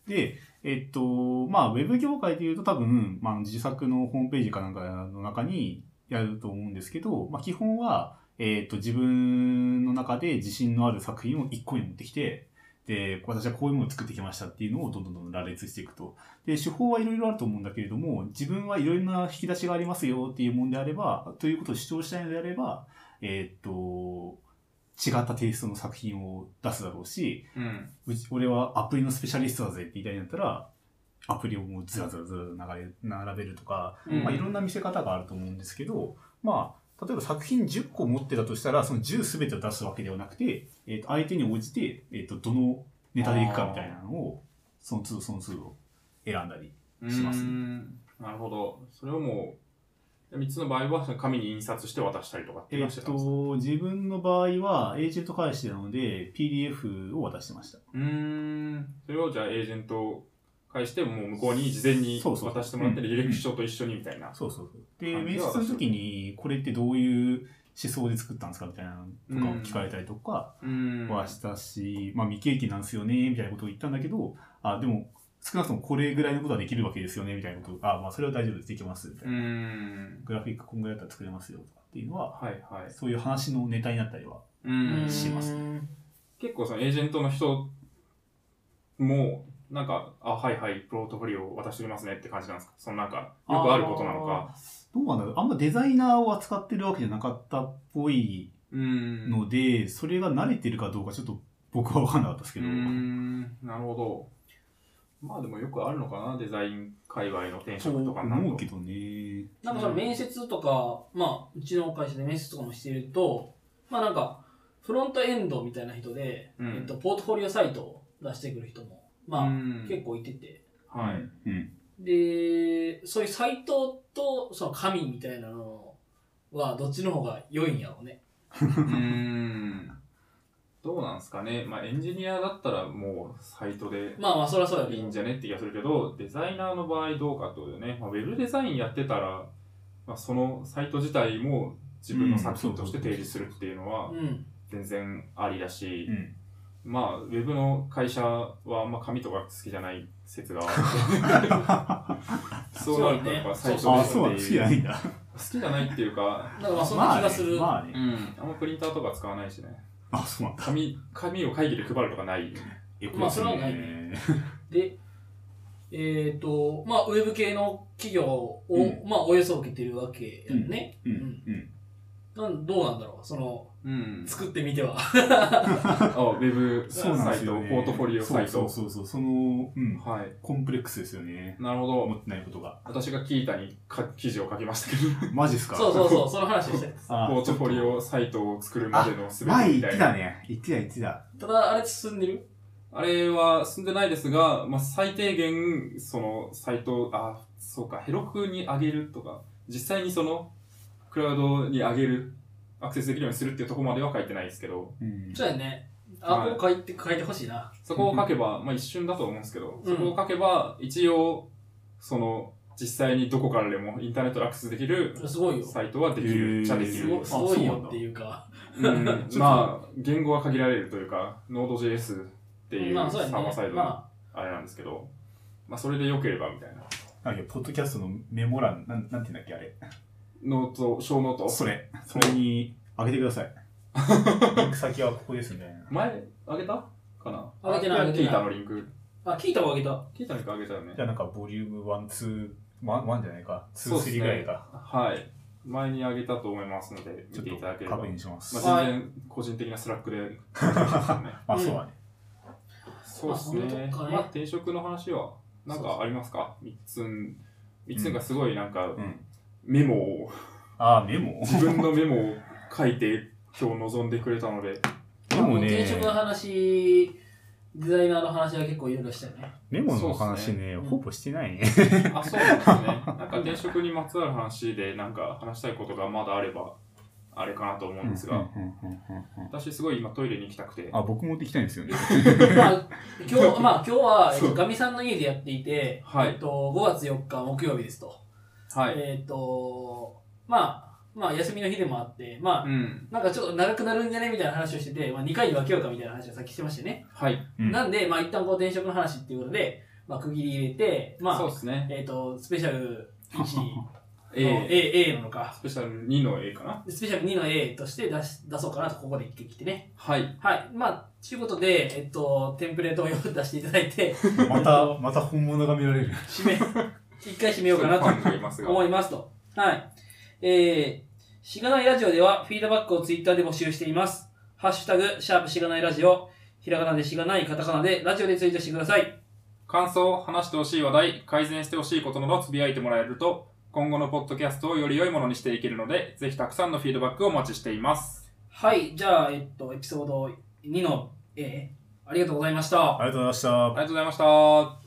[SPEAKER 3] で、えーっと、まあ、ウェブ業界でいうと多分、まあ、自作のホームページかなんかの中にやると思うんですけど、まあ、基本は、えーっと、自分の中で自信のある作品を1個に持ってきて、で、私はこういうものを作ってきましたっていうのをどんどんどんどん羅列していくと。で、手法はいろいろあると思うんだけれども、自分はいろいろな引き出しがありますよっていうものであれば、ということを主張したいのであれば、えーっと、違ったテイストの作品を出すだろうし、
[SPEAKER 1] うん。
[SPEAKER 3] うち俺はアプリのスペシャリストだぜって言いたいんだったら、アプリをもうずらずらずら流れ並べるとか、
[SPEAKER 1] うん
[SPEAKER 3] まあ、いろんな見せ方があると思うんですけど、まあ、例えば作品10個持ってたとしたら、その10全てを出すわけではなくて、えーと相手に応じて、えー、とどのネタでいくかみたいなのを、その都度その都度選んだり。します
[SPEAKER 1] うー
[SPEAKER 3] ね
[SPEAKER 1] んなるほど。それをもう、 3つの場合は、その紙に印刷して渡したりとかっていう
[SPEAKER 3] え
[SPEAKER 1] の
[SPEAKER 3] っ
[SPEAKER 1] をしてたんですか
[SPEAKER 3] と、自分の場合は、エージェント返してなので、PDF を渡してました。
[SPEAKER 1] うーん。それをじゃあエージェントを介して、もう向こうに事前に
[SPEAKER 3] そうそう
[SPEAKER 1] 渡してもらって、
[SPEAKER 5] うん
[SPEAKER 1] 履歴書と一緒にみたいな。
[SPEAKER 3] そうそうそう。で、
[SPEAKER 1] 感じ
[SPEAKER 3] 面
[SPEAKER 1] は
[SPEAKER 3] 接の時に、これってどういう思想で作ったんですかみたいなのとかを聞かれたりとか
[SPEAKER 1] うーん。
[SPEAKER 3] はしたし、まあ未経験なんですよね、みたいなことを言ったんだけど、あ、でも、少なくともこれぐらいのことはできるわけですよね、みたいなことあ、まあそれは大丈夫です、できます、みた
[SPEAKER 1] う
[SPEAKER 3] い
[SPEAKER 1] ー
[SPEAKER 3] な。
[SPEAKER 1] ん。
[SPEAKER 3] グラフィックこんぐらいだったら作れますよ、とかっていうのは、
[SPEAKER 1] はいはい。
[SPEAKER 3] そういう話のネタになったりは。
[SPEAKER 1] う
[SPEAKER 2] うんん。
[SPEAKER 3] します
[SPEAKER 1] 結構そのエージェントの人も、なんか、あ、はいはい、プロートフォリオを渡しておきますねって感じなんですかそのなんか、よくあることなのか。
[SPEAKER 3] どうなんだろうあんまデザイナーを扱ってるわけじゃなかったっぽいう
[SPEAKER 1] ーん。
[SPEAKER 3] ので、それが慣れてるかどうかちょっと僕は分かんなかったですけど。
[SPEAKER 1] うーん、なるほど。まあでもよくあるのかな、デザイン界隈の転
[SPEAKER 3] そう
[SPEAKER 1] 職とかなん
[SPEAKER 3] 思
[SPEAKER 1] と
[SPEAKER 3] うけどね。
[SPEAKER 2] なんかその面接とか、まあ、うちの会社で面接とかもしていると、まあなんか、フロントエンドみたいな人で、
[SPEAKER 1] うん
[SPEAKER 2] えっと、ポートフォリオサイトを出してくる人も、まあ、結
[SPEAKER 1] 構。
[SPEAKER 2] 構いてて。
[SPEAKER 1] はい。
[SPEAKER 3] うん。
[SPEAKER 2] で、そういうサイトと、その紙みたいなのは、どっちの方が良いんやろうね。
[SPEAKER 1] うーん。どうなんすかね。まあエンジニアだったらもうサイトで
[SPEAKER 2] まあまあ、そりゃそうやけ
[SPEAKER 1] いいん
[SPEAKER 2] ど。
[SPEAKER 1] じゃねって気がするけど、デザイナーの場合どうかってことだよね。まあ、ウェブデザインやってたら、まあ、そのサイト自体も自分の作品として提示するっていうのは
[SPEAKER 2] うん。
[SPEAKER 1] 全然ありだし
[SPEAKER 3] う、ん。
[SPEAKER 1] まあ、ウェブの会社はあんま紙とか好きじゃない説が あるそうなるとやっぱ最初
[SPEAKER 3] あ、
[SPEAKER 1] の
[SPEAKER 3] そうなの好きじゃないんだ。
[SPEAKER 1] 好きじゃないっていうか、
[SPEAKER 2] だからまあ、そんな気がする。
[SPEAKER 3] まあ
[SPEAKER 1] う
[SPEAKER 3] ね。まあね
[SPEAKER 1] ん、あんまプリンターとか使わないしね。
[SPEAKER 3] あ、そうなんだ。
[SPEAKER 1] 紙、紙を会議で配るとかない。
[SPEAKER 3] え
[SPEAKER 2] まあそれはないね。で、えっ、と、まあ、ウェブ系の企業を、
[SPEAKER 3] う
[SPEAKER 2] まあ、およそ受けてるわけやんね。
[SPEAKER 3] うん。うん。
[SPEAKER 2] なんどうなんだろうその、
[SPEAKER 1] うん。
[SPEAKER 2] 作ってみては。
[SPEAKER 1] あ、ウェブサ
[SPEAKER 3] そうなんで
[SPEAKER 1] イ
[SPEAKER 3] す
[SPEAKER 1] ト、
[SPEAKER 3] よ、
[SPEAKER 1] ポ
[SPEAKER 3] ね。
[SPEAKER 1] ートフォリオサイ
[SPEAKER 3] そう
[SPEAKER 1] ト。
[SPEAKER 3] そうそうそう。その、うん。
[SPEAKER 1] はい。
[SPEAKER 3] コンプレックスですよね。
[SPEAKER 1] なるほど
[SPEAKER 3] 思。ってないことが。
[SPEAKER 1] 私が聞いたにか記事を書きましたけど、
[SPEAKER 3] マジっす か
[SPEAKER 2] そうそうそう、その話をしたいです。
[SPEAKER 3] あ
[SPEAKER 1] ポートフォリ
[SPEAKER 3] ちょっ
[SPEAKER 1] オサイトを作るまでのす
[SPEAKER 3] と
[SPEAKER 1] べ
[SPEAKER 3] 前
[SPEAKER 1] てみ
[SPEAKER 3] 言ったて
[SPEAKER 1] い
[SPEAKER 3] た
[SPEAKER 1] な。
[SPEAKER 3] ね。言ってた言ってた。
[SPEAKER 2] ただ、あれ進んでる
[SPEAKER 1] あれは進んでないですが、まあ、最低限、そのサイト、あ、そうか、ヘロクに上げるとか、実際にそのクラウドに上げる、アクセスできるようにするっていうところまでは書いてないですけど、
[SPEAKER 3] うん
[SPEAKER 2] そうやね。あ、
[SPEAKER 1] はい
[SPEAKER 2] こう書いて、書いてほしいな。
[SPEAKER 1] そこを書けば、まあ一瞬だと思うんですけど、
[SPEAKER 2] うん
[SPEAKER 1] そこを書けば、一応、その、実際にどこからでもインターネットでアクセスできる
[SPEAKER 2] すごいよ。
[SPEAKER 1] サイトはできるっちゃでき
[SPEAKER 2] す
[SPEAKER 1] る
[SPEAKER 2] ご
[SPEAKER 3] あ
[SPEAKER 2] すごい
[SPEAKER 3] そうなん
[SPEAKER 2] よ
[SPEAKER 3] だ
[SPEAKER 2] っていうか。
[SPEAKER 1] うん
[SPEAKER 3] と
[SPEAKER 1] まあ、言語は限られるというか、Node.js っていう
[SPEAKER 2] ま
[SPEAKER 1] サ
[SPEAKER 2] あ、そうや
[SPEAKER 1] ー
[SPEAKER 2] ね。
[SPEAKER 1] バーサイドの
[SPEAKER 2] ま
[SPEAKER 1] あれなんですけど、まあ、それで良ければみたいな。
[SPEAKER 3] あいや、ポッドキャストのメモ欄、なんなんていうんだっけ、あれ。
[SPEAKER 1] ノート、小ノート。
[SPEAKER 3] それ。それに、あげてください。リンク先はここですみたいな。
[SPEAKER 1] 前、あげたかな
[SPEAKER 2] あげてないあげて
[SPEAKER 1] 聞
[SPEAKER 2] ない
[SPEAKER 1] いたのリンク。
[SPEAKER 2] あ、あ、聞いたわけだ。
[SPEAKER 1] 聞いたのリンクあげたよね
[SPEAKER 3] じ。ゃあなんか、ボリューム1、2、1, 1じゃないか。
[SPEAKER 1] そう
[SPEAKER 3] 2、
[SPEAKER 1] っすね
[SPEAKER 3] 3ぐらいか。
[SPEAKER 1] はい。前にあげたと思いますので、
[SPEAKER 3] ちょ
[SPEAKER 1] 見
[SPEAKER 3] って
[SPEAKER 1] いただけ
[SPEAKER 3] と
[SPEAKER 1] れば。
[SPEAKER 3] 確
[SPEAKER 1] ま
[SPEAKER 3] 認します。
[SPEAKER 2] は
[SPEAKER 1] あ、
[SPEAKER 2] い
[SPEAKER 1] 全然個人的なスラックで。ね
[SPEAKER 3] まあ、そうだね。
[SPEAKER 1] そうです
[SPEAKER 2] まあそん
[SPEAKER 1] ね
[SPEAKER 2] な。とこかね
[SPEAKER 1] まあ、転職の話は、なんかありますか三つん、三つんがすごいなんか、
[SPEAKER 3] うん。
[SPEAKER 1] メモを
[SPEAKER 3] ああ、メモ
[SPEAKER 1] 自分のメモを書いて今日臨んでくれたので、
[SPEAKER 3] でもね
[SPEAKER 2] 転職の話、デザイナーの話は結構いろいろしたよ ね。
[SPEAKER 3] メモの話
[SPEAKER 1] そうっす
[SPEAKER 3] ね、
[SPEAKER 2] うん
[SPEAKER 3] ほぼしてないね。
[SPEAKER 1] あ、そうなんですね。なんか転職にまつわる話で、なんか話したいことがまだあれば、あれかなと思うんですが、私すごい今トイレに行きたくて、
[SPEAKER 3] あ、僕もできたいんですよね。
[SPEAKER 2] まあ、今日、まあ、今日は、えっ
[SPEAKER 1] そ
[SPEAKER 2] と、
[SPEAKER 1] う
[SPEAKER 2] ガミさんの家でやっていて、
[SPEAKER 1] はい
[SPEAKER 2] えっと、5月4日木曜日ですと。
[SPEAKER 1] はい。
[SPEAKER 2] えっと、まあ、まあ、休みの日でもあって、まあ
[SPEAKER 1] う、ん。
[SPEAKER 2] なんかちょっと長くなるんじゃねみたいな話をしてて、まあ、2回に分けようかみたいな話をさっきしてましたよね。
[SPEAKER 1] はい。
[SPEAKER 3] うん
[SPEAKER 2] なんで、まあ、一旦こう転職の話っていうことで、まあ、区切り入れて、ま
[SPEAKER 1] そう
[SPEAKER 2] あ、
[SPEAKER 1] ですね。
[SPEAKER 2] えっと、スペシャル1の
[SPEAKER 1] A、
[SPEAKER 2] A, A なのか、
[SPEAKER 1] スペシャル2の A かな
[SPEAKER 2] でスペシャル2の A として出し出そうかなと、ここで一回切ってね。
[SPEAKER 1] はい。
[SPEAKER 2] はい。まあ、ということで、えっと、テンプレートを用意 出していただいて、
[SPEAKER 3] ま た、また本物が見られる。
[SPEAKER 2] 締 め、一回締めようかな
[SPEAKER 1] そういうファンがい
[SPEAKER 2] と
[SPEAKER 1] ますが。
[SPEAKER 2] 思いますと。はい。えー、しがないラジオではフィードバックをツイッターで募集しています。ハッシュタグ、シャープしがないラジオ、ひらがなでしがない、カタカナでラジオでツイートしてください。
[SPEAKER 1] 感想、話してほしい話題、改善してほしいことなどつぶやいてもらえると、今後のポッドキャストをより良いものにしていけるので、ぜひたくさんのフィードバックをお待ちしています。
[SPEAKER 2] はい。じゃあ、えっと、エピソード2の A、ありがとうございました。
[SPEAKER 3] ありがとうございました
[SPEAKER 1] あり。がとうございました。